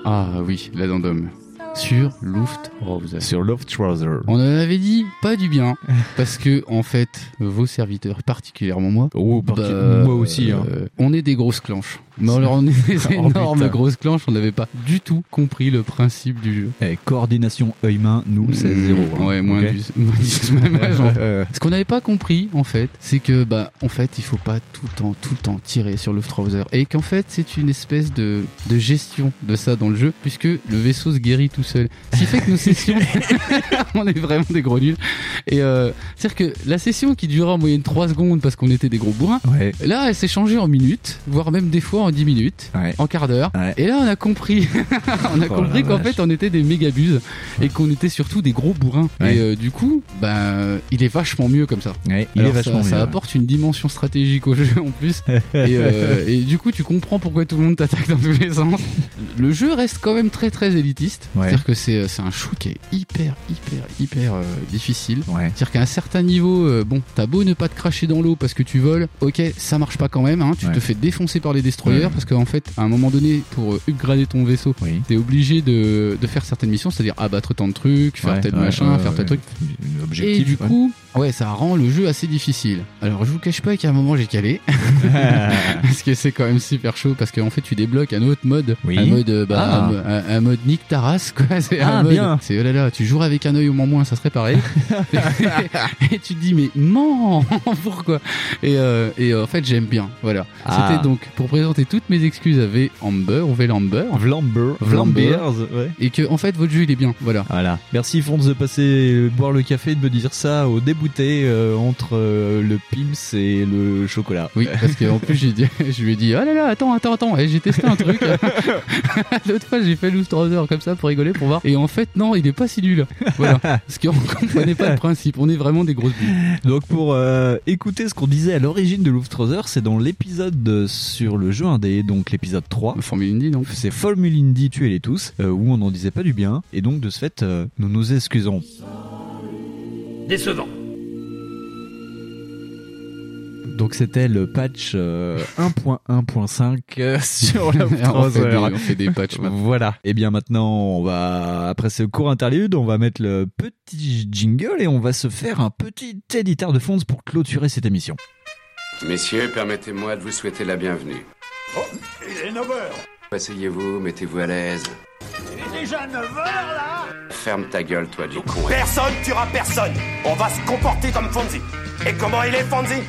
Ah oui, la dandome sur Luft Rose.
Sur Love Trouser.
On en avait dit pas du bien parce que en fait vos serviteurs, particulièrement moi,
Oh, par-
bah,
moi aussi. hein.
euh, on est des grosses clanches. Mais alors on est des
Oh,
énormes
putain.
grosses clanches. On n'avait pas du tout compris le principe du jeu.
Eh, coordination œil-main, nous, c'est zéro. hein.
Mm, Ouais, moins
Ok.
10, moins 10, même âge, en fait.
Euh,
Ce qu'on n'avait pas compris, en fait, c'est que, bah, en fait, il faut pas tout le temps, tout le temps tirer sur le Trouser. Et qu'en fait, c'est une espèce de, de gestion de ça dans le jeu, puisque le vaisseau se guérit tout seul. Ce qui fait que nos sessions, on est vraiment des gros nuls. Et, euh, c'est-à-dire que la session qui durait en moyenne 3 secondes parce qu'on était des gros bourrins,
ouais.
là, elle s'est changée en minutes, voire même des fois en 10 minutes.
Ouais.
En quart d'heure.
Ouais.
Et là, on a compris. on a
Oh
compris
la
qu'en
vache.
fait, on était des méga buses et qu'on était surtout des gros bourrins.
Ouais.
Et euh, du coup, ben, il est vachement mieux comme ça.
Ouais, il
Alors,
est vachement
ça, ça
mieux, ouais.
apporte une dimension stratégique au jeu en plus. et, euh, et du coup, tu comprends pourquoi tout le monde t'attaque dans tous les sens. Le jeu reste quand même très très élitiste.
Ouais.
C'est-à-dire que c'est c'est un shoot qui est hyper hyper hyper euh, difficile.
Ouais.
C'est-à-dire qu'à un certain niveau, euh, bon, t'as beau ne pas te cracher dans l'eau parce que tu voles, ok, ça marche pas quand même, hein, tu
Ouais.
te fais défoncer par les destroyers
Ouais.
parce qu'en fait, à un moment donné, pour euh, upgrader ton vaisseau,
Oui.
t'es obligé de, de faire certaines missions, c'est-à-dire abattre tant de trucs, faire
Ouais,
tel
ouais,
machin,
ouais,
faire tel
ouais.
truc.
Objectif.
Et du
ouais.
coup, Ouais, ça rend le jeu assez difficile. Alors, je vous cache pas qu'à un moment, j'ai calé. parce que c'est quand même super chaud. Parce qu'en fait, tu débloques un autre mode.
Oui.
Un mode, euh, bah,
Ah.
un mo- un, un mode Nick Taras, quoi. C'est
Ah,
un mode.
bien.
C'est oh là là, tu joueras avec un œil au moins moins, ça serait pareil. et tu te dis, mais non, pourquoi et, euh, et, euh, en fait, j'aime bien. Voilà.
Ah.
C'était donc pour présenter toutes mes excuses à V Amber ou V Lamber.
Vlamber. Vlambeers, ouais.
Et que, en fait, votre jeu, il est bien. Voilà.
Voilà. Merci Fonz de passer euh, boire le café et de me dire ça au débouté euh, entre euh, le Pims et le chocolat.
Oui, parce qu'en plus, j'ai dit- je lui ai dit, oh là là, attends, attends, attends, Eh, j'ai testé un truc. L'autre fois, j'ai fait Loose heures comme ça pour rigoler, pour voir. Et en fait, non, il est pas si nul. Voilà. Parce qu'on comprenait pas le principe. On est vraiment des grosses bulles.
Donc pour euh, écouter ce qu'on disait à l'origine de Louvre Trousers, c'est dans l'épisode euh, sur le jeu indé, donc l'épisode 3.
Formule Indie, donc.
C'est Formule Indie, tuez-les tous, euh, où on n'en disait pas du bien. Et donc de ce fait, euh, nous nous excusons.
Décevant.
Donc c'était le patch euh, 1.1.5 euh, sur la
on, fait des,
Trousers.
on fait des patchs maintenant.
Voilà. Et bien maintenant, on va après ce court interlude, on va mettre le petit jingle et on va se faire un petit éditeur de fonds pour clôturer cette émission.
Messieurs, permettez-moi de vous souhaiter la bienvenue.
Oh, Il est 9h.
Asseyez-vous, mettez-vous à l'aise.
Il est déjà 9h là
Ferme ta gueule, toi, du con.
Personne tuera personne. On va se comporter comme Fonzie. Et comment il est, Fonzie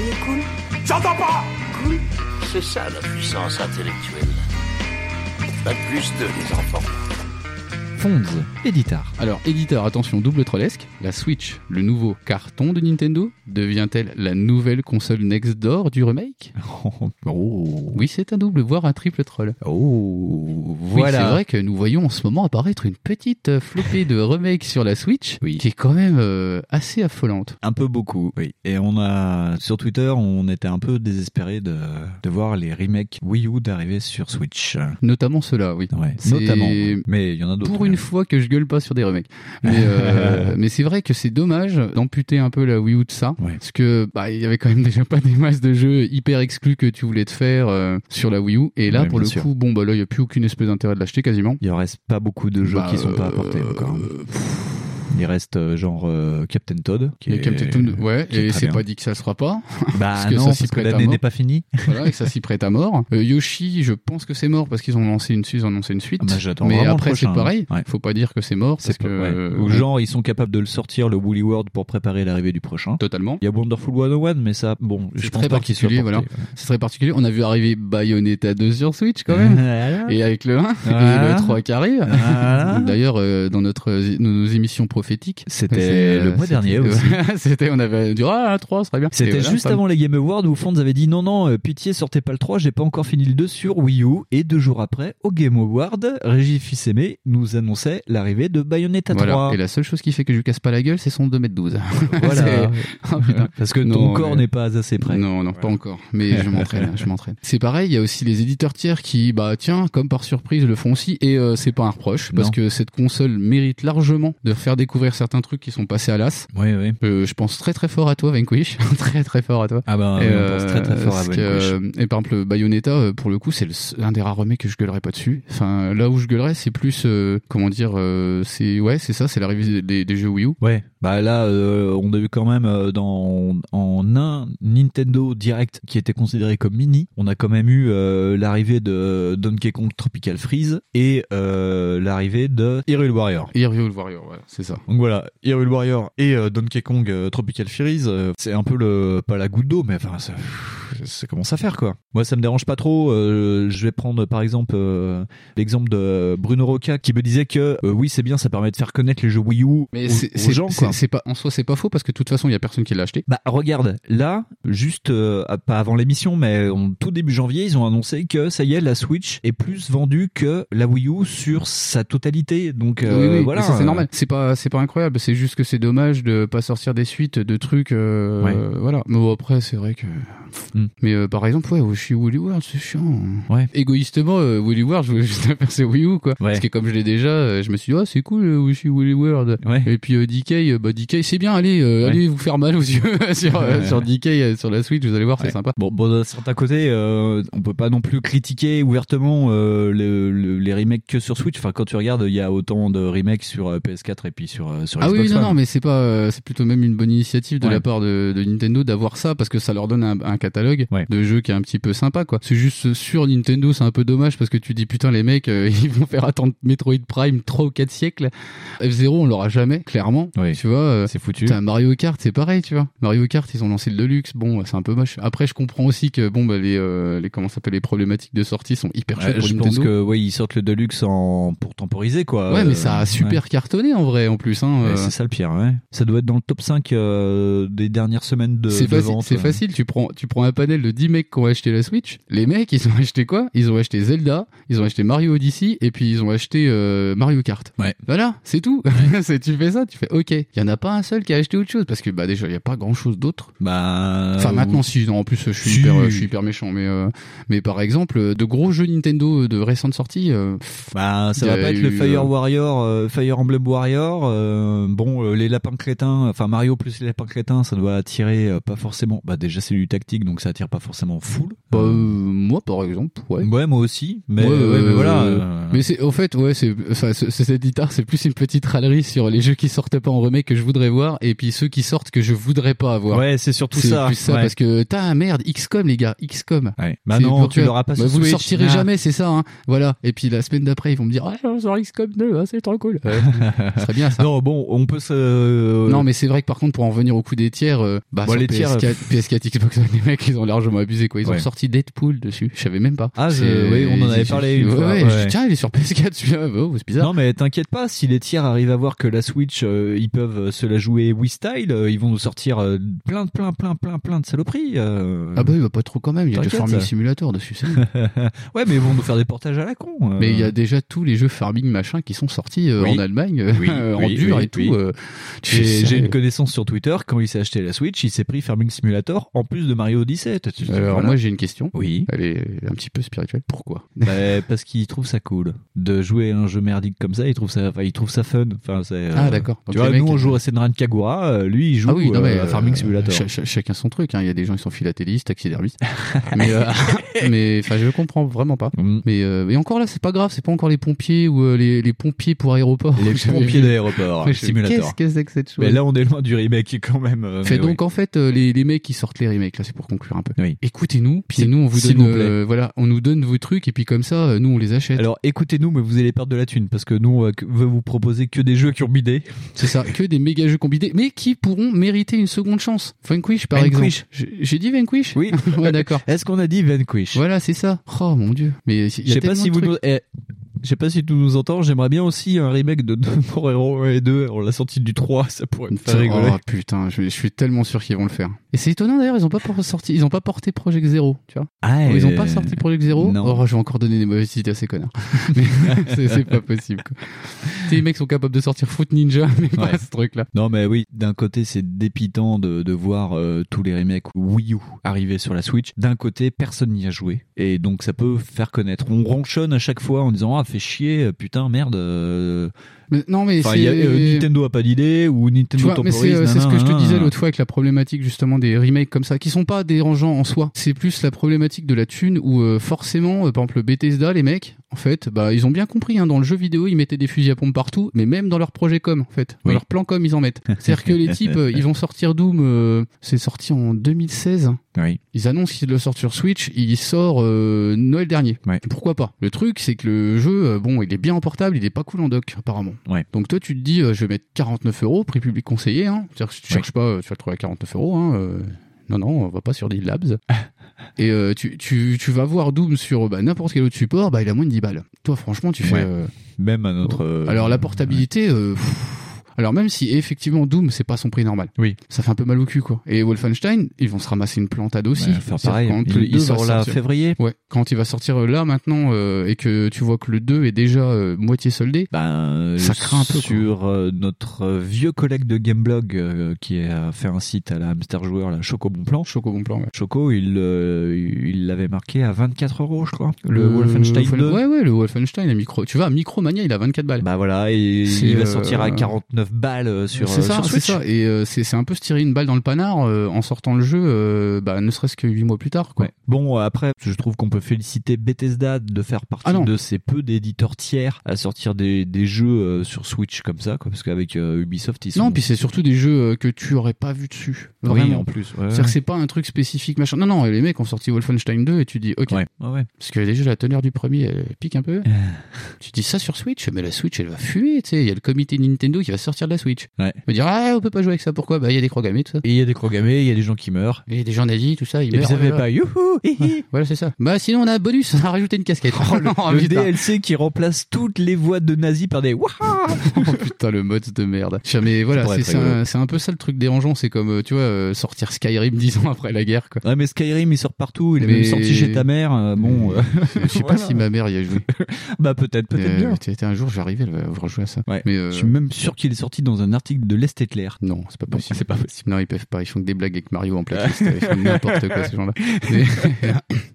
Il est cool. J'entends pas Cool
C'est ça la puissance intellectuelle. Pas plus de les enfants.
Fonds, éditeur.
Alors, éditeur, attention, double trollesque. La Switch, le nouveau carton de Nintendo, devient-elle la nouvelle console next door du remake Oui, c'est un double, voire un triple troll.
Oh,
Oui,
voilà.
c'est vrai que nous voyons en ce moment apparaître une petite euh, flopée de remakes sur la Switch qui est quand même euh, assez affolante.
Un peu beaucoup, oui. Et on a sur Twitter, on était un peu désespéré de, de voir les remakes Wii U d'arriver sur Switch.
Notamment ceux-là, oui.
Ouais,
C'est-
notamment. Mais il y en a d'autres.
Pour une fois que je gueule pas sur des remakes. Mais, euh, mais c'est vrai que c'est dommage d'amputer un peu la Wii U de ça. Parce que bah, il y avait quand même déjà pas des masses de jeux hyper exclus que tu voulais te faire euh, sur la Wii U. Et là,
Ouais,
pour
bien
le
sûr.
coup, bon, bah là, il n'y a plus aucune espèce d'intérêt de l'acheter quasiment.
Il en reste pas beaucoup de jeux
Bah,
qui sont pas
euh,
apportés encore. hein. Il reste euh, genre euh, Captain Todd. Qui
Il y a
est-
Captain Toon- ouais,
qui est
et
très
c'est
bien.
pas dit que ça le sera pas.
Bah
parce que
non,
ça s'y
parce que
prête à
l'année
mort.
n'est pas finie.
voilà, et ça s'y prête à mort. Euh, Yoshi, je pense que c'est mort parce qu'ils ont lancé une suite, ils ont annoncé une suite.
Ah bah, j'attends
mais
vraiment le
après, c'est
prochain,
pareil.
hein. Ouais.
Faut pas dire que c'est mort parce que
Ouais.
euh,
Ou genre, ils sont capables de le sortir, le Woolly World, pour préparer l'arrivée du prochain.
Totalement.
Il y a Wonderful 101, mais ça, bon, je
c'est
pense
très
pas qu'il soit
particulier, voilà.
porté.
C'est très particulier. On a vu arriver Bayonetta 2 sur Switch quand même.
Voilà.
Et avec le 1 et
Voilà.
le 3 qui arrive.
Voilà.
D'ailleurs, euh, dans notre, nos, nos émissions
Ah.
prophétiques,
C'était
c'est, euh,
le mois
c'était-
dernier aussi.
c'était, on avait dit, ah, un 3 serait bien. Et
C'était
voilà,
juste
pas-
avant les Game Awards où Fonz avait dit non, non, euh, pitié, sortez pas le 3, j'ai pas encore fini le 2 sur Wii U. Et deux jours après, au Game Award, Régis Fils-Aimé nous annonçait l'arrivée de Bayonetta 3.
Voilà. Et la seule chose qui fait que je lui casse pas la gueule, c'est son 2m12.
Voilà.
C'est- Oh, putain.
Parce que ton
Non,
corps
mais-
n'est pas assez prêt.
Non, non, pas encore. Mais je m'entraîne, je m'entraîne. C'est pareil, il y a aussi les éditeurs tiers qui, bah tiens, comme par surprise, le font aussi. Et euh, c'est pas un reproche, parce
Non.
que cette console mérite largement de faire découvrir certains trucs qui sont passés à l'as.
Oui, oui.
Euh, je pense très très fort à toi, Vanquish. très très fort à toi.
Ah bah,
Et,
oui,
euh,
on pense très, très fort à
parce que,
Vanquish.
euh, et par exemple, Bayonetta, euh, pour le coup, c'est le s- l'un des rares remakes que je gueulerais pas dessus. Enfin, là où je gueulerais, c'est plus, euh, comment dire, euh, c'est ouais, c'est ça, c'est l'arrivée des, des jeux Wii U.
Ouais, bah là, euh, on a eu quand même euh, dans en un Nintendo Direct qui était considéré comme mini, on a quand même eu euh, l'arrivée de Donkey Kong Tropical Freeze et euh, l'arrivée de Hyrule Warrior.
Hyrule Warrior, voilà, c'est ça.
Donc voilà, Hyrule Warrior et euh, Donkey Kong euh, Tropical Freeze, euh, c'est un peu le pas la goutte d'eau, mais enfin ça, ça commence à faire quoi. Moi ça me dérange pas trop. euh, je vais prendre par exemple euh, l'exemple de Bruno Roca qui me disait que euh, oui c'est bien, ça permet de faire connaître les jeux Wii U
Mais
aux,
c'est-
aux
c'est
gens
c'est-
quoi.
c'est pas en soi, c'est pas faux parce que de toute façon, il y a personne qui l'a acheté.
Bah regarde, là, juste euh, pas avant l'émission, mais en tout début janvier, ils ont annoncé que ça y est, la Switch est plus vendue que la Wii U sur sa totalité. Donc euh,
oui, oui,
voilà,
mais ça, c'est
euh,
normal. C'est pas, c'est pas incroyable. C'est juste que c'est dommage de pas sortir des suites de trucs. euh,
Ouais. Hmm.
Voilà. Mais bon, après, c'est vrai que Mais euh, par exemple, ouais, je suis Woolly World, c'est chiant.
Ouais.
Égoïstement, euh, Woolly World, je voulais juste passer Wii U, quoi. Parce que comme je l'ai déjà, euh, je me suis dit, oh, c'est cool, euh, je suis Woolly World. Et puis euh, DK, euh, bah DK, c'est bien, allez, euh,
Ouais.
allez vous faire mal aux yeux sur, euh,
Ouais.
sur DK, euh, sur la Switch, vous allez voir, c'est
Ouais.
sympa.
Bon, bon d'un certain côté, euh, on peut pas non plus critiquer ouvertement euh, le- le- les remakes que sur Switch. Enfin, quand tu regardes, il y a autant de remakes sur euh, PS4 et puis sur, euh, sur
Ah
Xbox
oui, non,
One.
non, mais c'est pas, euh, c'est plutôt même une bonne initiative de
Ouais.
la part de, de Nintendo d'avoir ça parce que ça leur donne un, un catalogue de jeux qui est un petit peu sympa, quoi. C'est juste euh, sur Nintendo, c'est un peu dommage parce que tu dis putain les mecs, euh, ils vont faire attendre Metroid Prime 3 ou 4 siècles. F0 on l'aura jamais, clairement. Tu vois, euh.
c'est foutu.
Mario Kart, c'est pareil, tu vois. Mario Kart, ils ont lancé le Deluxe, bon, euh, c'est un peu moche. Après, je comprends aussi que bon, bah les, euh, les comment ça s'appelle les problématiques de sortie sont hyper chouettes
Ouais,
pour
Euh, je
Nintendo.
pense que oui, ils sortent le Deluxe en... pour temporiser quoi.
Ouais,
Euh,
mais ça a super
ouais.
cartonné en vrai, en plus. Hein,
Ouais,
euh.
c'est ça le pire, ouais. Ça doit être dans le top 5 euh, des dernières semaines de,
C'est
de
facile,
vente. euh.
c'est facile. Tu prends, tu prends un panel de 10 mecs qui ont acheté la Switch. Les mecs, ils ont acheté quoi Ils ont acheté Zelda, ils ont acheté Mario Odyssey et puis ils ont acheté euh, Mario Kart. Voilà, c'est tout. C'est- tu fais ça, tu fais OK. Il y en a pas un seul qui a acheté autre chose parce que bah déjà il y a pas grand chose d'autre.
Bah.
Enfin maintenant si non, en plus je suis
Si.
hyper euh, je suis hyper méchant mais euh, mais par exemple euh, de gros jeux Nintendo euh, de récentes sorties euh,
Bah, ça
il y
va
a
pas être
eu,
le Fire
euh,
Warrior, euh, Fire Emblem Warrior. euh, bon, euh, les lapins crétins, enfin Mario plus les lapins crétins, ça doit attirer euh, pas forcément. Bah déjà c'est du tactique, donc ça attire pas forcément full.
Bah, euh, moi par exemple, ouais.
Ouais, moi aussi. Mais,
Ouais,
ouais, mais
euh,
voilà. euh,
Mais c'est, au fait, ouais, c'est, enfin, ce- ce- cette guitare, c'est plus une petite râlerie sur les jeux qui sortent pas en remake que je voudrais voir, et puis ceux qui sortent que je voudrais pas avoir.
Ouais, c'est surtout ça,
plus ça,
ouais.
parce que, t'as merde, XCOM, les gars, XCOM.
Bah
C'est
non,
pour
tu
que-
l'auras pas sur
bah, Vous le
Switch, Ah.
sortirez
nah.
jamais, c'est ça, hein. Voilà. Et puis la semaine d'après, ils vont me dire, ah, on sort XCOM 2, ah, c'est trop cool. Ouais. Ce serait bien ça.
Non, bon, on peut se. euh,
Non, mais c'est vrai que par contre, pour en venir au coup des tiers, euh, bah,
Bon,
sur
les tiers, euh,
PS4, PS4, Xbox One, les mecs, ils ont largement abusé, quoi. Ils
Ouais.
ont sorti Deadpool dessus. Je savais même pas.
Ah, je-
C'est-
oui, on en avait parlé une
Ouais,
fois,
ouais,
ouais.
je- Tiens, il est sur PS4, celui-là. Oh, c'est bizarre.
Non mais t'inquiète pas, si les tiers arrivent à voir que la Switch, euh, ils peuvent se la jouer Wii style, euh, ils vont nous sortir euh, plein, de- plein, plein, plein, plein de saloperies. euh.
Ah bah oui, bah pas trop quand même, il y a du
T'inquiète.
farming simulator dessus. c'est bon.
ouais, mais ils vont nous faire des portages à la con. euh.
Mais il y a déjà tous les jeux farming machin qui sont sortis euh,
Oui.
en Allemagne, euh,
Oui,
en
oui,
dur
oui,
et tout.
oui.
euh, tu
J'ai
sais,
j'ai une connaissance sur Twitter, quand il s'est acheté la Switch, il s'est pris Farming Simulator en plus de Mario Odyssey. Tu- tu- tu-
Alors
voilà.
moi j'ai une question.
Oui.
Elle est un petit peu spirituelle. Pourquoi
Bah, parce qu'il trouve ça cool de jouer à un jeu merdique comme ça, il trouve ça, enfin, il trouve ça fun. Enfin, c'est, euh,
Ah, d'accord.
Tu
Donc,
vois,
les
nous
mecs-
on joue à Senran Kagura, euh, lui il joue
ah oui, non,
euh,
mais,
à Farming
euh,
Simulator.
ch- ch- chacun son truc. hein. Il y a des gens qui sont philatélistes, taxidermistes. mais euh, mais enfin, je comprends vraiment pas.
Mm.
Mais euh, et encore là, c'est pas grave. C'est pas encore les pompiers ou euh, les, les pompiers pour aéroport.
Les
que j'avais
pompiers
vu.
d'aéroport,
Mais je-
simulator.
Qu'est-ce que c'est que cette chose
Mais là on est loin du remake quand même. euh,
Fait
mais oui.
donc en fait euh, les, les mecs qui sortent les remakes là c'est pour conclure un peu.
Oui.
Écoutez-nous puis
S'il-
nous on vous
s'il
donne
vous plaît.
euh, voilà on nous donne vos trucs et puis comme ça euh, nous on les achète.
Alors écoutez-nous, mais vous allez perdre de la thune parce que nous on va que- veut vous proposer que des jeux qui ont bidé.
C'est ça que des méga jeux combinés mais qui pourront mériter une seconde chance. Vanquish par
Vanquish.
exemple. J'ai- J'ai dit Vanquish. Oui. ouais d'accord.
Est-ce qu'on a dit Vanquish
Voilà c'est ça. Oh mon dieu. Mais il y
Je sais
a
pas
tellement
si
de
vous
trucs.
nous. eh, je sais pas si tu nous entends, j'aimerais bien aussi un remake de Mon Hero 1 et 2. On l'a sorti du 3, ça pourrait me faire rigoler.
Oh putain je, je suis tellement sûr qu'ils vont le faire. Et c'est étonnant d'ailleurs ils ont pas por- sorti ils ont pas porté Project Zero tu vois.
Ah,
Oh. ils ont pas
euh,
sorti Project Zero.
non.
Oh je vais encore donner des mauvaises idées à ces connards. Mais c'est- c'est pas possible. quoi. Tu sais, les mecs sont capables de sortir Foot Ninja mais pas
Ouais.
ce truc là.
Non, mais oui, d'un côté, c'est dépitant de, de voir euh, tous les remakes Wii U arriver sur la Switch. D'un côté, personne n'y a joué. Et donc, ça peut faire connaître. On ronchonne à chaque fois en disant Ah, fait chier, putain, merde. euh.
Mais non, mais
Enfin,
c'est-
il y a, euh, Nintendo a pas d'idée ou Nintendo
Tu vois, mais
temporise.
c'est euh, c'est ce
nanana,
que je te disais
nanana.
l'autre fois avec la problématique justement des remakes comme ça, qui sont pas dérangeants en soi. C'est plus la problématique de la thune où euh, forcément, euh, par exemple, Bethesda, les mecs, en fait, bah ils ont bien compris. Hein, dans le jeu vidéo, ils mettaient des fusils à pompe partout, mais même dans leur projet com, en fait, dans
Oui.
leur plan com, ils en mettent. C'est-à-dire que les types, euh, ils vont sortir Doom. euh, c'est sorti en 2016.
Oui.
Ils annoncent qu'ils le sortent sur Switch, il sort euh, Noël dernier. Pourquoi pas Le truc, c'est que le jeu, euh, bon, il est bien en portable, il est pas cool en dock, apparemment. Donc toi, tu te dis, euh, je vais mettre 49 euros, prix public conseillé. Hein. C'est-à-dire que si tu cherches pas, euh, tu vas le trouver à 49 euros. hein, euh, Non, non, on va pas sur des labs. Et euh, tu, tu, tu vas voir Doom sur bah, n'importe quel autre support, bah, il a moins de 10 balles. Toi, franchement, tu fais...
Ouais.
euh,
Même à notre. euh,
alors la portabilité, euh, pff, Alors même si effectivement Doom c'est pas son prix normal,
oui,
ça fait un peu mal au cul quoi. Et Wolfenstein, ils vont se ramasser une plantade aussi.
Bah, faire
C'est-à-dire
pareil.
quand
Il-
le
il
deux va
sort là,
sortir-
février.
Ouais, quand il va sortir euh, là maintenant euh, et que tu vois que le 2 est déjà euh, moitié soldé,
ben,
ça craint un peu. quoi.
Sur euh, notre euh, vieux collègue de Gameblog euh, qui a fait un site à la hamster joueur, la Choco Bon Plan.
Choco Bon Plan,
Choco, il euh, il l'avait marqué à 24 euros, je crois. Le,
Euh,
Wolfenstein
Wolfen-
2.
Ouais ouais, le Wolfenstein à micro. Tu vois, à Micromania, il a 24 balles.
Bah voilà, et
C'est,
il va
euh,
sortir à 49 balles euh, sur,
c'est
euh,
ça,
sur Switch.
C'est ça, et euh, c'est c'est un peu se tirer une balle dans le panard euh, en sortant le jeu, euh, bah, ne serait-ce que 8 mois plus tard. Quoi.
Bon, euh, après, je trouve qu'on peut féliciter Bethesda de faire
Ah
partie de ces peu d'éditeurs tiers à sortir des, des jeux euh, sur Switch comme ça, quoi, parce qu'avec euh, Ubisoft, ils sont.
Non, puis c'est surtout des jeux euh, que tu aurais pas vu dessus.
Oui,
Vraiment.
en plus, ouais,
C'est-à-dire
ouais.
que c'est pas un truc spécifique, machin. Non, non, les mecs ont sorti Wolfenstein 2 et tu dis, ok. Parce que déjà, la teneur du premier, elle pique un peu.
Euh.
tu dis ça sur Switch, mais la Switch, elle va fumer, tu sais. Il y a le comité Nintendo qui va sortir de la Switch.
Ouais.
On va dire, ah, on peut pas jouer avec ça, pourquoi Bah, il y a des crogamés, tout ça.
Et il y a des crogamés, il y a des gens qui meurent.
Et des gens nazis, tout ça. Ils
Et puis
meurent,
ça
oh
fait
là là.
pas youhou, hi, hi.
Voilà, c'est ça. Bah, sinon, on a un bonus, on a rajouté une casquette. Oh, le,
Le DLC qui remplace toutes les voix de nazis par des wouah
oh putain le mode de merde Je sais, mais voilà
pourrait
c'est
être
c'est un,
rigolo.
c'est un peu ça le truc dérangeant c'est comme euh, tu vois euh, sortir Skyrim dix ans après la guerre quoi
Ouais, mais Skyrim, il sort partout. Il est
Mais-
même sorti chez ta mère. euh, bon, euh,
je sais pas
Voilà.
si ma mère y a joué
bah peut-être, peut-être
Euh,
bien.
t'es- t'es un jour je vais arriver elle va vous rejouer à ça
Ouais.
mais euh,
Je suis même sûr qu'il est sorti dans un article de l'Est éclair.
non c'est pas possible
c'est pas possible.
non ils peuvent pas ils font que des blagues avec Mario en plaquiste ils font n'importe quoi ces gens là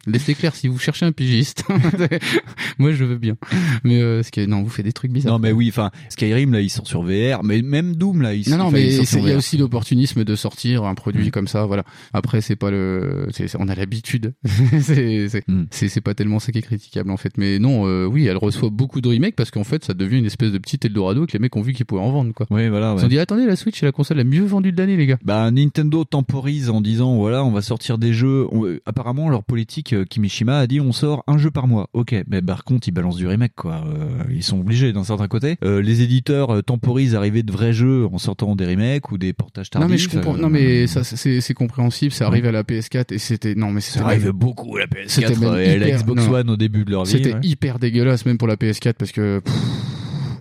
laissez clair si vous cherchez un pigiste moi je veux bien mais euh, parce que non vous faites des trucs bizarres
Non, mais oui, enfin, Skyrim, là, il sort sur VR, mais même Doom, là, il
Non, non,
enfin,
mais
il sort
c'est-
sur
il y a
VR.
aussi l'opportunisme de sortir un produit
Mm.
comme ça, voilà. Après, c'est pas le, c'est- on a l'habitude. c'est c'est-
Mm.
c'est- c'est pas tellement ça qui est critiquable en fait. Mais non, euh, oui, elle reçoit beaucoup de remakes parce qu'en fait, ça devient une espèce de petit Eldorado que les mecs ont vu qu'ils pouvaient en vendre, quoi.
Oui, voilà.
Ils se
Ah ouais.
sont dit, attendez, la Switch est la console la mieux vendue de l'année, les gars.
Bah, Nintendo temporise en disant voilà, on va sortir des jeux. On- euh, apparemment, leur politique, euh, Kimishima a dit on sort un jeu par mois. Ok, mais par contre, ils balancent du remake quoi. Euh, ils sont obligés d'un certain côté. Euh, les éditeurs euh, temporisent arrivée de vrais jeux en sortant des remakes ou des portages tardifs.
Non mais je comprends.
Euh,
Non mais ça c'est- c'est c'est compréhensible. Ça arrive à la PS4 et c'était non mais c'est
Ça arrive beaucoup à la PS4
C'était même
et à la
hyper-
Xbox
non.
One au début de leur vie,
C'était
ouais.
hyper dégueulasse même pour la PS4 parce que pff,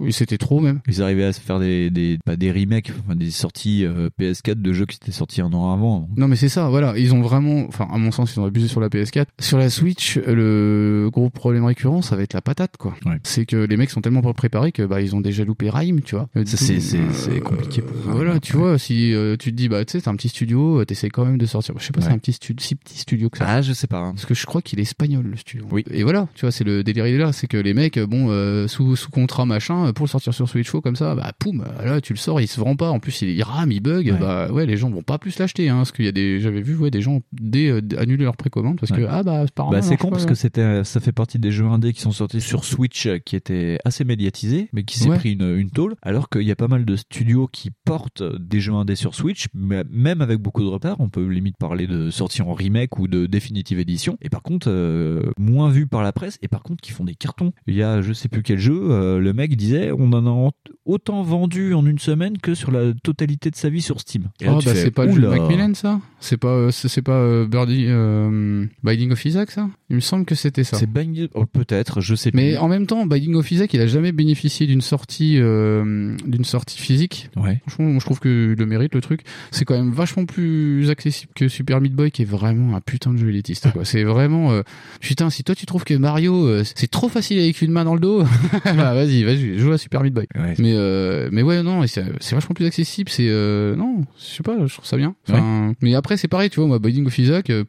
oui, c'était trop même.
Ils arrivaient à se faire des, des, pas des remakes, enfin, des sorties euh, PS4 de jeux qui étaient sortis un an avant.
Non mais c'est ça, voilà, ils ont vraiment, enfin à mon sens ils ont abusé sur la PS4. Sur la Switch, le gros problème récurrent ça va être la patate quoi. C'est que les mecs sont tellement pas préparés que bah ils ont déjà loupé Rime, tu vois.
Ça,
Tout-
c'est- c'est-
euh,
c'est compliqué pour Rime, hein.
Voilà, tu vois, si euh, tu te dis bah tu sais c'est un petit studio, euh, t'essaies quand même de sortir. Je sais pas, c'est
Ouais.
un petit studio, si petit studio que ça.
Ah, je sais pas. hein.
Parce que je crois qu'il est espagnol le studio. Oui. Et voilà, tu vois, c'est le délire il est là, c'est que les mecs, bon, euh, sous, sous contrat machin, euh, pour le sortir sur Switch Show comme ça, bah poum, euh, là tu le sors, il se vend pas, en plus il, il rame, il bug, bah ouais, les gens vont pas plus l'acheter, hein, parce qu'il y a des, j'avais vu, ouais, des gens dès, euh, d- annuler leur précommande parce que
Ouais.
ah bah apparemment,
Bah,
non,
c'est
je
con
sais
parce
pas,
que c'était, ça fait partie des jeux indés qui sont sortis sur Switch euh, qui étaient assez médiatisés mais qui s'est
Ouais.
pris une, une tôle alors qu'il y a pas mal de studios qui portent des jeux indés sur Switch mais même avec beaucoup de retard on peut limite parler de sortie en remake ou de définitive édition et par contre euh, moins vu par la presse et par contre qui font des cartons il y a je sais plus quel jeu euh, le mec disait on en a en- autant vendu en une semaine que sur la totalité de sa vie sur Steam Et là,
Ah,
tu
bah,
fais,
c'est pas le jeu de
oula.
Macmillan ça C'est pas, euh, c'est c'est pas euh, Birdie, euh, Binding of Isaac ça Il me semble que c'était ça.
c'est Bang- oh, peut-être je sais
Mais
plus
en même temps, Binding of Isaac, il a jamais bénéficié d'une sortie, euh, d'une sortie physique.
Ouais.
Franchement, moi, je trouve que le mérite le truc. C'est quand même vachement plus accessible que Super Meat Boy, qui est vraiment un putain de jeu élitiste. quoi. C'est vraiment, euh, putain, si toi tu trouves que Mario, euh, c'est trop facile avec une main dans le dos, bah vas-y, vas-y, joue à Super Meat Boy. Mais euh, mais ouais, non, et c'est c'est vachement plus accessible. C'est euh, non, je sais pas, je trouve ça bien. Enfin, Mais après, c'est pareil, tu vois, moi, Binding of Isaac. euh,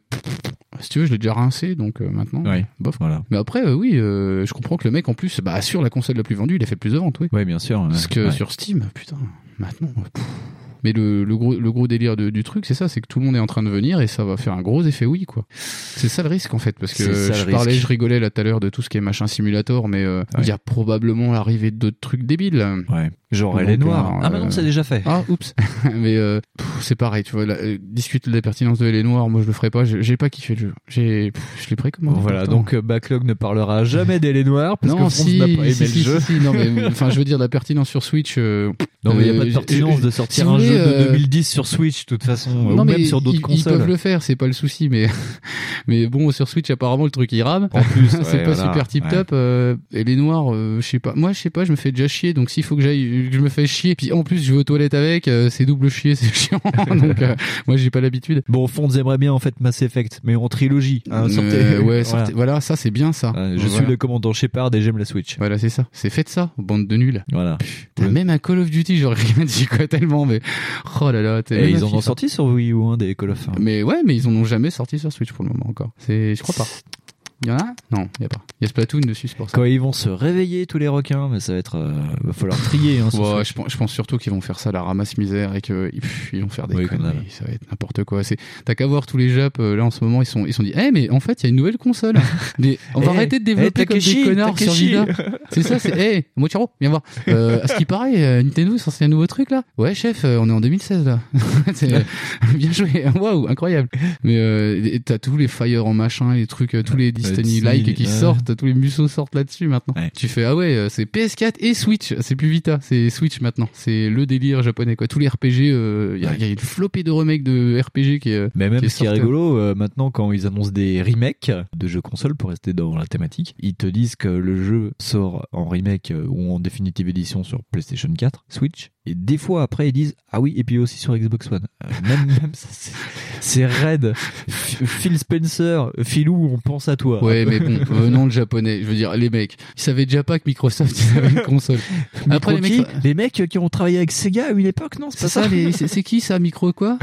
si tu veux, je l'ai déjà rincé, donc euh, maintenant,
Ouais.
bof.
voilà
mais après, euh, oui, euh, je comprends que le mec, en plus, bah, sur la console la plus vendue, il a fait plus de ventes, oui.
Ouais, bien sûr.
Parce que
ouais.
sur Steam, putain, maintenant. pff. Mais le, le gros, le gros délire de- du truc, c'est ça, c'est que tout le monde est en train de venir et ça va faire un gros effet oui, quoi. C'est ça le risque, en fait, parce que
C'est ça le
je
risque.
parlais, je rigolais là tout à l'heure de tout ce qui est machin simulator, mais euh, il y a probablement l'arrivée d'autres trucs débiles.
Genre,
Donc,
elle est noire.
alors,
Ah, bah non,
euh,
c'est déjà fait.
Ah, oups. mais euh, pff, c'est pareil, tu vois, là, euh, discute de la pertinence de Hélène Noire, moi je le ferai pas, j'ai j'ai pas kiffé le jeu. J'ai, pff, je l'ai précommandé.
Voilà,
pourtant.
donc euh, Backlog ne parlera jamais des les noirs parce que
non,
Franz
si,
n'a pas aimé
si,
le
si,
jeu.
si, si, non, mais enfin, je veux dire, la pertinence sur Switch. euh,
Non, mais y a
euh,
pas de
je-
pertinence
je-
de sortir
si vous
un
voulez,
jeu de
euh,
2010 sur Switch, de toute façon, euh,
non,
ou
mais
même sur
ils-
d'autres
Ils
consoles.
peuvent le faire, c'est pas le souci, mais, mais bon, sur Switch, apparemment, le truc il rame.
En plus,
c'est
ouais,
pas
voilà,
super tip top. et les noirs, euh, je sais pas. Moi, je sais pas, je me fais déjà chier, donc s'il faut que j'aille, que je me fais chier, puis en plus, je vais aux toilettes avec, euh, c'est double chier, c'est chiant. donc, euh, moi, j'ai pas l'habitude.
Bon, au fond, j'aimerais bien en fait Mass Effect, mais en trilogie. hein, sur
Euh,
tes-
ouais, sur tes- voilà, ça c'est bien ça.
Euh, je suis le commandant Shepard et j'aime la Switch.
Voilà, c'est ça. C'est fait de ça, bande de nuls.
Voilà.
T'as même un Call of Duty, j'aurais rien dit quoi tellement, mais oh là là. t'as
Et
même
ils en
un
ont
FIFA.
sorti sur Wii U hein, des Call of. hein.
Mais ouais, mais ils en ont jamais sorti sur Switch pour le moment encore. C'est, je crois pas. Il y en a un Non, il y a pas. Il y a Splatoon dessus, c'est pour ça.
Quand ils vont se réveiller tous les requins, mais ça va être, euh, va falloir trier. Hein, sur
Ouais,
Switch.
je, pense, je pense surtout qu'ils vont faire ça la ramasse misère et qu'ils ils vont faire des conneries. Ça va être n'importe quoi. C'est- T'as qu'à voir tous les Japs euh, là en ce moment ils sont ils sont dit, eh mais en fait il y a une nouvelle console. Mais on va
Eh,
arrêter de
eh,
développer comme
Takeshi,
des connards sur
Takeshi.
Vita. C'est ça, c'est eh Mochiro, viens voir. Euh, à ce qui paraît, euh, Nintendo c'est un nouveau truc là. Ouais chef, euh, on est en 2016 là. C'est, euh, bien joué, waouh, incroyable. Mais euh, et t'as tous les Fire en machin, les trucs, euh, tous les Destiny like qui
ouais.
sortent, tous les Musso sortent là-dessus maintenant. Tu fais ah ouais, euh, c'est PS4 et Switch, c'est plus Vita, c'est Switch maintenant. C'est le délire japonais quoi. Tous les RPG, il euh, y, a- y a une flopée de remakes de RPG qui est.
Mais même
est
ce qui est
sorti.
rigolo, euh, maintenant quand ils annoncent des remakes de jeux console pour rester dans la thématique, ils te disent que le jeu sort en remake euh, ou en définitive édition sur PlayStation 4, Switch. Et des fois après ils disent ah oui et puis aussi sur Xbox One. Euh, même, même ça c'est- c'est raide. F- Phil Spencer, Philou, on pense à toi.
Ouais, mais bon, venant de japonais, je veux dire, les mecs, ils savaient déjà pas que Microsoft ils avaient une console. Après, les mecs,
Micro qui les mecs qui ont travaillé avec Sega à une époque, non, c'est
C'est
pas ça.
ça, les- c'est c'est qui ça, micro quoi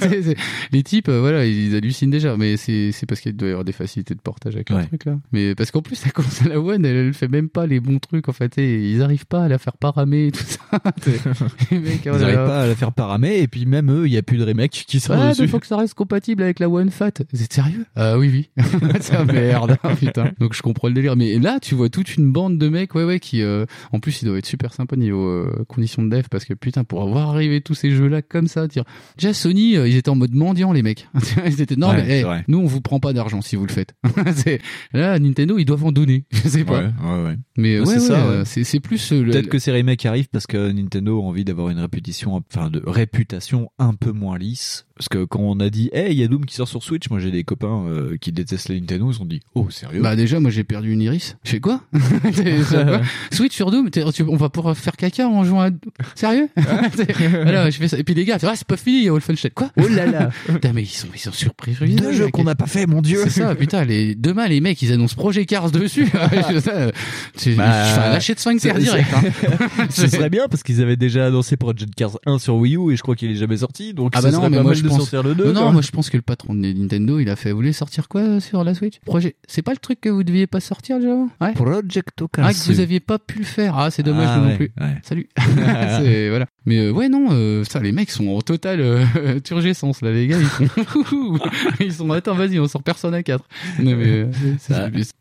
C'est- c'est- Les types, euh, voilà, ils hallucinent déjà, mais c'est c'est parce qu'il doit y avoir des facilités de portage avec le truc là. Mais parce qu'en plus, la console à One, elle, elle fait même pas les bons trucs en fait, et ils arrivent pas à la faire paramer et tout ça. C'est- les mecs, oh
Ils
là
n'arrivent
là.
pas à la faire paramer et puis même eux, il n'y a plus de remake qui sort
Ah,
dessus.
il faut que ça reste compatible avec la One Fat. Vous êtes sérieux Ah oui, oui. ça merde, hein, putain. Donc je comprends le délire. Mais là, tu vois toute une bande de mecs, ouais, ouais, qui, euh, en plus, ils doivent être super sympas niveau euh, conditions de dev, parce que putain, pour avoir arrivé tous ces jeux-là comme ça, dire, déjà Sony, euh, ils étaient en mode mendiant, les mecs. ils étaient, non,
Ouais,
mais hey,
c'est vrai.
nous, on vous prend pas d'argent si vous le faites. C'est- là, Nintendo, ils doivent en donner. Je sais pas.
Ouais, ouais, ouais.
Mais
Ouais,
ouais,
c'est ça,
ouais,
ouais.
c'est c'est plus. euh, le-
Peut-être que ces remakes arrivent parce que Nintendo a envie d'avoir une réputation, enfin de réputation un peu moins lisse. Parce que quand on a dit, hey, il y a Doom qui sort sur Switch, moi j'ai des copains euh, qui détestent les Nintendo, ils ont dit, oh sérieux
Bah déjà, moi j'ai perdu une iris. Je fais quoi T'es- c'est quoi Switch sur Doom, t'es- tu- on va pouvoir faire caca en jouant à... Sérieux T'es- Alors je fais ça. Et puis les gars, tu vois, c'est pas fini, il y a Wolfenstein. Quoi Oh là là Putain, mais ils sont, ils sont surpris.
Deux jeux qu'on n'a pas fait, mon dieu
C'est ça, putain, les... demain les mecs ils annoncent Projet Cars dessus. Je- ça, tu-
Bah,
je fais un lâcher de sphincter
c'est-
direct. hein.
Ce serait bien parce qu'ils avaient déjà annoncé Project Cars 1 sur Wii U et je crois qu'il est jamais sorti, donc
Ah
ça
bah non,
serait
mais
pas
moi
mal
je
de
pense.
sortir le 2.
non, non,
quoi.
moi je pense que le patron de Nintendo, il a fait, vous voulez sortir quoi euh, sur la Switch Projet. C'est pas le truc que vous deviez pas sortir déjà avant Ouais.
Project
Ah, que vous aviez pas pu le faire. Ah, c'est dommage
Ah,
non
ouais,
plus.
ouais. Ah
Salut. Ah, C'est- voilà. Mais euh, ouais, non, euh, ça, les mecs sont en totale euh, turgescence, là, les gars. Ils sont, ils sont attends, vas-y, on sort Persona 4. Non, mais, euh, c'est-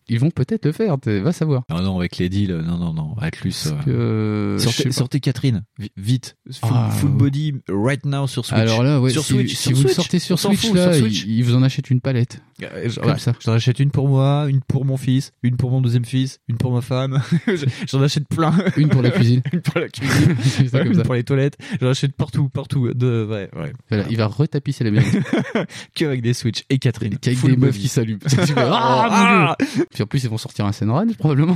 ils vont peut-être le faire, t'es- va savoir.
Non, non, avec les deals, non, non, non, Atlus. euh,
que- je sais
sortez,
pas.
sortez Catherine, vi- vite. Full,
Ah,
full
ouais.
body, right now sur Switch.
Alors là, ouais,
sur
si,
Switch,
si
sur
vous le
Switch,
sortez
on
sur
s'en
Switch,
fout,
là,
sur Switch.
Ils, ils vous en achètent une palette.
je-
Comme
ouais.
ça.
J'en achète une pour moi, une pour mon fils, une pour mon deuxième fils, une pour ma femme. Je- J'en achète plein.
Une pour la cuisine.
une pour la cuisine.
C'est ça, comme
une
ça.
pour les toilettes. J'en achète partout, partout. De, ouais, ouais.
Voilà, il va retapisser la maison.
Que avec des Switch et Catherine.
Avec
Full
des meufs
body.
qui s'allument. Tu fais, ah, mon Dieu. Puis en plus, ils vont sortir un Senran, probablement.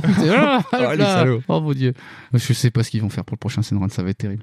Tu fais, Ah,
Ah, les
là.
salauds.
oh mon dieu. Je sais pas ce qu'ils vont faire pour le prochain Senran, ça va être terrible.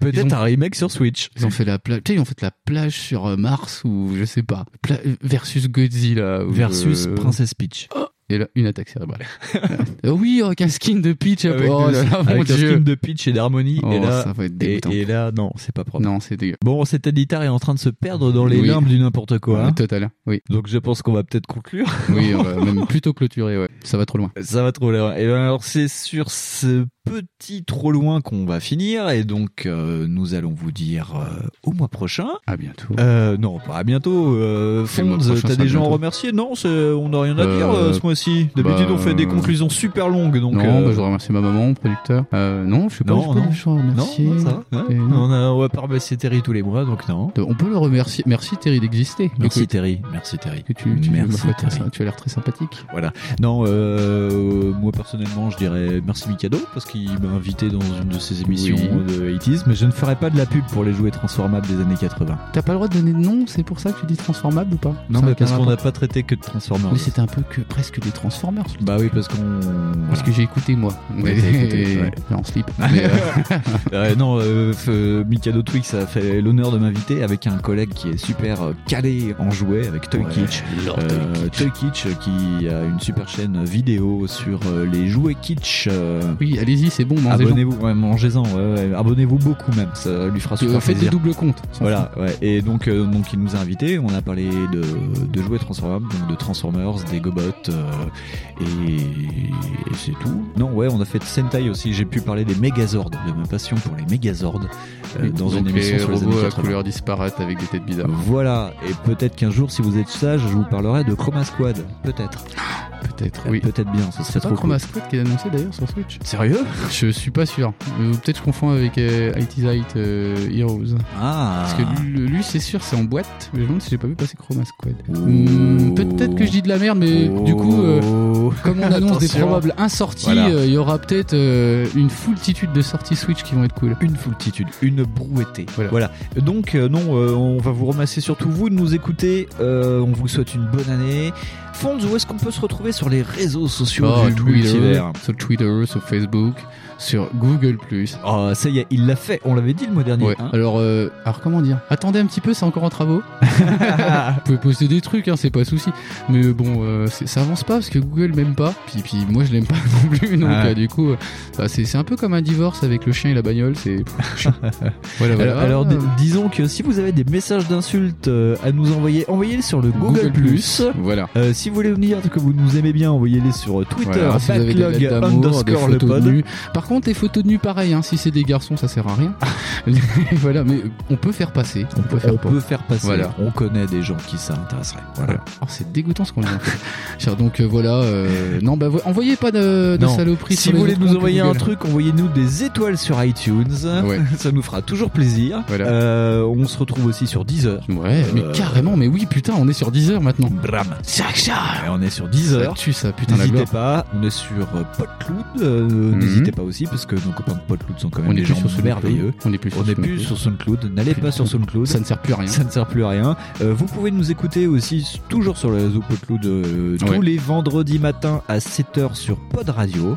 Peut-être
ah. Ils ont-
un remake sur Switch.
Ils ont fait la plage, tu sais, ils ont fait la plage sur euh, Mars ou je sais pas, Pla- versus Godzilla ou
Versus
euh,
Princess Peach.
Et là, une attaque cérébrale. Euh, oui, avec un skin de Peach. oh là là, mon
avec un
dieu.
skin de Peach et d'harmonie.
Oh,
et là,
ça va être
et,
dégoûtant.
et là, non, c'est pas propre.
Non, c'est dégueu.
Bon, cet éditeur est en train de se perdre dans les
Oui.
limbes du n'importe quoi.
Euh, Total. Oui.
Donc je pense qu'on va peut-être conclure.
Oui, on va même plutôt clôturer, ouais. Ça va trop loin.
Ça va trop loin. Et ben, alors c'est sur ce petit trop loin qu'on va finir. Et donc euh, nous allons vous dire euh, au mois prochain.
À bientôt.
Euh, non, pas à bientôt. Euh,
le mois
Fonz,
prochain,
t'as
ça
des gens à
bientôt.
remercier Non, c'est- on n'a rien à dire
Euh,
euh, ce aussi. D'habitude,
Bah,
on fait des conclusions super longues. Donc,
non,
euh,
bah, je voudrais remercier ma maman, mon producteur. Euh, non, je sais pas,
Non,
je peux
non.
je peux remercier.
Non, ça va. hein
Et-
on, a, on va pas remercier Terry tous les mois, donc non.
On peut le remercier. Merci Terry d'exister.
Merci
Écoute,
Terry, merci Terry.
tu- tu-
merci
ma foi, t'as-
Terry.
tu as l'air très sympathique.
Voilà. Non, euh, moi personnellement, je dirais merci Mikado parce qu'il m'a invité dans une de ses émissions
Oui.
de 80s, mais je ne ferai pas de la pub pour les jouets transformables des années 80.
T'as pas le droit de donner de nom, c'est pour ça que tu dis transformable ou pas
Non,
Ça
mais
n'a
parce
aucun
qu'on n'a
rapport.
pas traité que de Transformers.
Mais c'était un peu que presque des Transformers.
Bah oui, parce qu'on.
Parce que j'ai écouté moi.
Ouais, t'as écouté, ouais.
En slip. Mais, euh,
Euh, non, euh, f- Mikado Twix a fait l'honneur de m'inviter avec un collègue qui est super euh, calé en jouets, avec Toy
Ouais,
Kitsch.
Lord
Euh, Toy Kitsch qui a une super chaîne vidéo sur euh, les jouets kitsch. euh,
oui, allez-y, c'est bon, mangez-en.
Abonnez-vous, ouais, mangez-en, ouais, ouais. abonnez-vous beaucoup même, ça lui fera
Tu-
super
Faites des
plaisir.
doubles comptes. s'en
Voilà, ouais. et donc, euh, donc il nous a invités, on a parlé de, de jouets transformables, donc de Transformers, des Gobots, euh, et, et c'est tout. Non, ouais, on a fait de Sentai aussi, j'ai pu parler des Megazords, de ma passion pour les Megazords, euh,
Oui,
dans
donc
une émission
les
sur les
robots
années
à
80.
couleurs disparates avec des têtes bizarres.
Voilà, et peut-être qu'un jour, si vous êtes sage, je vous parlerai de Chroma Squad, peut-être.
Peut-être, oui.
Peut-être bien, ce serait
C'est pas
trop cool.
Chroma Squad qui est annoncé d'ailleurs sur Switch
Sérieux
Je suis pas sûr. Euh, Peut-être je confonds avec euh, IT Light euh, Heroes.
Ah
Parce que lui, lui, c'est sûr, c'est en boîte. Mais je me demande si j'ai pas vu passer Chroma Squad.
Mmh,
hmm, Peut-être que je dis de la merde, mais
Oh.
du coup, euh, comme on annonce des
Attention.
probables insorties, euh, il
Voilà.
y aura peut-être euh, une foultitude de sorties Switch qui vont être cool.
Une foultitude, une brouettée. Voilà. Donc, euh, non, euh, on va vous remercier surtout vous de nous écouter. Euh, on vous souhaite une bonne année. Fonds, où est-ce qu'on peut se retrouver sur les réseaux sociaux
Oh,
du
Twitter,
multivers
sur Twitter, sur Facebook, sur Google+.
Oh, ça y est, il l'a fait. On l'avait dit le mois dernier.
Ouais.
hein.
Alors, euh, alors comment dire Attendez un petit peu, c'est encore en travaux. Vous pouvez poster des trucs, hein, c'est pas souci. Mais bon, euh, c'est- ça avance pas parce que Google m'aime pas. Puis, puis moi, je l'aime pas non plus. Donc
Ah ouais.
euh, du coup, euh, bah, c'est c'est un peu comme un divorce avec le chien et la bagnole. C'est voilà, voilà.
Alors, alors,
Ah,
d- disons que si vous avez des messages d'insultes euh, à nous envoyer, envoyez-les sur le Google,
Google+. Voilà.
Euh, si vous voulez nous dire que vous nous aimez bien, envoyez-les sur Twitter,
Voilà, si vous avez des
backlog
lettres d'amour,
underscore le
des photos
pod.
de nus. Par contre, les photos de nu, pareil. hein, si c'est des garçons, ça sert à rien. voilà, mais on peut faire passer. On, peut,
Ah. on peut faire passer.
Voilà.
On connaît des gens qui ça intéresserait. Voilà.
Oh, c'est dégoûtant ce qu'on a fait. Cher, Donc euh, voilà, euh, non bah vo- envoyez pas de, de
Non.
saloperies.
Si
sur
vous voulez
les autres
nous
comptes
envoyer un
Google.
truc, hein. envoyez-nous des étoiles sur iTunes. Ça nous fera toujours plaisir. Euh, on se retrouve aussi sur Deezer.
Ouais, mais carrément, mais oui, putain, on est sur 10 heures maintenant.
Bram.
Sacha
Et on est sur Deezer.
Ça tue ça, putain, la
N'hésitez
gloire.
pas, on est sur euh, Podcloud. euh, N'hésitez pas aussi parce que nos copains de Podcloud sont quand même
Mhm. On
des
est plus
gens
sur SoundCloud.
merveilleux.
On est plus sur SoundCloud.
sur SoundCloud. N'allez pas sur SoundCloud.
Ça ne sert plus à rien.
Ça ne sert plus à rien. Euh, vous pouvez nous écouter aussi s- toujours sur le réseau Podcloud euh, tous
Ouais.
les vendredis matins à 7h sur Pod Radio.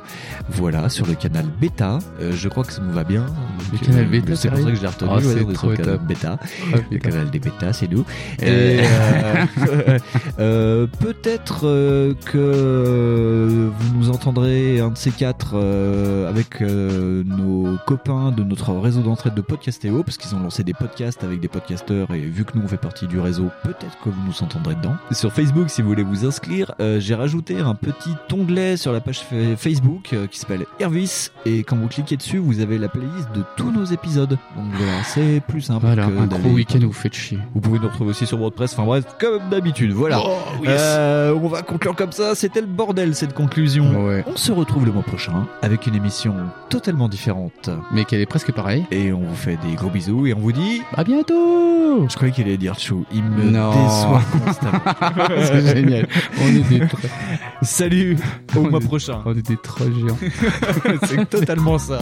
Voilà, sur le canal Beta. Euh, je crois que ça nous va bien.
Le
Donc,
canal
euh,
bêta,
C'est pour ça que je l'ai retenu.
Ah,
ouais,
c'est
on est sur
trop
le canal
top.
Bêta.
Ah,
le
putain.
canal des bêtas, c'est nous.
Et,
Et, euh, euh, Peut-être euh, que vous nous entendrez un de ces quatre euh, avec euh, nos copains de notre réseau d'entraide de Podcastéo, parce qu'ils ont lancé des podcasts avec des podcasteurs, et vu que nous on fait partie du réseau, peut-être que vous nous entendrez dedans. Sur Facebook, si vous voulez vous inscrire, euh, j'ai rajouté un petit onglet sur la page fa- Facebook euh, qui s'appelle Hervis, et quand vous cliquez dessus, vous avez la playlist de tous nos épisodes. Donc voilà, c'est plus simple.
Voilà,
que
un gros
d'aller-
week-end où vous faites chier.
vous pouvez nous retrouver aussi sur WordPress. Enfin bref, comme d'habitude, voilà.
Oh, yes.
Euh, on va conclure comme ça. C'était le bordel cette conclusion.
Ouais.
On se retrouve le mois prochain avec une émission totalement différente.
Mais qu'elle est presque pareille.
Et on vous fait des gros bisous et on vous dit
À bientôt
Je croyais qu'il allait dire chou. Il me
Non.
déçoit constamment.
C'est génial. On est des tro-
Salut, au
On
mois
est-
prochain.
On est des trolls géants.
C'est totalement ça.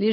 Les